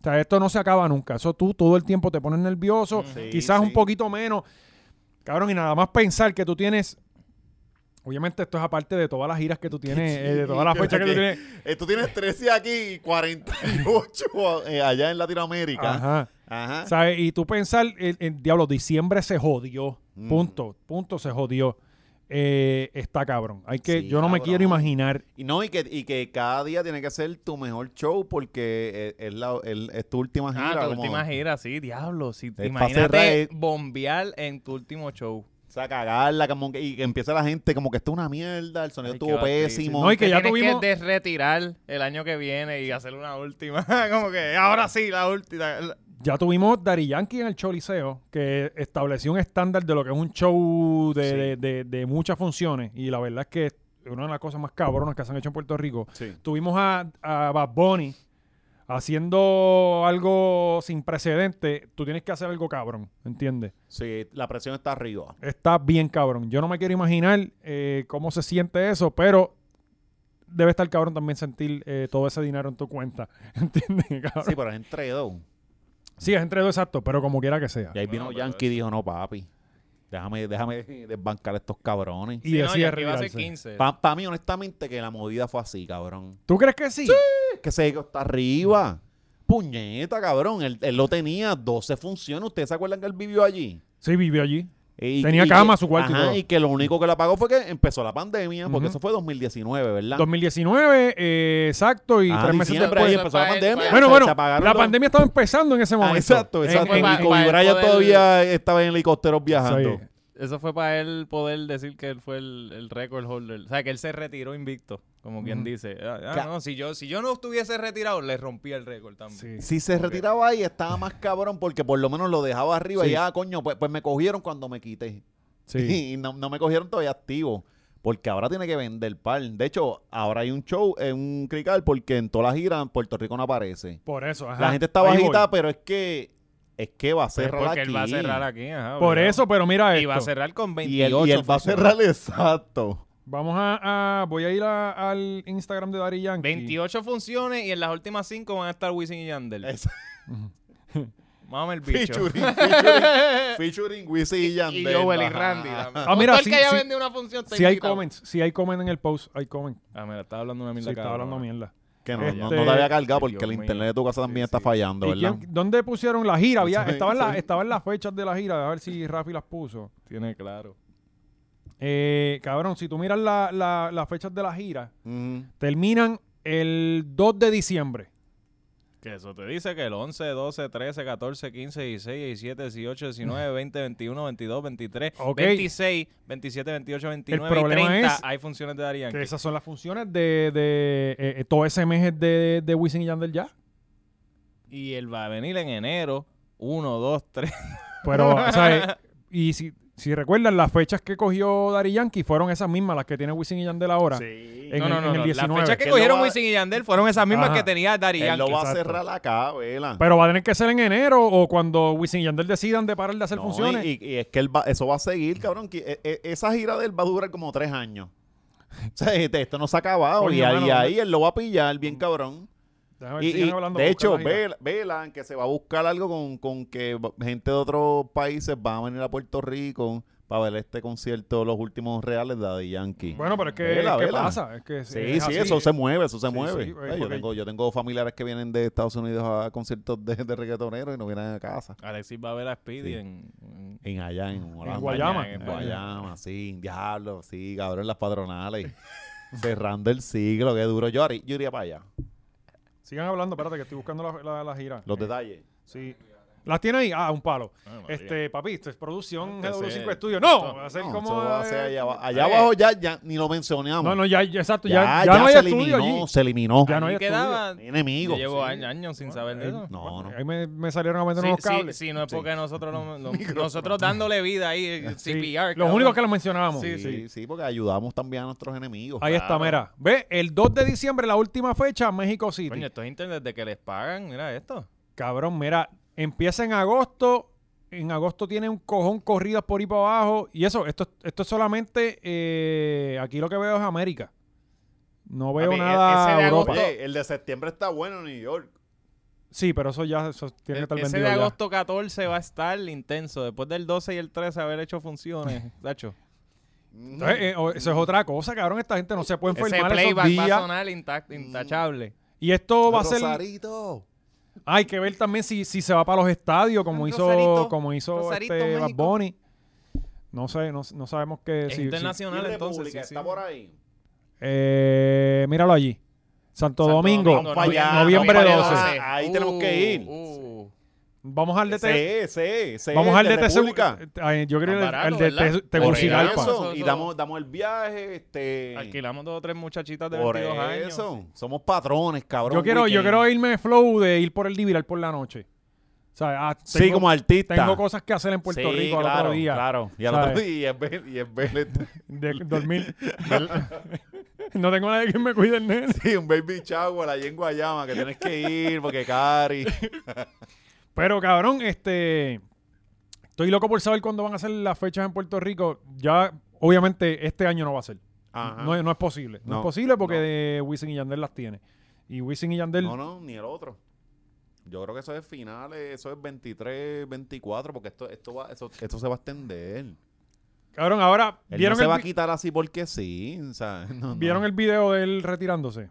[SPEAKER 2] O sea, esto no se acaba nunca. Eso tú todo el tiempo te pones nervioso,
[SPEAKER 3] Sí,
[SPEAKER 2] quizás
[SPEAKER 3] sí.
[SPEAKER 2] un poquito menos. Cabrón, y nada más pensar que tú tienes. Obviamente, esto es aparte de todas las giras que tú tienes, eh, de todas las
[SPEAKER 3] Yo
[SPEAKER 2] fechas que
[SPEAKER 3] creo
[SPEAKER 2] tú tienes.
[SPEAKER 3] eh, tú tienes 13 aquí y 48 eh, allá en Latinoamérica.
[SPEAKER 2] Ajá.
[SPEAKER 3] Ajá.
[SPEAKER 2] ¿Sabes? Y tú pensar, el, el diablo, diciembre se jodió.
[SPEAKER 3] Mm.
[SPEAKER 2] Punto. Punto, se jodió. Eh, está cabrón. Hay que,
[SPEAKER 3] Sí,
[SPEAKER 2] yo no me
[SPEAKER 3] cabrón.
[SPEAKER 2] quiero imaginar.
[SPEAKER 3] Y no, y que, y que cada día tiene que ser tu mejor show porque eh, es, es la- el- es tu última gira.
[SPEAKER 4] Ah, tu
[SPEAKER 3] como-
[SPEAKER 4] última gira, sí, diablo. Sí,
[SPEAKER 3] pa'
[SPEAKER 4] imagínate
[SPEAKER 3] cerrar.
[SPEAKER 4] bombear en tu último show.
[SPEAKER 3] O sea, cagarla como que, y que empieza la gente como que esto es una mierda, el sonido
[SPEAKER 4] Ay, qué
[SPEAKER 3] estuvo
[SPEAKER 4] batriz,
[SPEAKER 3] pésimo.
[SPEAKER 4] sí.
[SPEAKER 2] No, y que
[SPEAKER 4] Te
[SPEAKER 2] ya
[SPEAKER 4] tienes
[SPEAKER 2] tuvimos-
[SPEAKER 4] que desretirar el año que viene y hacer una última. Como que ahora sí, la última. la-
[SPEAKER 2] Ya tuvimos Dari Yankee en el Choliseo, que estableció un estándar de lo que es un show de, de- de- de muchas funciones. Y la verdad es que es una de las cosas más cabronas que se han hecho en Puerto Rico.
[SPEAKER 3] Sí.
[SPEAKER 2] Tuvimos a, a Bad Bunny haciendo algo sin precedente. Tú tienes que hacer algo cabrón, ¿entiendes?
[SPEAKER 3] Sí, la presión está arriba.
[SPEAKER 2] Está bien cabrón. Yo no me quiero imaginar eh, cómo se siente eso, pero debe estar cabrón también sentir eh, todo ese dinero en tu cuenta. ¿Entiendes, cabrón?
[SPEAKER 3] Sí, pues.
[SPEAKER 2] Sí,
[SPEAKER 3] pero es entre dos.
[SPEAKER 2] es entre dos exacto, pero como quiera que sea.
[SPEAKER 3] Y ahí vino
[SPEAKER 4] Bueno, pero
[SPEAKER 3] Yankee y dijo, no, papi, déjame, déjame desbancar a estos cabrones.
[SPEAKER 2] Y
[SPEAKER 4] Sí, no,
[SPEAKER 2] decide
[SPEAKER 4] aquí va a ser
[SPEAKER 2] retirarse.
[SPEAKER 4] 15.
[SPEAKER 3] Para mí, honestamente, que la movida fue así, cabrón.
[SPEAKER 2] ¿Tú crees que sí?
[SPEAKER 3] Es que se está arriba. Puñeta, cabrón. Él, él lo tenía 12 funciones. ¿Ustedes se acuerdan que él vivió allí?
[SPEAKER 2] Sí, vivió allí.
[SPEAKER 3] Y-
[SPEAKER 2] Tenía
[SPEAKER 3] y
[SPEAKER 2] cama,
[SPEAKER 3] que-
[SPEAKER 2] su cuarto y
[SPEAKER 3] ajá,
[SPEAKER 2] todo.
[SPEAKER 3] y que lo único que la pagó fue que empezó la pandemia, porque
[SPEAKER 2] Ujú.
[SPEAKER 3] eso fue 2019, ¿verdad?
[SPEAKER 2] 2019, eh, exacto, y
[SPEAKER 3] Ah,
[SPEAKER 2] tres meses
[SPEAKER 3] diciembre,
[SPEAKER 2] después.
[SPEAKER 3] ahí empezó la
[SPEAKER 4] Pues,
[SPEAKER 3] pandemia.
[SPEAKER 2] Bueno,
[SPEAKER 3] Se-
[SPEAKER 2] bueno,
[SPEAKER 3] se apagaron
[SPEAKER 2] la
[SPEAKER 3] los-
[SPEAKER 2] pandemia estaba empezando en ese
[SPEAKER 3] Ah,
[SPEAKER 2] momento.
[SPEAKER 3] exacto,
[SPEAKER 2] En-
[SPEAKER 3] exacto.
[SPEAKER 2] en-
[SPEAKER 4] pa-
[SPEAKER 3] y Kobe
[SPEAKER 4] pa- el
[SPEAKER 3] Bryant
[SPEAKER 4] poder-
[SPEAKER 3] todavía estaba en helicópteros viajando.
[SPEAKER 2] Sí.
[SPEAKER 4] Eso fue para él poder decir que él fue el, el record holder. O sea, que él se retiró invicto, como quien dice. Ah, ah,
[SPEAKER 3] Ca-
[SPEAKER 4] no, si yo, si yo no estuviese retirado, le rompía el récord también.
[SPEAKER 2] Sí.
[SPEAKER 3] Si se retiraba ahí, estaba más cabrón porque por lo menos lo dejaba arriba
[SPEAKER 2] Sí.
[SPEAKER 3] y ya, coño, pues, pues me cogieron cuando me quité.
[SPEAKER 2] Sí.
[SPEAKER 3] Y no, no me cogieron todavía activo. Porque ahora tiene que vender par. De hecho, ahora hay un show en un crical porque en todas las giras en Puerto Rico no aparece.
[SPEAKER 2] Por eso, ajá.
[SPEAKER 3] La gente está
[SPEAKER 2] Ahí voy.
[SPEAKER 3] bajita, pero es que es que va a
[SPEAKER 4] Pues
[SPEAKER 3] cerrar
[SPEAKER 4] porque
[SPEAKER 3] aquí.
[SPEAKER 4] él va a cerrar aquí. ajá,
[SPEAKER 2] Por
[SPEAKER 4] obligado.
[SPEAKER 2] eso, pero mira esto.
[SPEAKER 4] Y va a cerrar con
[SPEAKER 3] Y
[SPEAKER 4] 28.
[SPEAKER 3] él, y él va a cerrar exacto.
[SPEAKER 2] Vamos a, a- Voy a ir a- al Instagram de Dari Yankee.
[SPEAKER 4] 28 funciones y en las últimas 5 van a estar Wisin y Yandel.
[SPEAKER 3] Es-
[SPEAKER 4] Mame el bicho.
[SPEAKER 3] featuring, featuring, featuring Wisin y
[SPEAKER 4] y
[SPEAKER 3] Yandel.
[SPEAKER 4] Joel y
[SPEAKER 3] Ajá.
[SPEAKER 4] Randy. también.
[SPEAKER 2] Ah, mira,
[SPEAKER 4] Todo el
[SPEAKER 2] sí,
[SPEAKER 4] que haya
[SPEAKER 2] sí.
[SPEAKER 4] vendido una función te
[SPEAKER 2] Si hay
[SPEAKER 4] invita.
[SPEAKER 2] comments, si hay comment en el post, hay comment.
[SPEAKER 4] Ah, mira, estaba hablando
[SPEAKER 2] Si
[SPEAKER 4] una mierda.
[SPEAKER 2] está
[SPEAKER 4] cabrón.
[SPEAKER 2] hablando mierda.
[SPEAKER 3] Que no, no,
[SPEAKER 2] Este-
[SPEAKER 3] no te había cargado porque
[SPEAKER 4] Dios
[SPEAKER 3] el
[SPEAKER 4] mío.
[SPEAKER 3] internet de tu casa también
[SPEAKER 4] Sí,
[SPEAKER 3] está
[SPEAKER 4] sí.
[SPEAKER 3] fallando,
[SPEAKER 2] ¿Y
[SPEAKER 3] ¿verdad?
[SPEAKER 2] quién- ¿Dónde pusieron la gira? Había,
[SPEAKER 3] Sí,
[SPEAKER 2] estaban, las-
[SPEAKER 3] sí.
[SPEAKER 2] estaban las fechas de la gira, a ver si Rafi las puso.
[SPEAKER 4] Tiene claro.
[SPEAKER 2] Eh, cabrón, si tú miras la-
[SPEAKER 3] Mm.
[SPEAKER 2] la- las fechas de la gira,
[SPEAKER 3] Ujú.
[SPEAKER 2] terminan el 2 de diciembre.
[SPEAKER 4] Que eso te dice que el 11, 12, 13, 14, 15, 16, 17, 18, 19, 20, 21, 22, 23,
[SPEAKER 2] Ok.
[SPEAKER 4] 26, 27, 28, 29 y
[SPEAKER 2] problema
[SPEAKER 4] 30.
[SPEAKER 2] es
[SPEAKER 4] hay funciones de Dari Yankee.
[SPEAKER 2] Que esas son las funciones de, de eh, eh, todo ese mes de, de Wisin y Yandel ya.
[SPEAKER 4] Y él va a venir en enero. 1, 2, 3.
[SPEAKER 2] Pero, o sea, eh, y si, si recuerdan, las fechas que cogió Dari Yankee fueron esas mismas, las que tiene Wisin y Yandel ahora.
[SPEAKER 3] Sí.
[SPEAKER 2] En- el
[SPEAKER 4] Las
[SPEAKER 2] 19.
[SPEAKER 4] fechas que
[SPEAKER 3] Que él
[SPEAKER 4] cogieron
[SPEAKER 3] lo va-
[SPEAKER 4] Wisin y Yandel fueron esas mismas
[SPEAKER 2] Ajá.
[SPEAKER 4] que tenía Dari
[SPEAKER 3] Él lo
[SPEAKER 4] Yankee.
[SPEAKER 3] va
[SPEAKER 2] Exacto.
[SPEAKER 3] a cerrar acá, vela.
[SPEAKER 2] Pero va a tener que ser en enero o cuando Wisin y Yandel decidan de parar de hacer
[SPEAKER 3] No,
[SPEAKER 2] funciones.
[SPEAKER 3] Y, y es que él va- eso va a seguir, cabrón. que, eh, eh, esa gira de él va a durar como tres años. O sea, este- esto no se ha acabado.
[SPEAKER 2] Coño,
[SPEAKER 3] y ahí,
[SPEAKER 2] mano,
[SPEAKER 3] y
[SPEAKER 2] ¿dónde- Mm.
[SPEAKER 3] ahí él lo va a pillar bien cabrón.
[SPEAKER 2] Déjame ver,
[SPEAKER 3] Y-
[SPEAKER 2] sigan
[SPEAKER 3] y,
[SPEAKER 2] hablando,
[SPEAKER 3] de
[SPEAKER 2] busca la
[SPEAKER 3] hecho,
[SPEAKER 2] gira.
[SPEAKER 3] Vela- Velan que se va a buscar algo con, con que va- gente de otros países va a venir a Puerto Rico para ver este concierto, los últimos reales de Daddy Yankee.
[SPEAKER 2] Bueno, pero es que,
[SPEAKER 3] Vela,
[SPEAKER 2] es que
[SPEAKER 3] vela.
[SPEAKER 2] pasa? Es que
[SPEAKER 3] Sí,
[SPEAKER 2] es
[SPEAKER 3] sí,
[SPEAKER 2] así.
[SPEAKER 3] eso se mueve, eso se
[SPEAKER 2] Sí,
[SPEAKER 3] mueve.
[SPEAKER 2] sí, eh,
[SPEAKER 3] Ay, yo,
[SPEAKER 2] porque-
[SPEAKER 3] tengo, yo tengo familiares que vienen de Estados Unidos a conciertos de, de reggaetoneros y no vienen a casa.
[SPEAKER 4] Alexis va a ver a Speedy
[SPEAKER 3] Sí.
[SPEAKER 4] en- en
[SPEAKER 3] En allá, en Holanda.
[SPEAKER 2] Guayama.
[SPEAKER 3] En Guayama, sí, en Diablo, sí, cabrón, las patronales. Cerrando el siglo, qué duro. Yo, haría- yo iría para allá.
[SPEAKER 2] Sigan hablando, espérate, que estoy buscando la, la, la gira.
[SPEAKER 3] Los detalles.
[SPEAKER 2] Sí. ¿Las tiene ahí? Ah, un palo.
[SPEAKER 4] Ay, María.
[SPEAKER 2] este, papi, esto es producción
[SPEAKER 4] Este
[SPEAKER 2] GW5
[SPEAKER 4] es-
[SPEAKER 2] Estudio. No,
[SPEAKER 4] No,
[SPEAKER 2] va a ser
[SPEAKER 3] No,
[SPEAKER 2] como.
[SPEAKER 3] eso va a ser allá, abajo. Allá
[SPEAKER 4] eh.
[SPEAKER 3] abajo ya, ya ni lo mencionamos.
[SPEAKER 2] No, no, ya, ya, exacto.
[SPEAKER 3] ya,
[SPEAKER 2] Ya, ya,
[SPEAKER 3] ya
[SPEAKER 2] no hay
[SPEAKER 3] se
[SPEAKER 2] estudio
[SPEAKER 3] eliminó,
[SPEAKER 2] allí.
[SPEAKER 3] se eliminó.
[SPEAKER 2] Ya no
[SPEAKER 4] Ahí
[SPEAKER 2] hay estudio.
[SPEAKER 4] quedaba-
[SPEAKER 3] enemigo.
[SPEAKER 4] Yo llevo
[SPEAKER 3] sí.
[SPEAKER 4] años, años sin saber de eso.
[SPEAKER 3] Eh, No, no.
[SPEAKER 2] Ahí me, me salieron a meter
[SPEAKER 4] Sí,
[SPEAKER 2] unos
[SPEAKER 4] sí,
[SPEAKER 2] cables.
[SPEAKER 4] sí, no es porque nosotros, lo- lo- nosotros dándole vida ahí, eh,
[SPEAKER 2] Sí,
[SPEAKER 4] CPR.
[SPEAKER 2] Los
[SPEAKER 4] cabrón.
[SPEAKER 2] únicos que los mencionábamos.
[SPEAKER 3] Sí, sí, porque ayudamos también a nuestros enemigos.
[SPEAKER 2] Ahí está,
[SPEAKER 3] claro.
[SPEAKER 2] mira. Ve, el 2 de diciembre, la última fecha, México City.
[SPEAKER 4] Coño, estos internet de que les pagan, mira esto.
[SPEAKER 2] Cabrón, mira, empieza en agosto. En agosto tiene un cojón corridas por ahí para abajo. Y eso, esto, esto es solamente. eh, aquí lo que veo es América. No veo
[SPEAKER 3] Papi, e-
[SPEAKER 2] nada.
[SPEAKER 3] ese de
[SPEAKER 2] Europa.
[SPEAKER 3] agosto- Oye, el de septiembre está bueno en New York.
[SPEAKER 2] Sí, pero eso ya eso tiene que estar
[SPEAKER 4] E- ese
[SPEAKER 2] vendido.
[SPEAKER 4] de
[SPEAKER 2] ya.
[SPEAKER 4] agosto 14 va a estar intenso. Después del 12 y el 13 haber hecho funciones, Dacho.
[SPEAKER 2] Entonces, eh, o- eso es otra cosa, cabrón. Esta gente no se puede
[SPEAKER 4] Ese
[SPEAKER 2] enfermar esos
[SPEAKER 4] playback va a
[SPEAKER 2] días.
[SPEAKER 4] sonar
[SPEAKER 3] Mm.
[SPEAKER 4] intact- intachable.
[SPEAKER 2] Y esto va a ser.
[SPEAKER 3] Rosarito.
[SPEAKER 2] Hay que ver también si, si se va para los estadios, como
[SPEAKER 4] Ah,
[SPEAKER 2] hizo,
[SPEAKER 4] Rosarito,
[SPEAKER 2] como hizo
[SPEAKER 4] Rosarito,
[SPEAKER 2] este Bad
[SPEAKER 4] México.
[SPEAKER 2] Bunny. No sé, no, no sabemos qué.
[SPEAKER 4] Es
[SPEAKER 2] si- si-
[SPEAKER 4] internacional,
[SPEAKER 3] Y
[SPEAKER 4] entonces.
[SPEAKER 3] República
[SPEAKER 4] sí, sí.
[SPEAKER 3] está por ahí.
[SPEAKER 2] Eh, míralo allí. Santo,
[SPEAKER 4] Santo
[SPEAKER 2] Domingo, no-
[SPEAKER 4] Domingo, no, ya,
[SPEAKER 2] noviembre
[SPEAKER 4] noviembre
[SPEAKER 2] 12.
[SPEAKER 4] 12.
[SPEAKER 3] Ah, ahí tenemos que ir.
[SPEAKER 4] uh.
[SPEAKER 2] Vamos al DT.
[SPEAKER 3] Ese, ese, ese
[SPEAKER 2] Vamos
[SPEAKER 3] es
[SPEAKER 2] al
[SPEAKER 3] de
[SPEAKER 2] DT. Segu-
[SPEAKER 3] República.
[SPEAKER 2] eh, ay, Yo creo
[SPEAKER 4] Más
[SPEAKER 2] que el-
[SPEAKER 4] barato,
[SPEAKER 2] al DT
[SPEAKER 4] ¿verdad?
[SPEAKER 2] Tegucigalpa.
[SPEAKER 4] Por eso,
[SPEAKER 3] Y damos, damos el viaje, este...
[SPEAKER 4] Alquilamos dos o tres muchachitas de
[SPEAKER 3] Por
[SPEAKER 4] 22 años.
[SPEAKER 3] eso. Somos patrones, cabrón.
[SPEAKER 2] Yo quiero, yo
[SPEAKER 3] weekend.
[SPEAKER 2] quiero irme flow de ir por el Diviral por la noche. O sea, ah,
[SPEAKER 3] Sí,
[SPEAKER 2] tengo-
[SPEAKER 3] como artista.
[SPEAKER 2] Tengo cosas que hacer en Puerto
[SPEAKER 3] Sí,
[SPEAKER 2] Rico al
[SPEAKER 3] claro,
[SPEAKER 2] otro día.
[SPEAKER 3] Claro, y al otro
[SPEAKER 2] ¿Sabes?
[SPEAKER 3] día y es ver, y es ver este-
[SPEAKER 2] De dormir. no tengo nadie que me cuide el nene.
[SPEAKER 3] sí, un baby shower allí en Guayama que tienes que ir porque Cari.
[SPEAKER 2] Pero cabrón, este. Estoy loco por saber cuándo van a ser las fechas en Puerto Rico. Ya, obviamente, este año no va a ser.
[SPEAKER 3] Ajá.
[SPEAKER 2] No, es- no es posible. No,
[SPEAKER 3] No,
[SPEAKER 2] es posible porque
[SPEAKER 3] no.
[SPEAKER 2] de Wisin y Yandel las tiene. Y Wisin y Yandel.
[SPEAKER 3] No, no, ni el otro. Yo creo que eso es finales, eso es 23, 24, porque esto, esto, va, eso, esto se va a extender. Él
[SPEAKER 2] Cabrón, ahora.
[SPEAKER 3] no
[SPEAKER 2] ¿Vieron,
[SPEAKER 3] se va a
[SPEAKER 2] el, vi-
[SPEAKER 3] quitar así porque sí. O sea, no, no.
[SPEAKER 2] ¿vieron el video de él retirándose?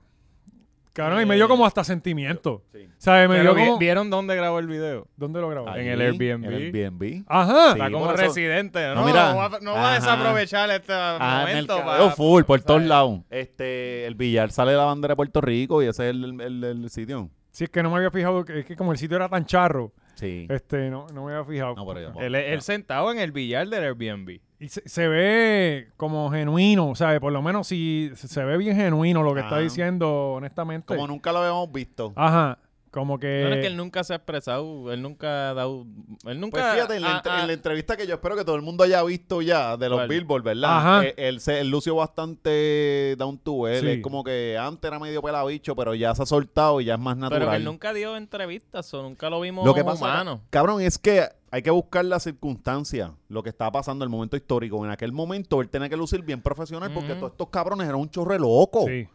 [SPEAKER 2] Cabrón, y me
[SPEAKER 3] Eh,
[SPEAKER 2] dio como hasta sentimiento.
[SPEAKER 3] Sí.
[SPEAKER 2] O sea, me
[SPEAKER 4] Pero
[SPEAKER 2] dio
[SPEAKER 4] vi-
[SPEAKER 2] como.
[SPEAKER 4] ¿Vieron dónde grabó el video?
[SPEAKER 2] ¿Dónde lo grabó?
[SPEAKER 4] Ahí. en el
[SPEAKER 3] En
[SPEAKER 4] Airbnb.
[SPEAKER 3] el Airbnb.
[SPEAKER 2] Ajá.
[SPEAKER 3] Sí,
[SPEAKER 4] Está como
[SPEAKER 3] por eso-
[SPEAKER 4] residente. No,
[SPEAKER 3] No, mira,
[SPEAKER 4] no va, a- no va a
[SPEAKER 3] ajá.
[SPEAKER 4] desaprovechar este
[SPEAKER 3] Ah,
[SPEAKER 4] momento.
[SPEAKER 3] mercadeo
[SPEAKER 4] pa-
[SPEAKER 3] full, por todos
[SPEAKER 4] ¿sabes?
[SPEAKER 3] lados. Este, el billar sale de la bandera de Puerto Rico y ese es el, el- el sitio.
[SPEAKER 2] Si es que no me había fijado, que, es que como el sitio era tan charro,
[SPEAKER 3] Sí.
[SPEAKER 2] este, no, no me había fijado.
[SPEAKER 3] No, pero yo tampoco.
[SPEAKER 4] Él, él sentado en el billar del Airbnb.
[SPEAKER 2] Y se, se ve como genuino, ¿sabes? Por lo menos si se- se ve bien genuino lo que está
[SPEAKER 3] Ajá.
[SPEAKER 2] diciendo, honestamente.
[SPEAKER 3] Como nunca lo habíamos visto.
[SPEAKER 2] Ajá. Como que.
[SPEAKER 3] Eh,
[SPEAKER 4] No es que él nunca se ha expresado, él nunca ha dado... Él nunca...
[SPEAKER 3] Pues fíjate, en la,
[SPEAKER 4] ah,
[SPEAKER 3] entre-
[SPEAKER 4] ah,
[SPEAKER 3] en la entrevista que yo espero que todo el mundo haya visto ya de los
[SPEAKER 4] ¿Cuál?
[SPEAKER 3] Billboard, ¿verdad?
[SPEAKER 2] Ajá.
[SPEAKER 3] Eh, él, se- él lució bastante down to él.
[SPEAKER 2] Sí.
[SPEAKER 3] Es como que antes era medio pelabicho, pero ya se ha soltado y ya es más natural.
[SPEAKER 4] pero que él nunca dio entrevistas, o nunca lo vimos
[SPEAKER 3] Lo que pasa,
[SPEAKER 4] humano.
[SPEAKER 3] cabrón, es que hay que buscar la circunstancia, lo que estaba pasando, el momento histórico. En aquel momento él tenía que lucir bien profesional porque
[SPEAKER 4] Ujú.
[SPEAKER 3] todos estos cabrones eran un chorre loco.
[SPEAKER 2] Sí.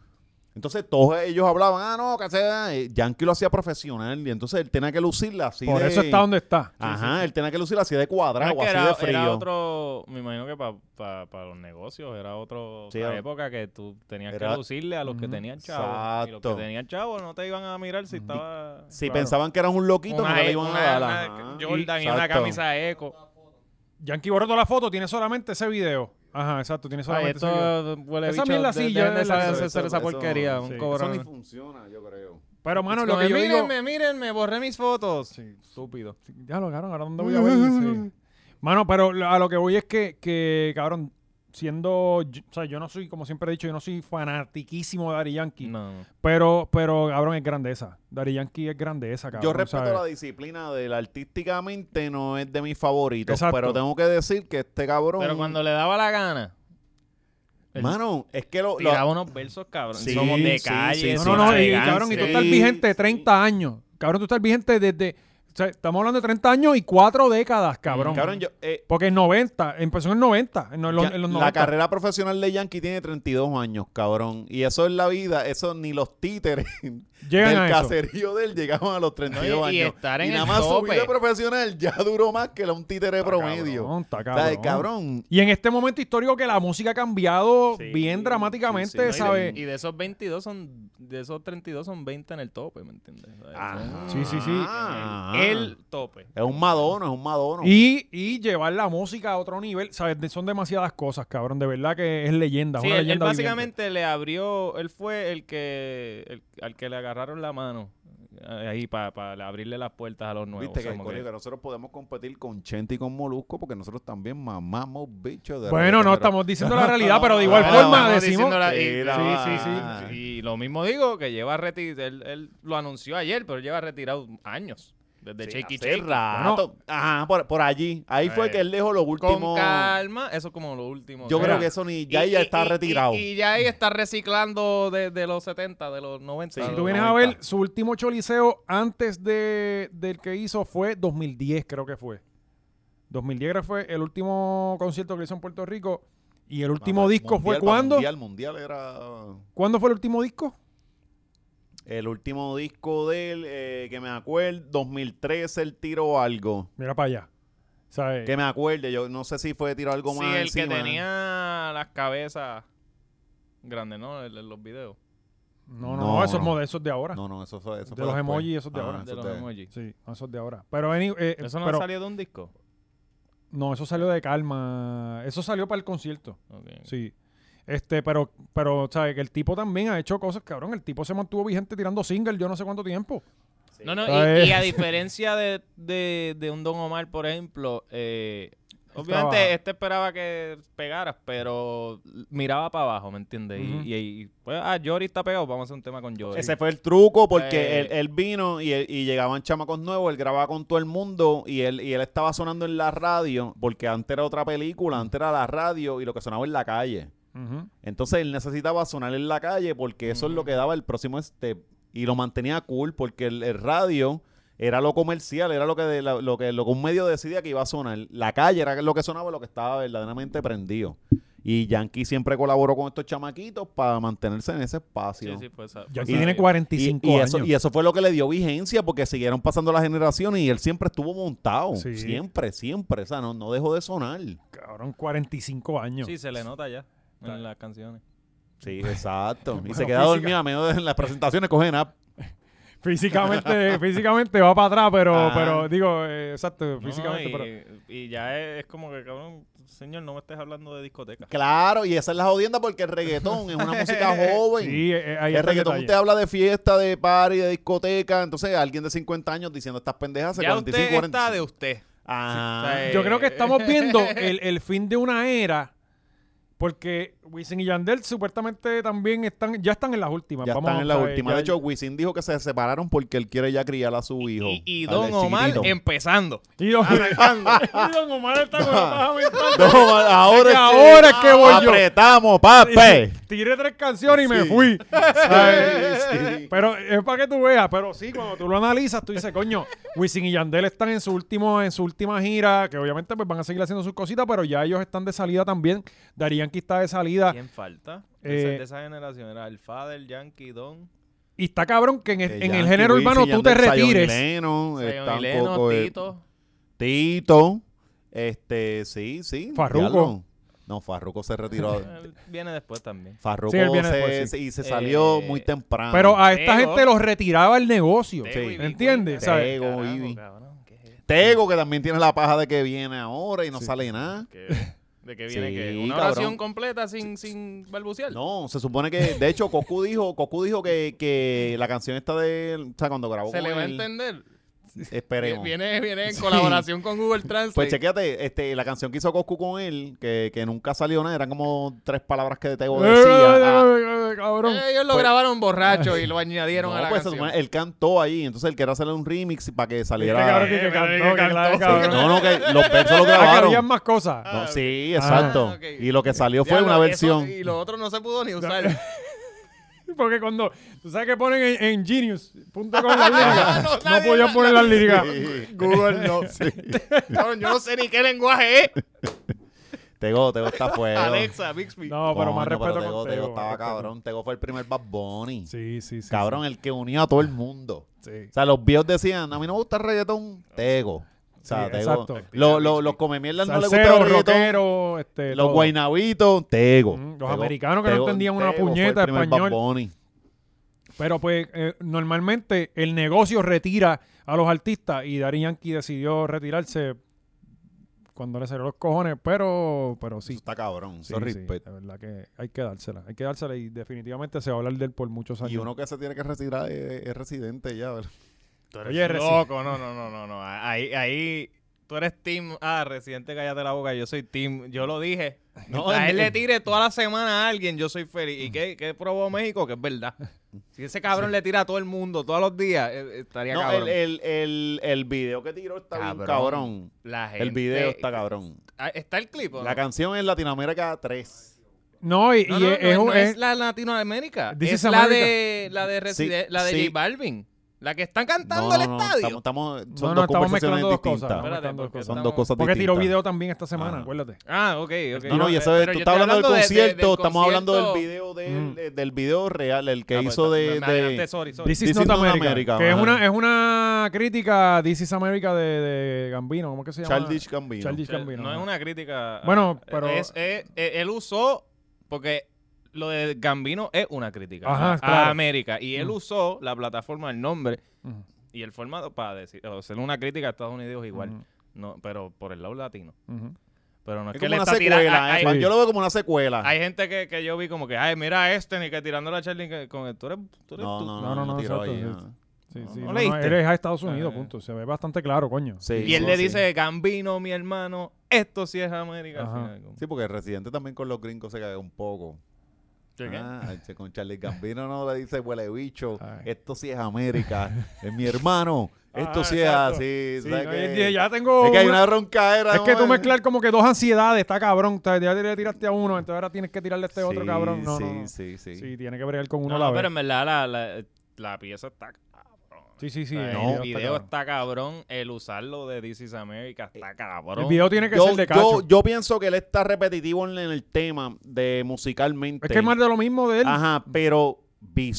[SPEAKER 3] Entonces todos ellos hablaban, ah, no, que sea, eh, Yankee lo hacía profesional y entonces él tenía que lucirla así
[SPEAKER 2] Por
[SPEAKER 3] de-
[SPEAKER 2] eso está donde está.
[SPEAKER 3] Ajá, él tenía que lucirla así de cuadrado,
[SPEAKER 4] No es que
[SPEAKER 3] así
[SPEAKER 4] era,
[SPEAKER 3] de frío.
[SPEAKER 4] era otro, me imagino que para los negocios era otro,
[SPEAKER 3] Sí,
[SPEAKER 4] otra
[SPEAKER 3] era-
[SPEAKER 4] época que tú tenías
[SPEAKER 3] era-
[SPEAKER 4] que lucirle a los que tenían chavos. Y los que
[SPEAKER 3] Exacto.
[SPEAKER 4] tenían chavos no te iban a mirar si estaba...
[SPEAKER 3] Si
[SPEAKER 2] Claro.
[SPEAKER 3] pensaban que eran un loquito,
[SPEAKER 4] una- e-
[SPEAKER 3] no le iban
[SPEAKER 4] una-
[SPEAKER 3] a dar.
[SPEAKER 4] una
[SPEAKER 3] Ajá.
[SPEAKER 4] Jordan y una
[SPEAKER 3] Exacto.
[SPEAKER 4] camisa eco.
[SPEAKER 2] Yankee borró toda la foto, tiene solamente ese video. Ajá, exacto, tiene
[SPEAKER 4] Ay,
[SPEAKER 2] solamente ese video.
[SPEAKER 4] esto huele
[SPEAKER 2] Esa
[SPEAKER 4] bicho,
[SPEAKER 2] mierda
[SPEAKER 4] de-
[SPEAKER 2] sí,
[SPEAKER 4] dejen
[SPEAKER 2] yo-
[SPEAKER 4] de
[SPEAKER 2] la-
[SPEAKER 4] hacer-
[SPEAKER 2] eso-
[SPEAKER 4] hacer esa
[SPEAKER 3] eso-
[SPEAKER 4] porquería,
[SPEAKER 3] sí.
[SPEAKER 4] un
[SPEAKER 3] Eso
[SPEAKER 4] cobrón.
[SPEAKER 3] ni funciona, yo creo.
[SPEAKER 2] Pero, mano, lo
[SPEAKER 4] Como
[SPEAKER 2] que yo digo...
[SPEAKER 4] mírenme, mírenme, borré mis fotos.
[SPEAKER 2] Sí, estúpido. Ya lo cabrón, ahora dónde voy a ver. Sí. Mano, pero lo- a lo que voy es que, que cabrón, siendo. yo- O sea, yo no soy, como siempre he dicho, yo no soy fanatiquísimo de Dari Yankee.
[SPEAKER 4] No.
[SPEAKER 2] Pero, pero, cabrón, es grandeza. Dari Yankee es grandeza, cabrón.
[SPEAKER 3] Yo respeto
[SPEAKER 2] ¿sabes?
[SPEAKER 3] la disciplina de él. Artísticamente no es de mis favoritos.
[SPEAKER 2] Exacto.
[SPEAKER 3] Pero tengo que decir que este cabrón.
[SPEAKER 4] Pero cuando le daba la gana,
[SPEAKER 3] Mano, es que lo. lo-
[SPEAKER 4] tiraba unos versos, cabrón.
[SPEAKER 3] Sí,
[SPEAKER 4] Somos de
[SPEAKER 3] sí,
[SPEAKER 4] calle.
[SPEAKER 2] No,
[SPEAKER 3] sí, sí,
[SPEAKER 4] sin
[SPEAKER 2] no, no, y
[SPEAKER 4] elegancia.
[SPEAKER 2] cabrón, y tú
[SPEAKER 3] Sí,
[SPEAKER 2] estás vigente
[SPEAKER 3] sí.
[SPEAKER 2] 30 años. Cabrón, tú estás vigente desde. O sea, estamos hablando de 30 años y 4 décadas, cabrón.
[SPEAKER 3] Mm, cabrón, yo. eh,
[SPEAKER 2] Porque en 90, empezó en el 90, en los,
[SPEAKER 3] ya-
[SPEAKER 2] en los 90.
[SPEAKER 3] la carrera profesional de Yankee tiene 32 años, cabrón. Y eso es la vida. Eso ni los títeres
[SPEAKER 2] Llegan a
[SPEAKER 3] del
[SPEAKER 2] eso.
[SPEAKER 3] caserío de él llegaban a los 32
[SPEAKER 4] No, y- y
[SPEAKER 3] años.
[SPEAKER 4] estar en
[SPEAKER 3] nada
[SPEAKER 4] el
[SPEAKER 3] más
[SPEAKER 4] tope.
[SPEAKER 3] su vida profesional ya duró más que la un títere promedio.
[SPEAKER 2] Ah, Cabrón, está
[SPEAKER 3] O sea, el
[SPEAKER 2] cabrón.
[SPEAKER 3] cabrón.
[SPEAKER 2] Y en este momento histórico que la música ha cambiado
[SPEAKER 3] Sí,
[SPEAKER 2] bien
[SPEAKER 3] sí, sí,
[SPEAKER 2] dramáticamente,
[SPEAKER 3] no, y
[SPEAKER 2] ¿sabes?
[SPEAKER 4] Y de esos 22 son, de esos 32 son 20 en el tope, ¿me entiendes? O sea,
[SPEAKER 3] Ah,
[SPEAKER 2] Sí, sí, sí.
[SPEAKER 3] ah.
[SPEAKER 4] son El tope.
[SPEAKER 3] Es un madono, es un madono.
[SPEAKER 2] Y, y llevar la música a otro nivel, ¿sabes? De- Son demasiadas cosas, cabrón. De verdad que es leyenda. es
[SPEAKER 4] Sí,
[SPEAKER 2] una
[SPEAKER 4] él, él
[SPEAKER 2] leyenda viviente.
[SPEAKER 4] básicamente le abrió, él fue el que, el- al que le agarraron la mano eh, ahí para abrirle las puertas a los nuevos.
[SPEAKER 3] Viste que,
[SPEAKER 4] como
[SPEAKER 3] coño,
[SPEAKER 4] que-
[SPEAKER 3] que nosotros podemos competir con Chente y con Molusco porque nosotros también mamamos bichos de
[SPEAKER 2] Bueno, no
[SPEAKER 3] reggaetonero.
[SPEAKER 2] estamos diciendo la realidad, pero de
[SPEAKER 3] no,
[SPEAKER 4] Ah,
[SPEAKER 2] igual
[SPEAKER 3] no,
[SPEAKER 2] forma
[SPEAKER 4] estamos
[SPEAKER 2] decimos.
[SPEAKER 4] diciendo la-
[SPEAKER 3] Mira,
[SPEAKER 4] y, sí,
[SPEAKER 3] va.
[SPEAKER 4] sí, sí. Y lo mismo digo, que lleva retirado, él, él lo anunció ayer, pero lleva retirado años. Desde
[SPEAKER 3] Sí,
[SPEAKER 4] Shaky
[SPEAKER 3] hace
[SPEAKER 4] Shaky.
[SPEAKER 3] rato. Ajá, por, por allí. Ahí fue
[SPEAKER 4] Eh,
[SPEAKER 3] que él dejó los
[SPEAKER 4] Con
[SPEAKER 3] últimos.
[SPEAKER 4] calma, eso es como lo último.
[SPEAKER 3] Yo
[SPEAKER 4] Mira,
[SPEAKER 3] creo que eso ni ya,
[SPEAKER 4] y-
[SPEAKER 3] ya
[SPEAKER 4] y-
[SPEAKER 3] está
[SPEAKER 4] y-
[SPEAKER 3] retirado.
[SPEAKER 4] Y, y ya ahí está reciclando desde los 70, de los 90.
[SPEAKER 3] Sí,
[SPEAKER 4] de
[SPEAKER 2] Si
[SPEAKER 4] los
[SPEAKER 2] tú vienes a
[SPEAKER 4] 90.
[SPEAKER 2] ver, su último choliseo antes de, del que hizo fue 2010, creo que fue. 2010 creo que fue el último concierto que hizo en Puerto Rico. Y el último
[SPEAKER 3] Vamos,
[SPEAKER 2] disco fue
[SPEAKER 3] mundial, pa'
[SPEAKER 2] cuándo?
[SPEAKER 3] Mundial, mundial era.
[SPEAKER 2] ¿Cuándo fue el último disco?
[SPEAKER 3] El último disco de él, eh, que me acuerdo, 2013, el tiro algo.
[SPEAKER 2] Mira para allá. eh, ¿Sabes?
[SPEAKER 3] Que me acuerde, yo no sé si fue tiro algo
[SPEAKER 4] Sí,
[SPEAKER 3] más.
[SPEAKER 4] el que
[SPEAKER 3] encima.
[SPEAKER 4] tenía las cabezas grandes, ¿no? En los videos.
[SPEAKER 2] No, no,
[SPEAKER 3] No,
[SPEAKER 2] no, esos
[SPEAKER 3] no.
[SPEAKER 2] modelos de ahora.
[SPEAKER 3] No, no, eso fue. Eso
[SPEAKER 2] De
[SPEAKER 3] fue
[SPEAKER 2] los
[SPEAKER 3] después. Ah,
[SPEAKER 2] emojis, esos de ahora.
[SPEAKER 3] eso
[SPEAKER 4] de los
[SPEAKER 3] te-
[SPEAKER 4] emojis.
[SPEAKER 2] Sí, no, esos de ahora. Pero, any- eh,
[SPEAKER 4] ¿Eso no
[SPEAKER 2] pero-
[SPEAKER 4] salió de un disco?
[SPEAKER 2] no, eso salió de calma. Eso salió para el concierto.
[SPEAKER 4] Ok.
[SPEAKER 2] Sí. Este, pero, pero, ¿sabes? Que el tipo también ha hecho cosas, cabrón. El tipo se mantuvo vigente tirando single yo no sé cuánto tiempo.
[SPEAKER 4] No, no,
[SPEAKER 2] Ah,
[SPEAKER 4] y, y
[SPEAKER 2] eh.
[SPEAKER 4] a diferencia de, de, de un Don Omar, por ejemplo, eh, obviamente
[SPEAKER 2] trabaja.
[SPEAKER 4] este esperaba que pegaras, pero miraba para abajo, ¿me entiendes? Y-
[SPEAKER 2] Ujú.
[SPEAKER 4] y, y, pues, ah, Jory está pegado, vamos a hacer un tema con Jory.
[SPEAKER 3] Ese fue el truco porque
[SPEAKER 4] Eh.
[SPEAKER 3] él, él vino y, él- y llegaban chamacos nuevos, él grababa con todo el mundo y él, y él estaba sonando en la radio, porque antes era otra película, antes era la radio y lo que sonaba en la calle.
[SPEAKER 2] Ujú.
[SPEAKER 3] Entonces él necesitaba sonar en la calle porque eso es lo que daba el próximo step y lo mantenía cool porque el, el radio era lo comercial, era lo que, de la- lo que lo que un medio decidía que iba a sonar. La calle era lo que sonaba, lo que estaba verdaderamente prendido. Y Yankee siempre colaboró con estos chamaquitos para mantenerse en ese espacio.
[SPEAKER 4] Sí, pues, sí, fue esa- fue
[SPEAKER 2] Yankee
[SPEAKER 4] esa
[SPEAKER 2] tiene
[SPEAKER 4] idea.
[SPEAKER 2] 45
[SPEAKER 3] Y, y
[SPEAKER 2] años.
[SPEAKER 3] eso, y eso fue lo que le dio vigencia porque siguieron pasando las generaciones y él siempre estuvo montado.
[SPEAKER 2] Sí.
[SPEAKER 3] Siempre, siempre. O sea, no, no dejó de sonar.
[SPEAKER 2] Cabrón, 45 años.
[SPEAKER 4] Sí, se le nota ya en las canciones.
[SPEAKER 3] Sí, exacto. y
[SPEAKER 2] Bueno,
[SPEAKER 3] se queda
[SPEAKER 2] física.
[SPEAKER 3] dormido a medio de las presentaciones, cogen app.
[SPEAKER 2] Físicamente, físicamente va para atrás, pero,
[SPEAKER 3] Ah.
[SPEAKER 2] pero digo, eh, exacto,
[SPEAKER 4] No,
[SPEAKER 2] físicamente.
[SPEAKER 4] y,
[SPEAKER 2] pero-
[SPEAKER 3] eh,
[SPEAKER 4] y ya es, es como que, cabrón, señor, no me estés hablando de discoteca.
[SPEAKER 3] Claro, y esa es la jodienda porque el reggaetón es una música joven.
[SPEAKER 2] Sí, eh, eh, ahí está
[SPEAKER 3] el
[SPEAKER 2] el
[SPEAKER 3] reggaetón
[SPEAKER 2] detalle.
[SPEAKER 3] te habla de fiesta, de party, de discoteca. Entonces, alguien de 50 años diciendo estas pendejas hace
[SPEAKER 4] Ya
[SPEAKER 3] 45,
[SPEAKER 4] usted está de
[SPEAKER 3] 45.
[SPEAKER 4] usted.
[SPEAKER 3] Ajá.
[SPEAKER 4] O sea,
[SPEAKER 2] Yo
[SPEAKER 3] eh.
[SPEAKER 2] creo que estamos viendo el, el fin de una era. Porque Wisin y Yandel supuestamente también están, ya están en las últimas.
[SPEAKER 3] ya
[SPEAKER 2] Vamos
[SPEAKER 3] están
[SPEAKER 2] a-
[SPEAKER 3] en la
[SPEAKER 2] ¿sabes?
[SPEAKER 3] última.
[SPEAKER 2] Ya-
[SPEAKER 3] de hecho, Wisin dijo que se separaron porque él quiere ya criar a su hijo.
[SPEAKER 4] Y, y
[SPEAKER 3] al
[SPEAKER 4] Don
[SPEAKER 3] del
[SPEAKER 4] Omar
[SPEAKER 3] chiquitito.
[SPEAKER 4] empezando.
[SPEAKER 2] y don, y don Omar está con la paja mental.
[SPEAKER 3] No, ahora,
[SPEAKER 2] Es que
[SPEAKER 3] es
[SPEAKER 2] ahora es que voy yo.
[SPEAKER 3] Apretamos, papi.
[SPEAKER 2] Tiré tres canciones y me fui. ¿sabes? Pero es para que tú veas, pero sí, cuando tú lo analizas, tú dices, coño, Wisin y Yandel están en su último, en su última gira, que obviamente pues van a seguir haciendo sus cositas, pero ya ellos están de salida también. Dari Yankee está de salida.
[SPEAKER 4] ¿Quién falta? De esa-
[SPEAKER 2] Ah. Eh,
[SPEAKER 4] de esa generación era el Fader, Yankee, Don.
[SPEAKER 2] Y está cabrón que en, el-
[SPEAKER 3] Que
[SPEAKER 2] en el
[SPEAKER 3] Yankee,
[SPEAKER 2] género
[SPEAKER 3] Wisin,
[SPEAKER 2] urbano tú te
[SPEAKER 3] Yandel, Zion y
[SPEAKER 2] retires.
[SPEAKER 3] Lennon,
[SPEAKER 4] Zion
[SPEAKER 3] está
[SPEAKER 4] y
[SPEAKER 3] un
[SPEAKER 4] Lennon,
[SPEAKER 3] poco, eh,
[SPEAKER 4] Tito.
[SPEAKER 3] Tito. Este, sí, sí.
[SPEAKER 2] Farruko.
[SPEAKER 3] diablo. No, Farruko se retiró.
[SPEAKER 4] Él viene después también.
[SPEAKER 3] Farruko
[SPEAKER 2] Sí, él viene
[SPEAKER 3] se,
[SPEAKER 2] después, sí.
[SPEAKER 3] y se salió
[SPEAKER 4] Eh,
[SPEAKER 3] muy temprano.
[SPEAKER 2] Pero a esta
[SPEAKER 4] Tego.
[SPEAKER 2] gente los retiraba el negocio.
[SPEAKER 4] Tego y Vivi,
[SPEAKER 2] ¿Entiendes?
[SPEAKER 4] carajo,
[SPEAKER 2] ¿Sabes?
[SPEAKER 3] Tego,
[SPEAKER 4] carajo,
[SPEAKER 3] Vivi.
[SPEAKER 4] cabrón, ¿qué es esto?
[SPEAKER 3] Tego, que también tiene la paja de que viene ahora y no sale nada.
[SPEAKER 4] ¿Qué? ¿De qué viene
[SPEAKER 3] Sí,
[SPEAKER 4] que ¿Una
[SPEAKER 3] cabrón.
[SPEAKER 4] oración completa sin, sin balbucear?
[SPEAKER 3] No, se supone que, de hecho, Coscu dijo, Coscu dijo que, que la canción esta de, o sea, cuando grabó
[SPEAKER 4] Se
[SPEAKER 3] con
[SPEAKER 4] le va a
[SPEAKER 3] él,
[SPEAKER 4] entender.
[SPEAKER 3] esperemos.
[SPEAKER 4] Viene, viene en
[SPEAKER 3] Sí.
[SPEAKER 4] colaboración con Google Translate.
[SPEAKER 3] Pues chequéate, este, la canción que hizo Coscu con él, que, que nunca salió nada, eran como tres palabras que Tego
[SPEAKER 2] Eh,
[SPEAKER 3] decía. Ah,
[SPEAKER 2] Cabrón.
[SPEAKER 4] Eh, ellos lo
[SPEAKER 3] Pues-
[SPEAKER 4] grabaron borracho y lo añadieron
[SPEAKER 3] no,
[SPEAKER 4] a la
[SPEAKER 3] pues se
[SPEAKER 4] canción.
[SPEAKER 3] supone- él cantó ahí, entonces él quería hacerle un remix para que
[SPEAKER 2] Este
[SPEAKER 3] saliera...
[SPEAKER 2] cabrón que-
[SPEAKER 4] Eh,
[SPEAKER 2] que
[SPEAKER 4] cabrón,
[SPEAKER 2] cantó,
[SPEAKER 4] que
[SPEAKER 2] que claro,
[SPEAKER 4] cantó.
[SPEAKER 2] cabrón.
[SPEAKER 3] No, no, que los versos los
[SPEAKER 2] Ah, que
[SPEAKER 3] grabaron.
[SPEAKER 2] habían más cosas.
[SPEAKER 3] No, sí,
[SPEAKER 4] Ah,
[SPEAKER 3] exacto.
[SPEAKER 4] ok.
[SPEAKER 3] Y lo que salió fue
[SPEAKER 4] Diablo,
[SPEAKER 3] una
[SPEAKER 4] eso-
[SPEAKER 3] versión.
[SPEAKER 4] y lo otro no se pudo ni usar.
[SPEAKER 2] Porque cuando, tú sabes que ponen en, en genius.com las líricas,
[SPEAKER 4] no,
[SPEAKER 2] no,
[SPEAKER 4] nadie-
[SPEAKER 2] podían poner las líricas.
[SPEAKER 3] Google no.
[SPEAKER 4] Cabrón, yo no sé ni qué lenguaje es.
[SPEAKER 3] Tego, Tego está fuera.
[SPEAKER 4] Alexa, Bixby.
[SPEAKER 2] No, pero más respeto
[SPEAKER 3] Tego,
[SPEAKER 2] con
[SPEAKER 3] Tego
[SPEAKER 2] Tego,
[SPEAKER 3] estaba
[SPEAKER 2] más respeto.
[SPEAKER 3] cabrón. Tego fue el primer Bad Bunny.
[SPEAKER 2] Sí, sí, sí.
[SPEAKER 3] cabrón, eh, el que unió a todo el mundo.
[SPEAKER 2] Sí.
[SPEAKER 3] O sea, los viejos decían, a mí no me gusta el reggaetón. Tego. O sea,
[SPEAKER 2] Sí,
[SPEAKER 3] Tego.
[SPEAKER 2] exacto.
[SPEAKER 3] Lo- lo- los comemierdas no les gusta
[SPEAKER 2] Salsero,
[SPEAKER 3] el reggaetón.
[SPEAKER 2] rockero, este,
[SPEAKER 3] Los
[SPEAKER 2] todo.
[SPEAKER 3] guaynabitos, Tego.
[SPEAKER 2] Mm, los
[SPEAKER 3] Tego-
[SPEAKER 2] americanos que no entendían una
[SPEAKER 3] fue el
[SPEAKER 2] puñeta de
[SPEAKER 3] primer
[SPEAKER 2] español.
[SPEAKER 3] Bad Bunny.
[SPEAKER 2] Pero pues eh, normalmente el negocio retira a los artistas y Daddy Yankee decidió retirarse cuando le cerró los cojones, pero, pero
[SPEAKER 3] Eso
[SPEAKER 2] sí.
[SPEAKER 3] está cabrón.
[SPEAKER 2] Sí,
[SPEAKER 3] eso es
[SPEAKER 2] sí,
[SPEAKER 3] respeto.
[SPEAKER 2] la verdad que hay que dársela, hay que dársela y definitivamente se va a hablar de él por muchos años.
[SPEAKER 3] Y uno que se tiene que retirar es, es residente ya, ¿verdad?
[SPEAKER 2] Oye, Resi-
[SPEAKER 4] loco, no, no, no, no, no. Ahí, ahí, tú eres team, ah, residente, cállate la boca, yo soy team, yo lo dije.
[SPEAKER 3] No,
[SPEAKER 4] a
[SPEAKER 3] en-
[SPEAKER 4] él le tire toda la semana a alguien, yo soy feliz. ¿Y qué, qué probó México? Que es verdad. Si ese cabrón le tira a todo el mundo, todos los días, eh, estaría
[SPEAKER 3] No,
[SPEAKER 4] cabrón.
[SPEAKER 3] el, el, el, el video que tiró está bien cabrón.
[SPEAKER 4] La gente-
[SPEAKER 3] El video está cabrón.
[SPEAKER 4] Ah, ¿Está el clip o no?
[SPEAKER 3] La canción es Latinoamérica 3.
[SPEAKER 2] No, y,
[SPEAKER 4] No,
[SPEAKER 2] y
[SPEAKER 4] no, no,
[SPEAKER 2] es, es un-
[SPEAKER 4] no es
[SPEAKER 2] es-
[SPEAKER 4] la Latinoamérica.
[SPEAKER 2] This
[SPEAKER 4] es
[SPEAKER 2] is
[SPEAKER 4] la
[SPEAKER 2] America.
[SPEAKER 4] de, la de,
[SPEAKER 3] Sí,
[SPEAKER 4] Residen- la de
[SPEAKER 3] sí.
[SPEAKER 4] J Balvin. La que están
[SPEAKER 3] No,
[SPEAKER 4] cantando
[SPEAKER 3] no,
[SPEAKER 4] el
[SPEAKER 3] no,
[SPEAKER 4] estadio.
[SPEAKER 3] estamos, estamos-
[SPEAKER 2] No,
[SPEAKER 3] son
[SPEAKER 2] no,
[SPEAKER 3] dos
[SPEAKER 2] estamos
[SPEAKER 3] conversaciones
[SPEAKER 2] mezclando dos cosas,
[SPEAKER 3] distintas.
[SPEAKER 2] ¿no?
[SPEAKER 4] Espérate,
[SPEAKER 2] Estamos
[SPEAKER 4] porque
[SPEAKER 2] mezclando
[SPEAKER 3] Son dos
[SPEAKER 4] estamos-
[SPEAKER 3] cosas
[SPEAKER 2] porque tiró
[SPEAKER 3] distintas.
[SPEAKER 2] video también esta semana,
[SPEAKER 3] Ah.
[SPEAKER 2] acuérdate.
[SPEAKER 4] Ah, ok, ok.
[SPEAKER 3] No, no, ya sabes,
[SPEAKER 4] Pero
[SPEAKER 3] tú estás
[SPEAKER 4] yo estoy
[SPEAKER 3] hablando del
[SPEAKER 4] de- de-
[SPEAKER 3] concierto, estamos hablando del
[SPEAKER 4] concierto. Mm.
[SPEAKER 3] video del, eh, del video real, el que
[SPEAKER 4] Ah, pues,
[SPEAKER 3] hizo
[SPEAKER 4] me-
[SPEAKER 3] de,
[SPEAKER 4] me
[SPEAKER 3] de-
[SPEAKER 4] adelanté, sorry, sorry.
[SPEAKER 2] This is
[SPEAKER 3] This
[SPEAKER 2] not
[SPEAKER 3] is not
[SPEAKER 2] America,
[SPEAKER 3] America,
[SPEAKER 2] que es
[SPEAKER 3] ajá.
[SPEAKER 2] una, es una crítica a This is America de, de Gambino, ¿cómo que se llama?
[SPEAKER 3] Childish Gambino.
[SPEAKER 2] Childish
[SPEAKER 4] Eh,
[SPEAKER 2] Gambino,
[SPEAKER 4] No es
[SPEAKER 2] ajá.
[SPEAKER 4] una crítica. a-
[SPEAKER 2] Bueno, pero-
[SPEAKER 4] Es, es- eh, él usó. Porque lo de Gambino es una crítica
[SPEAKER 2] Ajá,
[SPEAKER 4] a- a
[SPEAKER 2] claro.
[SPEAKER 4] América. Y él
[SPEAKER 2] Mm.
[SPEAKER 4] usó la plataforma, el nombre
[SPEAKER 2] Ujú,
[SPEAKER 4] y el formato para decir, o hacer una crítica a Estados Unidos igual.
[SPEAKER 2] Ujú.
[SPEAKER 4] no, pero por el lado latino.
[SPEAKER 2] ujú.
[SPEAKER 4] Pero no es,
[SPEAKER 3] Es
[SPEAKER 4] que
[SPEAKER 3] como
[SPEAKER 4] le
[SPEAKER 3] una
[SPEAKER 4] está tirando.
[SPEAKER 3] secuela.
[SPEAKER 4] Hay,
[SPEAKER 3] eh, Juan,
[SPEAKER 2] Sí.
[SPEAKER 3] Yo lo veo como una secuela.
[SPEAKER 4] hay gente que, que yo vi como que, ay, mira a este, ni que tirando la Charlie que- con el, tú eres. Tú eres
[SPEAKER 3] no,
[SPEAKER 4] tú".
[SPEAKER 3] no,
[SPEAKER 2] No,
[SPEAKER 3] no,
[SPEAKER 2] no,
[SPEAKER 3] no
[SPEAKER 2] no,
[SPEAKER 3] tiró
[SPEAKER 2] exacto,
[SPEAKER 3] ahí,
[SPEAKER 2] sí.
[SPEAKER 3] ah.
[SPEAKER 2] Sí,
[SPEAKER 3] No,
[SPEAKER 2] sí,
[SPEAKER 4] no
[SPEAKER 2] no, no,
[SPEAKER 4] leíste.
[SPEAKER 2] él es a Estados Unidos,
[SPEAKER 4] Eh.
[SPEAKER 2] punto. Se ve bastante claro, coño.
[SPEAKER 3] Sí,
[SPEAKER 4] Y él
[SPEAKER 3] no,
[SPEAKER 4] le
[SPEAKER 3] sí.
[SPEAKER 4] dice, Gambino, mi hermano, esto sí es América. al
[SPEAKER 2] Ajá.
[SPEAKER 4] final, como-
[SPEAKER 3] Sí, porque el residente también con los gringos se cagó un poco.
[SPEAKER 4] ¿Qué, qué?
[SPEAKER 3] Ah, che, con Charlie Gambino no le dice huele bicho.
[SPEAKER 2] Ay.
[SPEAKER 3] Esto sí es América. es mi hermano. Esto
[SPEAKER 2] Ah,
[SPEAKER 3] sí
[SPEAKER 2] exacto.
[SPEAKER 3] es así.
[SPEAKER 2] Sí,
[SPEAKER 3] ¿sabes
[SPEAKER 2] no, y-
[SPEAKER 3] qué?
[SPEAKER 2] y ya tengo
[SPEAKER 3] es que hay
[SPEAKER 2] una-
[SPEAKER 3] una roncaera.
[SPEAKER 2] Es que tú
[SPEAKER 3] mano.
[SPEAKER 2] mezclar como que dos ansiedades, está cabrón. te- Ya le tiraste a uno, entonces ahora tienes que tirarle a este otro
[SPEAKER 3] Sí,
[SPEAKER 2] cabrón. No,
[SPEAKER 3] sí,
[SPEAKER 2] no, no. Sí,
[SPEAKER 3] sí, sí,
[SPEAKER 2] tiene que bregar con uno
[SPEAKER 4] No,
[SPEAKER 2] a la
[SPEAKER 4] pero en
[SPEAKER 2] vez.
[SPEAKER 4] verdad la, la, la pieza está cabrón.
[SPEAKER 2] Sí, sí, sí.
[SPEAKER 4] O sea,
[SPEAKER 2] el
[SPEAKER 3] no,
[SPEAKER 4] el
[SPEAKER 2] está
[SPEAKER 4] video
[SPEAKER 2] cabrón.
[SPEAKER 4] está cabrón. El usarlo de This is America está cabrón.
[SPEAKER 2] El video tiene que
[SPEAKER 3] Yo,
[SPEAKER 2] ser de cacho.
[SPEAKER 3] yo, yo pienso que él está repetitivo en el tema de musicalmente.
[SPEAKER 2] es que es más de lo mismo de él.
[SPEAKER 3] Ajá, pero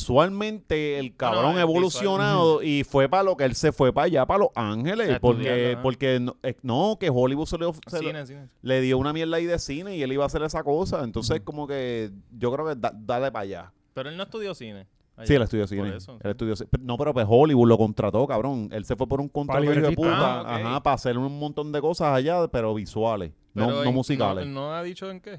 [SPEAKER 3] visualmente el cabrón
[SPEAKER 4] el
[SPEAKER 3] ha evolucionado y fue para lo que él se fue para allá, para Los Ángeles.
[SPEAKER 4] A
[SPEAKER 3] porque
[SPEAKER 4] estudiarlo, ajá.
[SPEAKER 3] porque no, eh, no, que Hollywood se, le, of- se
[SPEAKER 4] Cine,
[SPEAKER 3] le-
[SPEAKER 4] cine.
[SPEAKER 3] le dio una mierda ahí de cine y él iba a hacer esa cosa. Entonces, como que yo creo que da- dale para allá.
[SPEAKER 4] Pero él no estudió cine. Allá.
[SPEAKER 3] Sí, el estudio
[SPEAKER 4] Por
[SPEAKER 3] cine.
[SPEAKER 4] eso,
[SPEAKER 3] el estudio ci- pero- No, pero pues Hollywood lo contrató, cabrón. Él se fue por un contrato hijo de
[SPEAKER 2] libretista.
[SPEAKER 3] puta,
[SPEAKER 4] Ah, ok.
[SPEAKER 3] ajá, para hacer un montón de cosas allá, pero visuales,
[SPEAKER 4] Pero
[SPEAKER 3] no,
[SPEAKER 4] en-
[SPEAKER 3] no musicales.
[SPEAKER 4] No,
[SPEAKER 3] No,
[SPEAKER 4] ha dicho en qué.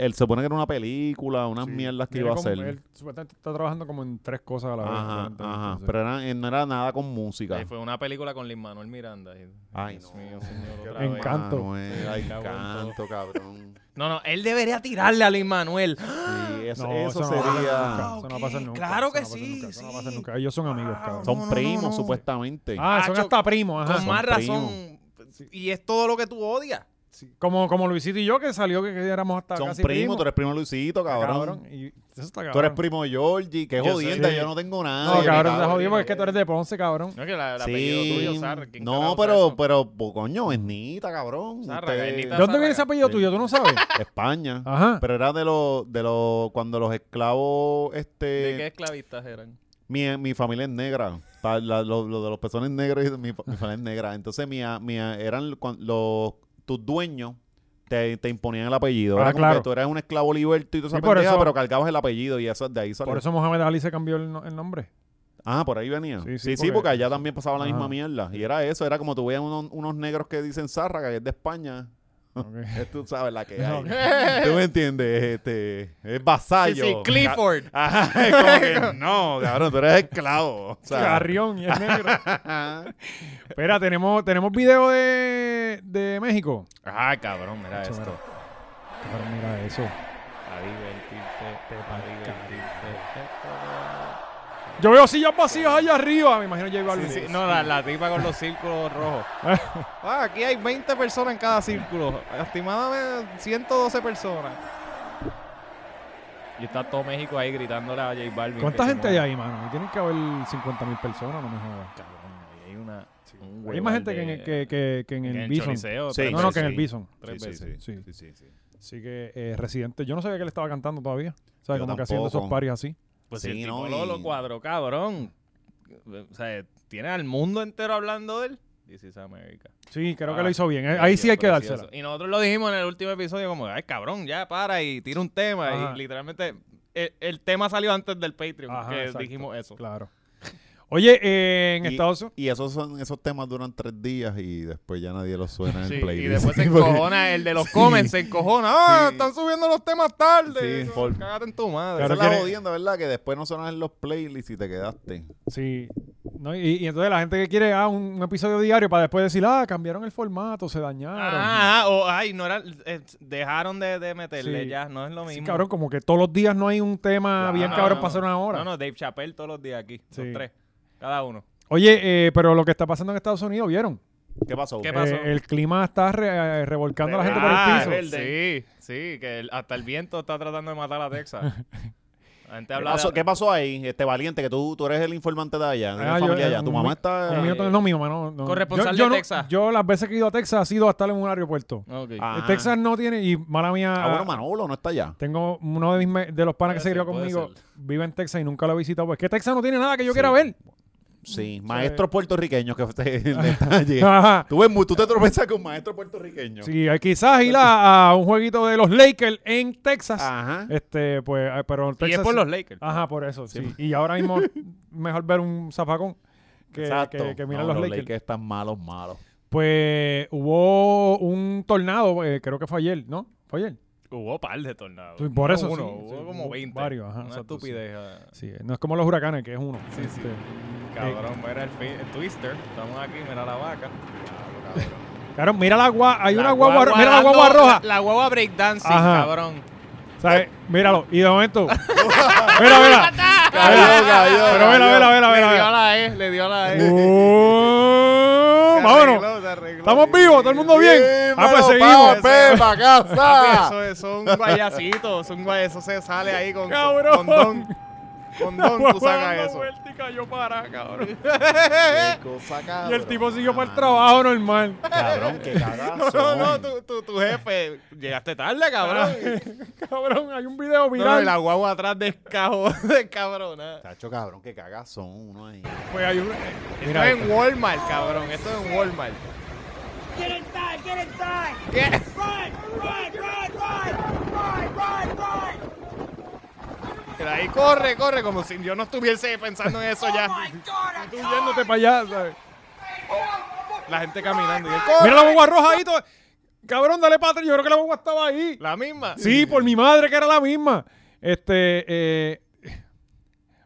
[SPEAKER 3] él se pone que era una película, unas
[SPEAKER 2] Sí.
[SPEAKER 3] mierdas que
[SPEAKER 2] Tiene
[SPEAKER 3] iba a
[SPEAKER 2] como-
[SPEAKER 3] hacer.
[SPEAKER 2] Él supuestamente está trabajando como en tres cosas a la vez.
[SPEAKER 3] Ajá,
[SPEAKER 2] aparentemente,
[SPEAKER 3] ajá.
[SPEAKER 2] entonces.
[SPEAKER 3] Pero era- eh, no era nada con música.
[SPEAKER 4] Ahí fue una película con Lin Manuel Miranda. Y-
[SPEAKER 3] Ay,
[SPEAKER 4] Dios
[SPEAKER 3] no.
[SPEAKER 4] mío, señor,
[SPEAKER 3] Qué
[SPEAKER 4] otra
[SPEAKER 2] Me
[SPEAKER 4] vez.
[SPEAKER 2] encanta. Encanto.
[SPEAKER 3] Manuel, Ah, ay,
[SPEAKER 4] Cago en
[SPEAKER 3] canto, cabrón.
[SPEAKER 4] No, no, él debería tirarle a Lin Manuel.
[SPEAKER 3] Ah, Sí, eso,
[SPEAKER 2] No, no
[SPEAKER 3] eso
[SPEAKER 2] va a pasar nunca,
[SPEAKER 3] sería.
[SPEAKER 2] eso no va a pasar
[SPEAKER 4] ok,
[SPEAKER 2] nunca,
[SPEAKER 4] claro
[SPEAKER 2] eso
[SPEAKER 4] que
[SPEAKER 2] no va a pasar
[SPEAKER 4] sí,
[SPEAKER 2] nunca, eso no va a pasar
[SPEAKER 4] sí.
[SPEAKER 2] nunca. Ellos son amigos, cabrón.
[SPEAKER 3] Son
[SPEAKER 4] No, no,
[SPEAKER 3] primos,
[SPEAKER 4] no, no.
[SPEAKER 3] supuestamente.
[SPEAKER 2] ah, son
[SPEAKER 4] Hacho,
[SPEAKER 2] hasta primos. Ajá.
[SPEAKER 4] con más
[SPEAKER 3] Son
[SPEAKER 4] razón. Y es todo lo que tú odias.
[SPEAKER 2] Sí. Como, como Luisito y yo, que salió que, que éramos hasta
[SPEAKER 3] Son
[SPEAKER 2] casi
[SPEAKER 3] primos, tú eres primo de Luisito, cabrón.
[SPEAKER 2] Y eso está cabrón.
[SPEAKER 3] Tú eres primo de Georgie, que
[SPEAKER 4] Yo
[SPEAKER 3] jodienda,
[SPEAKER 2] soy-
[SPEAKER 3] yo no tengo nada.
[SPEAKER 2] No,
[SPEAKER 3] me
[SPEAKER 2] cabrón,
[SPEAKER 3] cago
[SPEAKER 2] te
[SPEAKER 3] en
[SPEAKER 2] jodí
[SPEAKER 3] Dios.
[SPEAKER 2] porque es que tú eres de Ponce, cabrón.
[SPEAKER 4] No, que la, el
[SPEAKER 3] Sí.
[SPEAKER 4] apellido tuyo, Sarra, ¿quién
[SPEAKER 3] No,
[SPEAKER 4] carajo sabe
[SPEAKER 3] pero,
[SPEAKER 4] eso?
[SPEAKER 3] pero, pues, coño, es Nita, cabrón.
[SPEAKER 4] Sarra,
[SPEAKER 3] Usted-
[SPEAKER 4] es Nita.
[SPEAKER 2] ¿De dónde viene ese apellido
[SPEAKER 3] Sí.
[SPEAKER 2] tuyo? ¿Tú no sabes?
[SPEAKER 3] España.
[SPEAKER 2] Ajá.
[SPEAKER 3] Pero era de los, de los, cuando los esclavos, este.
[SPEAKER 4] ¿De qué esclavistas eran?
[SPEAKER 3] Mi, mi familia es negra. Pa- la- lo, lo de los personas negros, mi, fa- mi familia es negra. Entonces, mi, a- mi a- eran cuan- los, tus dueños te, te imponían el apellido.
[SPEAKER 2] Ah,
[SPEAKER 3] Era como
[SPEAKER 2] claro.
[SPEAKER 3] que tú eras un esclavo liberto y tú esa
[SPEAKER 2] Sí, por
[SPEAKER 3] pendeja,
[SPEAKER 2] eso-
[SPEAKER 3] pero cargabas el apellido y eso de ahí salió.
[SPEAKER 2] Por eso Mohamed Ali se cambió el, no- el nombre.
[SPEAKER 3] Ah, por ahí venía. Sí, sí, porque, allá también pasaba la misma
[SPEAKER 2] Ajá.
[SPEAKER 3] mierda. Y era eso, era como tú veías unos, unos negros que dicen Zárraga, que es de España. Tú sabes la que hay.
[SPEAKER 2] Ok.
[SPEAKER 3] Tú me entiendes, este, es vasallo.
[SPEAKER 7] Sí, sí, Clifford.
[SPEAKER 3] Ajá, es como que no, cabrón, tú eres esclavo. O sea,
[SPEAKER 2] Carrión y es negro. Espera, tenemos, tenemos video de, de México.
[SPEAKER 4] Ah, cabrón, mira
[SPEAKER 2] Chacho,
[SPEAKER 4] esto.
[SPEAKER 2] Cabrón, mira eso.
[SPEAKER 4] A divertirte, a divertirte.
[SPEAKER 2] Yo veo sillas vacías allá arriba. Me imagino J Balvin.
[SPEAKER 4] Sí, sí, No, la, la tipa con los círculos rojos. Ah, aquí hay 20 personas en cada círculo. Estimadamente 112 personas. Y está todo México ahí gritándole a J Balvin.
[SPEAKER 2] ¿Cuánta
[SPEAKER 4] que se
[SPEAKER 2] gente hay
[SPEAKER 4] mueva.
[SPEAKER 2] ahí, mano? Tienen que haber 50 mil personas, no me jodas.
[SPEAKER 4] Cabrón, ahí hay una. un
[SPEAKER 2] Hay más
[SPEAKER 4] hueval
[SPEAKER 2] gente que en,
[SPEAKER 4] de-
[SPEAKER 2] el- que, que- que en el Bison.
[SPEAKER 4] Choliseo,
[SPEAKER 3] Sí,
[SPEAKER 4] tres
[SPEAKER 2] No, no, que
[SPEAKER 4] veces.
[SPEAKER 2] en el Bison.
[SPEAKER 4] Tres
[SPEAKER 3] sí, sí,
[SPEAKER 4] veces.
[SPEAKER 3] sí,
[SPEAKER 2] Sí.
[SPEAKER 3] sí, sí, sí.
[SPEAKER 2] Así que eh, Residente, yo no sabía que él estaba cantando todavía. O sea,
[SPEAKER 3] Yo
[SPEAKER 2] como que haciendo
[SPEAKER 3] tampoco.
[SPEAKER 2] esos paris así.
[SPEAKER 4] Pues
[SPEAKER 3] Sí,
[SPEAKER 4] el
[SPEAKER 3] no,
[SPEAKER 4] tipo lo,
[SPEAKER 3] y-
[SPEAKER 4] lo cuadró, cabrón. O sea, tiene al mundo entero hablando de él. This is America.
[SPEAKER 2] Sí, creo
[SPEAKER 4] Ah,
[SPEAKER 2] que lo hizo bien. Eh, Ahí sí hay que
[SPEAKER 4] Precioso.
[SPEAKER 2] dársela.
[SPEAKER 4] Y nosotros lo dijimos en el último episodio, como, ay, cabrón, ya para y tira un tema.
[SPEAKER 2] Ajá.
[SPEAKER 4] Y literalmente, el, el tema salió antes del Patreon,
[SPEAKER 2] Ajá,
[SPEAKER 4] que
[SPEAKER 2] exacto.
[SPEAKER 4] dijimos eso.
[SPEAKER 2] Claro. Oye, eh, en
[SPEAKER 3] Y-
[SPEAKER 2] Estados Unidos.
[SPEAKER 3] Y esos son esos temas duran tres días y después ya nadie los suena en
[SPEAKER 4] Sí,
[SPEAKER 3] el
[SPEAKER 4] y
[SPEAKER 3] playlist.
[SPEAKER 4] después se
[SPEAKER 3] Porque-
[SPEAKER 4] encojona el de los comments, se encojona. ¡Ah!
[SPEAKER 3] Sí.
[SPEAKER 4] Están subiendo los temas tarde.
[SPEAKER 3] Sí,
[SPEAKER 4] No,
[SPEAKER 3] por-
[SPEAKER 4] Cágate en tu madre.
[SPEAKER 3] Esa
[SPEAKER 2] Claro
[SPEAKER 3] es la
[SPEAKER 2] que-
[SPEAKER 3] jodienda, ¿verdad? Que después no sonan en los playlists y te quedaste.
[SPEAKER 2] Sí. No, y, y entonces la gente que quiere ah, un, un episodio diario para después decir, ah, cambiaron el formato, se dañaron.
[SPEAKER 4] Ah, ah, o ay, no era, eh, dejaron de, de meterle
[SPEAKER 2] Sí.
[SPEAKER 4] ya, no es lo
[SPEAKER 2] Sí,
[SPEAKER 4] mismo.
[SPEAKER 2] cabrón, como que todos los días no hay un tema
[SPEAKER 4] Ah,
[SPEAKER 2] bien
[SPEAKER 4] no,
[SPEAKER 2] cabrón
[SPEAKER 4] no,
[SPEAKER 2] para hacer una hora.
[SPEAKER 4] No, no, Dave Chappelle todos los días aquí,
[SPEAKER 2] Sí.
[SPEAKER 4] los tres, cada uno.
[SPEAKER 2] Oye, eh, pero lo que está pasando en Estados Unidos, ¿vieron?
[SPEAKER 3] ¿Qué pasó?
[SPEAKER 4] ¿Qué
[SPEAKER 2] Eh,
[SPEAKER 4] pasó?
[SPEAKER 2] el clima está re- eh, revolcando a la gente por
[SPEAKER 4] Ah,
[SPEAKER 2] el
[SPEAKER 4] es
[SPEAKER 2] piso.
[SPEAKER 4] verde. Sí, sí, que el- hasta el viento está tratando de matar a Texas. La gente
[SPEAKER 3] ¿Qué
[SPEAKER 4] habla
[SPEAKER 3] pasó,
[SPEAKER 4] de-
[SPEAKER 3] qué pasó ahí, este valiente? Que tú, tú eres el informante de allá, de
[SPEAKER 2] Ah,
[SPEAKER 3] la
[SPEAKER 2] yo-
[SPEAKER 3] familia allá. Tu
[SPEAKER 2] un-
[SPEAKER 3] mamá está.
[SPEAKER 2] Un minuto- no, mi mamá no. no.
[SPEAKER 4] Corresponsal
[SPEAKER 2] Yo- yo
[SPEAKER 4] de
[SPEAKER 2] no-
[SPEAKER 4] Texas.
[SPEAKER 2] Yo las veces que he ido a Texas ha sido a estar en un aeropuerto.
[SPEAKER 4] Ok.
[SPEAKER 3] Ah,
[SPEAKER 2] Eh, Texas no tiene, y mala mía,
[SPEAKER 3] Ah, bueno, Manolo no está allá.
[SPEAKER 2] tengo uno de, mis me- de los panas que se
[SPEAKER 4] Puede
[SPEAKER 2] crió
[SPEAKER 4] ser, puede
[SPEAKER 2] conmigo,
[SPEAKER 4] ser.
[SPEAKER 2] vive en Texas y nunca lo he visitado. Pues que Texas no tiene nada que yo
[SPEAKER 3] Sí.
[SPEAKER 2] quiera ver.
[SPEAKER 3] Sí, maestros puertorriqueños que te- le están allí.
[SPEAKER 2] Ajá.
[SPEAKER 3] Tú, ves mu- tú te tropezas con maestros puertorriqueños.
[SPEAKER 2] Sí, eh, quizás ir a, a un jueguito de los Lakers en Texas.
[SPEAKER 3] Ajá.
[SPEAKER 2] Este, pues, eh, pero
[SPEAKER 4] y
[SPEAKER 2] Texas
[SPEAKER 4] es por
[SPEAKER 2] sí-
[SPEAKER 4] los Lakers.
[SPEAKER 2] Ajá, por eso, sí. Y ahora mismo mejor ver un zafacón que,
[SPEAKER 3] Exacto.
[SPEAKER 2] que, que mirar
[SPEAKER 3] No,
[SPEAKER 2] los, Lakers.
[SPEAKER 3] están malos, malos.
[SPEAKER 2] Pues hubo un tornado, eh, creo que fue ayer, ¿no? Fue ayer.
[SPEAKER 4] Hubo par de tornados.
[SPEAKER 2] Sí, por
[SPEAKER 4] No
[SPEAKER 2] eso,
[SPEAKER 4] Uno,
[SPEAKER 2] sí,
[SPEAKER 4] hubo
[SPEAKER 2] sí,
[SPEAKER 4] como
[SPEAKER 2] hubo
[SPEAKER 4] 20.
[SPEAKER 2] varios, ajá,
[SPEAKER 4] Una
[SPEAKER 2] exacto, sí.
[SPEAKER 4] estupidez. ah.
[SPEAKER 2] Sí, eh, no es como los huracanes, que es uno.
[SPEAKER 4] Sí, sí.
[SPEAKER 2] Este,
[SPEAKER 4] Cabrón, mira el, fi- el twister. Estamos aquí, mira la vaca.
[SPEAKER 2] Claro, mira la guagua, hay
[SPEAKER 4] La
[SPEAKER 2] una guagua, ro- mira la
[SPEAKER 4] dando-
[SPEAKER 2] guagua roja.
[SPEAKER 4] La, la guagua breakdancing,
[SPEAKER 2] Ajá.
[SPEAKER 4] cabrón.
[SPEAKER 2] ¿Sabes? Míralo, y de momento. mira, mira.
[SPEAKER 3] Cayó, cayó,
[SPEAKER 2] Pero mira,
[SPEAKER 3] cayó.
[SPEAKER 2] mira, mira,
[SPEAKER 4] le
[SPEAKER 2] mira.
[SPEAKER 4] dio a la E, le dio a la E.
[SPEAKER 2] ¡Oh!
[SPEAKER 4] Se
[SPEAKER 2] vámonos.
[SPEAKER 4] arregló, se arregló.
[SPEAKER 2] Estamos vivos, todo el mundo bien. Ah, pues seguimos.
[SPEAKER 3] Pepa,
[SPEAKER 4] Papi,
[SPEAKER 3] casa.
[SPEAKER 4] Eso es un guayacito, es un guay- eso se sale ahí con
[SPEAKER 2] Cabrón.
[SPEAKER 4] con don. Con don tú
[SPEAKER 2] Dando
[SPEAKER 4] sacas eso.
[SPEAKER 2] vuelta y cayó para, cabrón.
[SPEAKER 3] Qué cosa,
[SPEAKER 2] Y el
[SPEAKER 3] cabrón.
[SPEAKER 2] tipo siguió para el
[SPEAKER 3] Ah,
[SPEAKER 2] trabajo normal.
[SPEAKER 3] Cabrón, qué
[SPEAKER 4] No,
[SPEAKER 3] cagazo.
[SPEAKER 4] no, no, tu, tu, tu jefe, llegaste tarde, cabrón.
[SPEAKER 2] Cabrón, hay un video
[SPEAKER 4] No, no,
[SPEAKER 2] viral.
[SPEAKER 4] y la guagua atrás descajó de cabrona.
[SPEAKER 3] Chacho, cabrón, qué cagazo. Uno ahí.
[SPEAKER 2] Pues hay un-
[SPEAKER 4] Esto
[SPEAKER 2] Mira
[SPEAKER 4] es en Walmart, cabrón. Esto es en Walmart.
[SPEAKER 5] Get inside, get inside!
[SPEAKER 4] ¿Qué?
[SPEAKER 5] Run, run, run, run! Run, run, run!
[SPEAKER 4] Pero ahí corre, corre, como si yo no estuviese pensando en eso ya.
[SPEAKER 5] My God, I'm
[SPEAKER 2] tú yéndote para allá, ¿sabes?
[SPEAKER 4] La gente caminando. Y él, corre.
[SPEAKER 2] Mira la bomba roja ahí. todo- Cabrón, dale patria. Yo creo que la bomba estaba ahí.
[SPEAKER 4] La misma.
[SPEAKER 2] Sí, por mi madre que era la misma. Este, eh,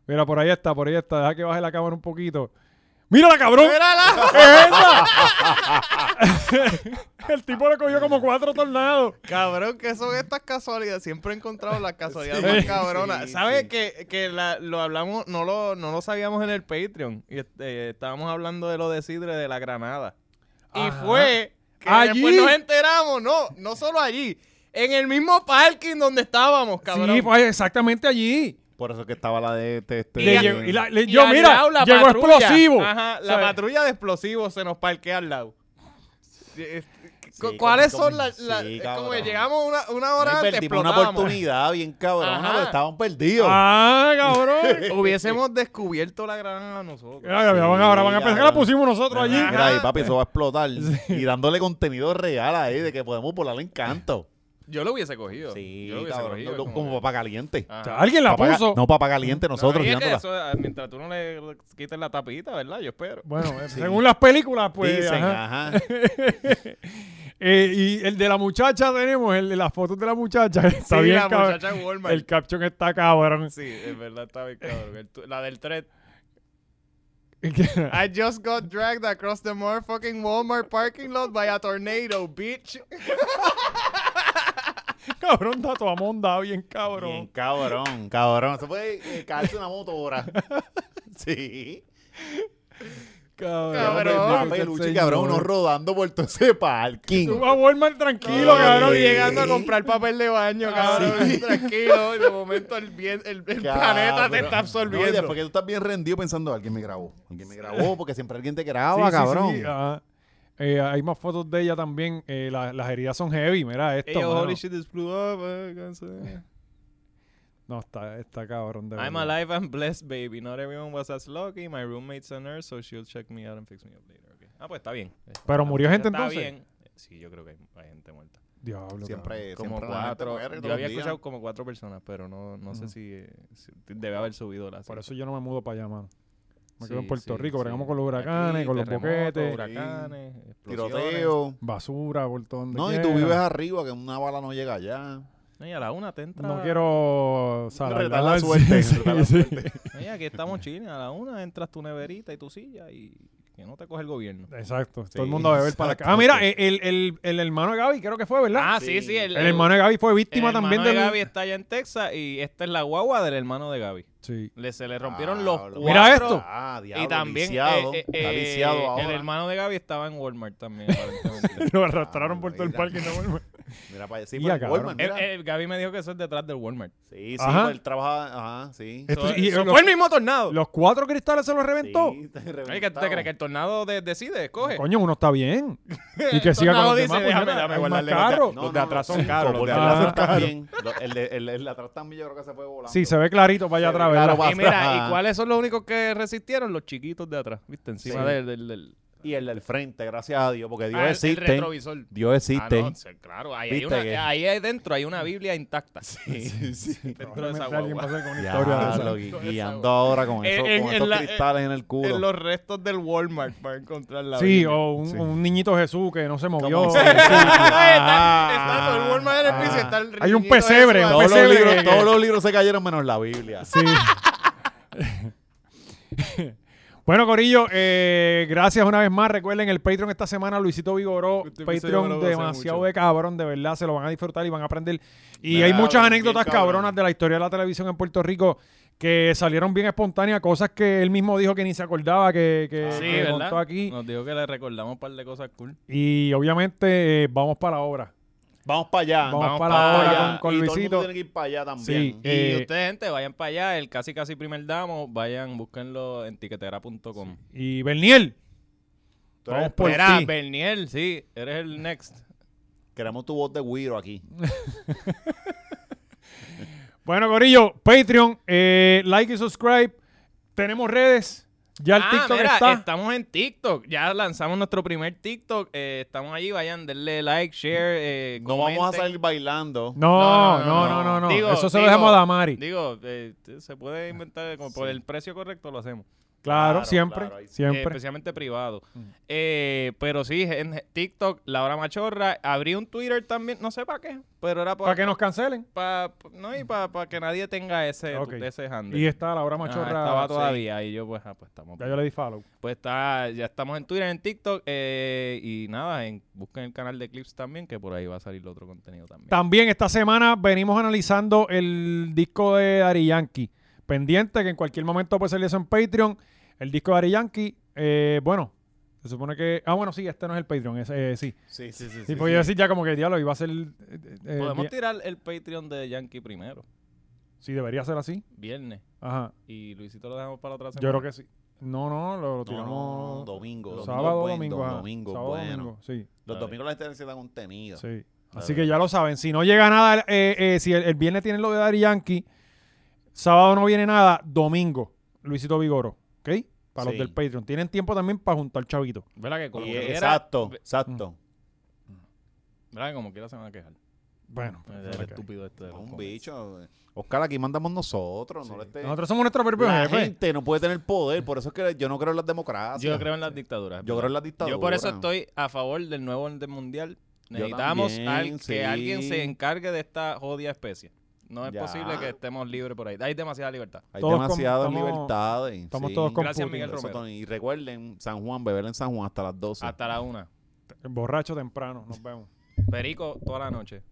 [SPEAKER 2] mira, por ahí está, por ahí está. Deja que baje la cámara un poquito. ¡Mírala, cabrón!
[SPEAKER 4] Mírala.
[SPEAKER 2] ¡Es esa! El tipo le cogió como cuatro tornados.
[SPEAKER 4] Cabrón, que son estas casualidades. Siempre he encontrado las casualidades más cabronas.
[SPEAKER 3] sí,
[SPEAKER 4] ¿Sabes
[SPEAKER 3] sí.
[SPEAKER 4] que, que la- lo hablamos, no lo, no lo sabíamos en el Patreon? Y este, estábamos hablando de lo de Sidre de la Granada. Y
[SPEAKER 2] Ajá.
[SPEAKER 4] fue que
[SPEAKER 2] Allí.
[SPEAKER 4] después nos enteramos, no, no solo allí, en el mismo parking donde estábamos, cabrón.
[SPEAKER 2] Sí, pues exactamente allí.
[SPEAKER 3] Por eso que estaba la de este. este-
[SPEAKER 2] Le
[SPEAKER 4] a-
[SPEAKER 2] llegó- y la- le-
[SPEAKER 4] Y
[SPEAKER 2] yo,
[SPEAKER 4] al
[SPEAKER 2] mira,
[SPEAKER 4] lado la
[SPEAKER 2] llegó
[SPEAKER 4] patrulla.
[SPEAKER 2] explosivo.
[SPEAKER 4] Ajá, la
[SPEAKER 2] ¿Sabes?
[SPEAKER 4] patrulla de explosivos se nos parquea al lado. Sí, es- cu-
[SPEAKER 3] Sí,
[SPEAKER 4] ¿Cuáles
[SPEAKER 3] como-
[SPEAKER 4] son las...?
[SPEAKER 3] sí,
[SPEAKER 4] las- es como que
[SPEAKER 3] cabrón.
[SPEAKER 4] llegamos una, una hora
[SPEAKER 3] Ahí
[SPEAKER 4] antes,
[SPEAKER 3] perdimos una
[SPEAKER 4] explotábamos.
[SPEAKER 3] oportunidad bien cabrona,
[SPEAKER 4] Ajá.
[SPEAKER 3] pero estaban perdidos.
[SPEAKER 2] ¡Ah, cabrón!
[SPEAKER 4] Hubiésemos descubierto la granada nosotros.
[SPEAKER 2] Mira, mira, van ahora van a
[SPEAKER 3] Sí,
[SPEAKER 2] pensar que
[SPEAKER 3] cabrón.
[SPEAKER 2] la pusimos nosotros allí.
[SPEAKER 3] Mira ahí, papi, eso va a explotar. Y dándole contenido real ahí de que podemos volarle encanto.
[SPEAKER 4] Yo lo hubiese cogido.
[SPEAKER 3] Sí,
[SPEAKER 4] Yo lo hubiese
[SPEAKER 3] cabrón,
[SPEAKER 4] cogido,
[SPEAKER 3] no, no,
[SPEAKER 4] como
[SPEAKER 3] como papá caliente.
[SPEAKER 4] Ajá.
[SPEAKER 2] O sea, alguien Ah, la
[SPEAKER 3] Papá ca-
[SPEAKER 2] puso.
[SPEAKER 3] no, papá caliente, nosotros.
[SPEAKER 4] No, y es que
[SPEAKER 3] tirándola.
[SPEAKER 4] eso, eh, mientras tú no le quites la tapita, ¿verdad? Yo espero. ah.
[SPEAKER 2] Bueno, eh, según las películas, pues.
[SPEAKER 3] Dicen,
[SPEAKER 2] ajá.
[SPEAKER 3] ajá.
[SPEAKER 2] Eh, y el de la muchacha tenemos, el de las fotos de la muchacha. Está
[SPEAKER 4] Sí,
[SPEAKER 2] bien,
[SPEAKER 4] la
[SPEAKER 2] cabrón.
[SPEAKER 4] muchacha de Walmart.
[SPEAKER 2] El caption está cabrón.
[SPEAKER 4] Sí, es verdad, está bien cabrón. El tu- La del thread.
[SPEAKER 2] ¿Qué?
[SPEAKER 4] I just got dragged across the motherfucking Walmart parking lot by a tornado, bitch.
[SPEAKER 2] cabrón, dato amonda, bien cabrón.
[SPEAKER 3] Bien, cabrón, cabrón. Se puede eh, caerse una moto ahora. Sí.
[SPEAKER 2] Cabrón.
[SPEAKER 3] Cabrón.
[SPEAKER 2] bendito sea el
[SPEAKER 3] peluche,
[SPEAKER 2] Señor.
[SPEAKER 3] cabrón, uno rodando por todo ese parking.
[SPEAKER 2] Tú vas a Walmart tranquilo,
[SPEAKER 3] Sí.
[SPEAKER 2] cabrón.
[SPEAKER 3] Sí. Ah,
[SPEAKER 4] llegando a comprar papel de baño, cabrón.
[SPEAKER 3] Sí.
[SPEAKER 4] Tranquilo, y de momento el, bien- el- el planeta te está
[SPEAKER 3] No, y
[SPEAKER 4] absorbiendo.
[SPEAKER 3] después que tú estás bien rendido pensando, alguien me grabó. Alguien me grabó porque siempre alguien te graba,
[SPEAKER 2] Sí, sí,
[SPEAKER 3] Ah, cabrón.
[SPEAKER 2] sí,
[SPEAKER 4] Ah,
[SPEAKER 2] ajá. Eh, hay más fotos de ella también. Eh, la- las heridas son heavy, mira esto.
[SPEAKER 4] Ey, yo,
[SPEAKER 2] mano.
[SPEAKER 4] holy shit, this blew up. eh, cancer.
[SPEAKER 2] No, está, está cabrón de
[SPEAKER 4] I'm
[SPEAKER 2] verdad.
[SPEAKER 4] alive and blessed, baby. Not everyone was as lucky. My roommate's a nurse, so she'll check me out and fix me up later. Okay. Ah, pues está bien.
[SPEAKER 2] Pero murió gente
[SPEAKER 4] Está
[SPEAKER 2] entonces.
[SPEAKER 4] bien. Sí, yo creo que hay, hay gente muerta.
[SPEAKER 2] Diablo.
[SPEAKER 3] Siempre,
[SPEAKER 4] Como
[SPEAKER 3] siempre la gente
[SPEAKER 4] cuatro.
[SPEAKER 3] muere todos
[SPEAKER 4] Yo había
[SPEAKER 3] los días.
[SPEAKER 4] escuchado como cuatro personas, pero no, no sé si, eh, si debe haber subido la
[SPEAKER 2] cabrón. Por
[SPEAKER 4] cifra.
[SPEAKER 2] eso yo no me mudo para allá, mano. Me
[SPEAKER 4] Sí,
[SPEAKER 2] quedo en Puerto
[SPEAKER 4] sí,
[SPEAKER 2] Rico,
[SPEAKER 4] sí.
[SPEAKER 2] bregamos con los huracanes,
[SPEAKER 4] Aquí,
[SPEAKER 2] con los
[SPEAKER 4] terremotos,
[SPEAKER 2] boquetes,
[SPEAKER 4] huracanes, explosiones.
[SPEAKER 3] Tiroteo.
[SPEAKER 2] basura, por todo donde
[SPEAKER 3] No, y tú
[SPEAKER 2] quiera.
[SPEAKER 3] vives arriba, que una bala no llega allá.
[SPEAKER 4] No, y a la una te entra.
[SPEAKER 2] No quiero saber.
[SPEAKER 3] Retar la suerte. retar la suerte.
[SPEAKER 4] Oye, aquí estamos chiles. A la una entras tu neverita y tu silla y que no te coge el gobierno.
[SPEAKER 2] Exacto.
[SPEAKER 3] Sí,
[SPEAKER 2] Todo el mundo a beber para acá. Ah, mira, el, el- el hermano de Gaby creo que fue, ¿verdad?
[SPEAKER 4] Ah, sí, sí. El,
[SPEAKER 2] el hermano de Gaby fue
[SPEAKER 4] el
[SPEAKER 2] víctima también
[SPEAKER 4] hermano de
[SPEAKER 2] del-
[SPEAKER 4] Gaby está allá en Texas y esta es la guagua del hermano de Gaby.
[SPEAKER 2] Sí.
[SPEAKER 4] Le, se le rompieron los
[SPEAKER 3] Diablo.
[SPEAKER 4] cuatro.
[SPEAKER 2] Mira esto.
[SPEAKER 3] Ah, diablo,
[SPEAKER 4] Y también
[SPEAKER 3] lisiado.
[SPEAKER 4] eh, eh,
[SPEAKER 3] Está
[SPEAKER 4] eh,
[SPEAKER 3] lisiado
[SPEAKER 4] el
[SPEAKER 3] ahora.
[SPEAKER 4] hermano de Gaby estaba en Walmart también. aparentemente.
[SPEAKER 2] Lo arrastraron por todo el
[SPEAKER 3] mira.
[SPEAKER 2] parque. y no vuelve.
[SPEAKER 3] Mira para allá. Sí,
[SPEAKER 2] Ya,
[SPEAKER 3] por el
[SPEAKER 2] cabrón.
[SPEAKER 3] Walmart,
[SPEAKER 4] El-
[SPEAKER 3] mira.
[SPEAKER 4] el Gaby me dijo que eso es detrás del Walmart.
[SPEAKER 3] Sí, sí,
[SPEAKER 2] Ajá.
[SPEAKER 3] por el trabaja. Ajá, sí.
[SPEAKER 2] Esto-
[SPEAKER 4] Eso-
[SPEAKER 2] y-
[SPEAKER 4] eso
[SPEAKER 2] lo-
[SPEAKER 4] fue el mismo tornado.
[SPEAKER 2] Los cuatro cristales se los reventó. Eh.
[SPEAKER 3] Sí, está
[SPEAKER 4] Oye, ¿qué tú te
[SPEAKER 3] reventado.
[SPEAKER 4] crees? ¿Que el tornado de- decide? Coge.
[SPEAKER 2] Coño, uno está bien. Y que siga con
[SPEAKER 4] tornado
[SPEAKER 2] los
[SPEAKER 4] dice,
[SPEAKER 2] demás.
[SPEAKER 4] "Déjame,
[SPEAKER 2] puñeta,
[SPEAKER 4] déjame
[SPEAKER 2] hay más
[SPEAKER 4] guardarle
[SPEAKER 2] carros".
[SPEAKER 4] Los de atrás son caros, los
[SPEAKER 3] Porque
[SPEAKER 4] de
[SPEAKER 3] el
[SPEAKER 2] atrás
[SPEAKER 3] de
[SPEAKER 2] son
[SPEAKER 3] atrás también. Lo- El de el- el de atrás también yo creo que se fue volando.
[SPEAKER 2] Sí, se ve clarito para allá
[SPEAKER 3] Se
[SPEAKER 2] atrás,
[SPEAKER 3] ve claro,
[SPEAKER 2] ¿verdad?
[SPEAKER 3] guau.
[SPEAKER 4] Y mira,
[SPEAKER 3] Ajá.
[SPEAKER 4] ¿y cuáles son los únicos que resistieron? Los chiquitos de atrás, ¿viste? Encima
[SPEAKER 3] Sí.
[SPEAKER 4] del, del, del-
[SPEAKER 3] Y el del frente, gracias a Dios, porque Dios
[SPEAKER 4] Ah, el- el
[SPEAKER 3] existe.
[SPEAKER 4] retrovisor.
[SPEAKER 3] Dios
[SPEAKER 4] Ah,
[SPEAKER 3] existe.
[SPEAKER 4] no, sí, claro, ahí, hay
[SPEAKER 3] ¿Viste
[SPEAKER 4] una,
[SPEAKER 3] que-
[SPEAKER 4] ahí hay dentro hay una Biblia intacta. Sí, Dentro de
[SPEAKER 2] Probablemente
[SPEAKER 4] esa
[SPEAKER 2] alguien va a
[SPEAKER 4] guagua.
[SPEAKER 2] hacer con una
[SPEAKER 3] Ya,
[SPEAKER 2] historia de esa.
[SPEAKER 3] lo
[SPEAKER 4] Con
[SPEAKER 3] gui- guiando
[SPEAKER 4] esa-
[SPEAKER 3] ahora con,
[SPEAKER 4] En-
[SPEAKER 3] eso- con
[SPEAKER 4] en- en
[SPEAKER 3] esos
[SPEAKER 4] la-
[SPEAKER 3] cristales en el culo.
[SPEAKER 4] En los restos del Walmart para encontrar la
[SPEAKER 2] Sí,
[SPEAKER 4] Biblia.
[SPEAKER 2] o un, un niñito Jesús que no se movió.
[SPEAKER 3] Como-
[SPEAKER 4] está, está todo
[SPEAKER 2] Ah.
[SPEAKER 4] el Walmart en el piso y está el
[SPEAKER 2] Hay un
[SPEAKER 4] niñito Jesús
[SPEAKER 2] pesebre,
[SPEAKER 4] así.
[SPEAKER 2] ¿no?
[SPEAKER 3] todos, los
[SPEAKER 2] pesebre
[SPEAKER 3] libros,
[SPEAKER 2] que-
[SPEAKER 3] todos los libros se cayeron menos la Biblia.
[SPEAKER 2] Sí. Bueno, Corillo, eh, gracias una vez más. Recuerden el Patreon esta semana, Luisito Vigoró.
[SPEAKER 4] Este episodio me lo
[SPEAKER 2] Patreon
[SPEAKER 4] gocé
[SPEAKER 2] demasiado
[SPEAKER 4] mucho.
[SPEAKER 2] de cabrón, de verdad, se lo van a disfrutar y van a aprender. Y
[SPEAKER 3] Mira,
[SPEAKER 2] hay muchas
[SPEAKER 3] bien
[SPEAKER 2] anécdotas
[SPEAKER 3] cabrón.
[SPEAKER 2] cabronas de la historia de la televisión en Puerto Rico que salieron bien espontáneas, cosas que él mismo dijo que ni se acordaba que, que-
[SPEAKER 4] Sí,
[SPEAKER 2] que
[SPEAKER 4] ¿verdad?
[SPEAKER 2] contó aquí.
[SPEAKER 4] Nos dijo que le recordamos un par de cosas cool.
[SPEAKER 2] Y obviamente eh, vamos para la obra.
[SPEAKER 3] Vamos para allá.
[SPEAKER 2] Vamos
[SPEAKER 4] para
[SPEAKER 2] con-
[SPEAKER 4] ahora
[SPEAKER 2] con
[SPEAKER 3] y
[SPEAKER 2] Luisito.
[SPEAKER 3] Todo el mundo tiene que ir para allá
[SPEAKER 2] Sí.
[SPEAKER 3] también.
[SPEAKER 4] Y
[SPEAKER 2] Eh,
[SPEAKER 4] ustedes, gente, vayan para allá, el casi casi primer damo, vayan, búsquenlo en tiquetera.com.
[SPEAKER 2] Y Berniel,
[SPEAKER 3] Tú eres
[SPEAKER 2] vamos
[SPEAKER 3] el
[SPEAKER 2] por
[SPEAKER 4] Mira,
[SPEAKER 2] ti.
[SPEAKER 4] Berniel, sí, eres el next.
[SPEAKER 3] Queremos tu voz de Wiro aquí.
[SPEAKER 2] Bueno, Corillo, Patreon, eh, like y subscribe. Tenemos redes. Ya el
[SPEAKER 4] Ah,
[SPEAKER 2] TikTok
[SPEAKER 4] mira,
[SPEAKER 2] está.
[SPEAKER 4] estamos en TikTok. Ya lanzamos nuestro primer TikTok. eh, estamos allí, vayan, denle like, share, eh,
[SPEAKER 3] No vamos a
[SPEAKER 4] comenten.
[SPEAKER 3] salir bailando.
[SPEAKER 2] No, no, no, no, no.
[SPEAKER 4] Digo,
[SPEAKER 2] Eso se lo
[SPEAKER 4] digo,
[SPEAKER 2] dejamos a Damari.
[SPEAKER 4] Digo, eh, se puede inventar como por el precio correcto lo hacemos.
[SPEAKER 2] claro,
[SPEAKER 3] Claro,
[SPEAKER 2] siempre,
[SPEAKER 3] claro, ahí sí.
[SPEAKER 4] Eh,
[SPEAKER 2] siempre. Mm.
[SPEAKER 4] especialmente privado. Eh, pero sí, en TikTok, Laura Machorra. Abrí un Twitter también, no sé para qué, pero era
[SPEAKER 2] Para
[SPEAKER 4] para
[SPEAKER 2] que nos cancelen.
[SPEAKER 4] no, y para que nadie tenga ese,
[SPEAKER 2] Ok.
[SPEAKER 4] ese handle.
[SPEAKER 2] Y está Laura
[SPEAKER 4] Ajá,
[SPEAKER 2] Machorra.
[SPEAKER 4] Ah, estaba
[SPEAKER 2] sí.
[SPEAKER 4] todavía y yo pues, ah, pues estamos
[SPEAKER 2] Ya yo le di follow.
[SPEAKER 4] pues está ya estamos en Twitter en TikTok eh, y nada en, busquen el canal de clips también que por ahí va a salir otro contenido también
[SPEAKER 2] También esta semana venimos analizando el disco de Ari Yankee. Pendiente que en cualquier momento puede salir eso en Patreon. El disco de Ari Yankee, eh, bueno, se supone que... Ah, bueno, sí, este no es el Patreon, es, eh, sí.
[SPEAKER 3] Sí, sí, sí.
[SPEAKER 2] Sí, porque yo decir pues ya como que diablo iba a ser... eh, eh,
[SPEAKER 4] podemos
[SPEAKER 2] bien-
[SPEAKER 4] tirar el Patreon de Yankee primero
[SPEAKER 2] sí, debería ser así.
[SPEAKER 4] viernes
[SPEAKER 2] Ajá.
[SPEAKER 4] y Luisito lo dejamos para la otra semana
[SPEAKER 2] Yo creo que sí. No, no, lo, lo
[SPEAKER 3] No, no,
[SPEAKER 2] tiramos
[SPEAKER 3] no, domingo. domingo
[SPEAKER 2] sábado,
[SPEAKER 3] buen,
[SPEAKER 2] domingo.
[SPEAKER 3] dom-
[SPEAKER 2] ajá.
[SPEAKER 3] domingo,
[SPEAKER 2] sábado,
[SPEAKER 3] bueno.
[SPEAKER 2] domingo, sí.
[SPEAKER 3] Los
[SPEAKER 4] Dale.
[SPEAKER 3] domingos la gente necesita contenido.
[SPEAKER 2] Sí.
[SPEAKER 3] Dale.
[SPEAKER 2] Así que ya lo saben. Si no llega nada, eh, eh, si el, el viernes tienen lo de Dari Yankee, sábado no viene nada, domingo, Luisito Vigoro. ¿Ok? Para los
[SPEAKER 3] Sí.
[SPEAKER 2] del Patreon. Tienen tiempo también para juntar chavito.
[SPEAKER 4] ¿verdad que como
[SPEAKER 3] Y-
[SPEAKER 4] quiera-
[SPEAKER 3] exacto, exacto.
[SPEAKER 4] ¿verdad que como quiera se van a quejar
[SPEAKER 3] Eh,
[SPEAKER 2] Bueno, pues,
[SPEAKER 4] el
[SPEAKER 2] ok.
[SPEAKER 4] estúpido este de los
[SPEAKER 3] Un
[SPEAKER 4] comments.
[SPEAKER 3] bicho. eh. Oscar, aquí mandamos nosotros. No le estés-
[SPEAKER 2] nosotros somos nuestro propio
[SPEAKER 3] La
[SPEAKER 2] jefe.
[SPEAKER 3] gente no puede tener poder. Por eso es que yo no creo en las democracias.
[SPEAKER 4] yo creo en las dictaduras
[SPEAKER 3] Yo creo en las
[SPEAKER 4] yo por eso
[SPEAKER 3] dictaduras.
[SPEAKER 4] estoy a favor del nuevo orden mundial Necesitamos
[SPEAKER 3] también,
[SPEAKER 4] al-
[SPEAKER 3] sí.
[SPEAKER 4] que alguien se encargue de esta jodida especie. No es
[SPEAKER 3] Ya.
[SPEAKER 4] posible que estemos libres por ahí. Hay demasiada libertad.
[SPEAKER 3] Hay
[SPEAKER 2] Todos com-
[SPEAKER 3] demasiadas
[SPEAKER 2] estamos-
[SPEAKER 3] libertades.
[SPEAKER 2] estamos todos con
[SPEAKER 4] Gracias,
[SPEAKER 2] Putin.
[SPEAKER 4] Miguel
[SPEAKER 3] Eso,
[SPEAKER 4] Romero.
[SPEAKER 3] Tony. Y recuerden, San Juan, beber en San Juan hasta las 12.
[SPEAKER 4] Hasta la una.
[SPEAKER 2] Borracho temprano, nos vemos.
[SPEAKER 4] Perico toda la noche.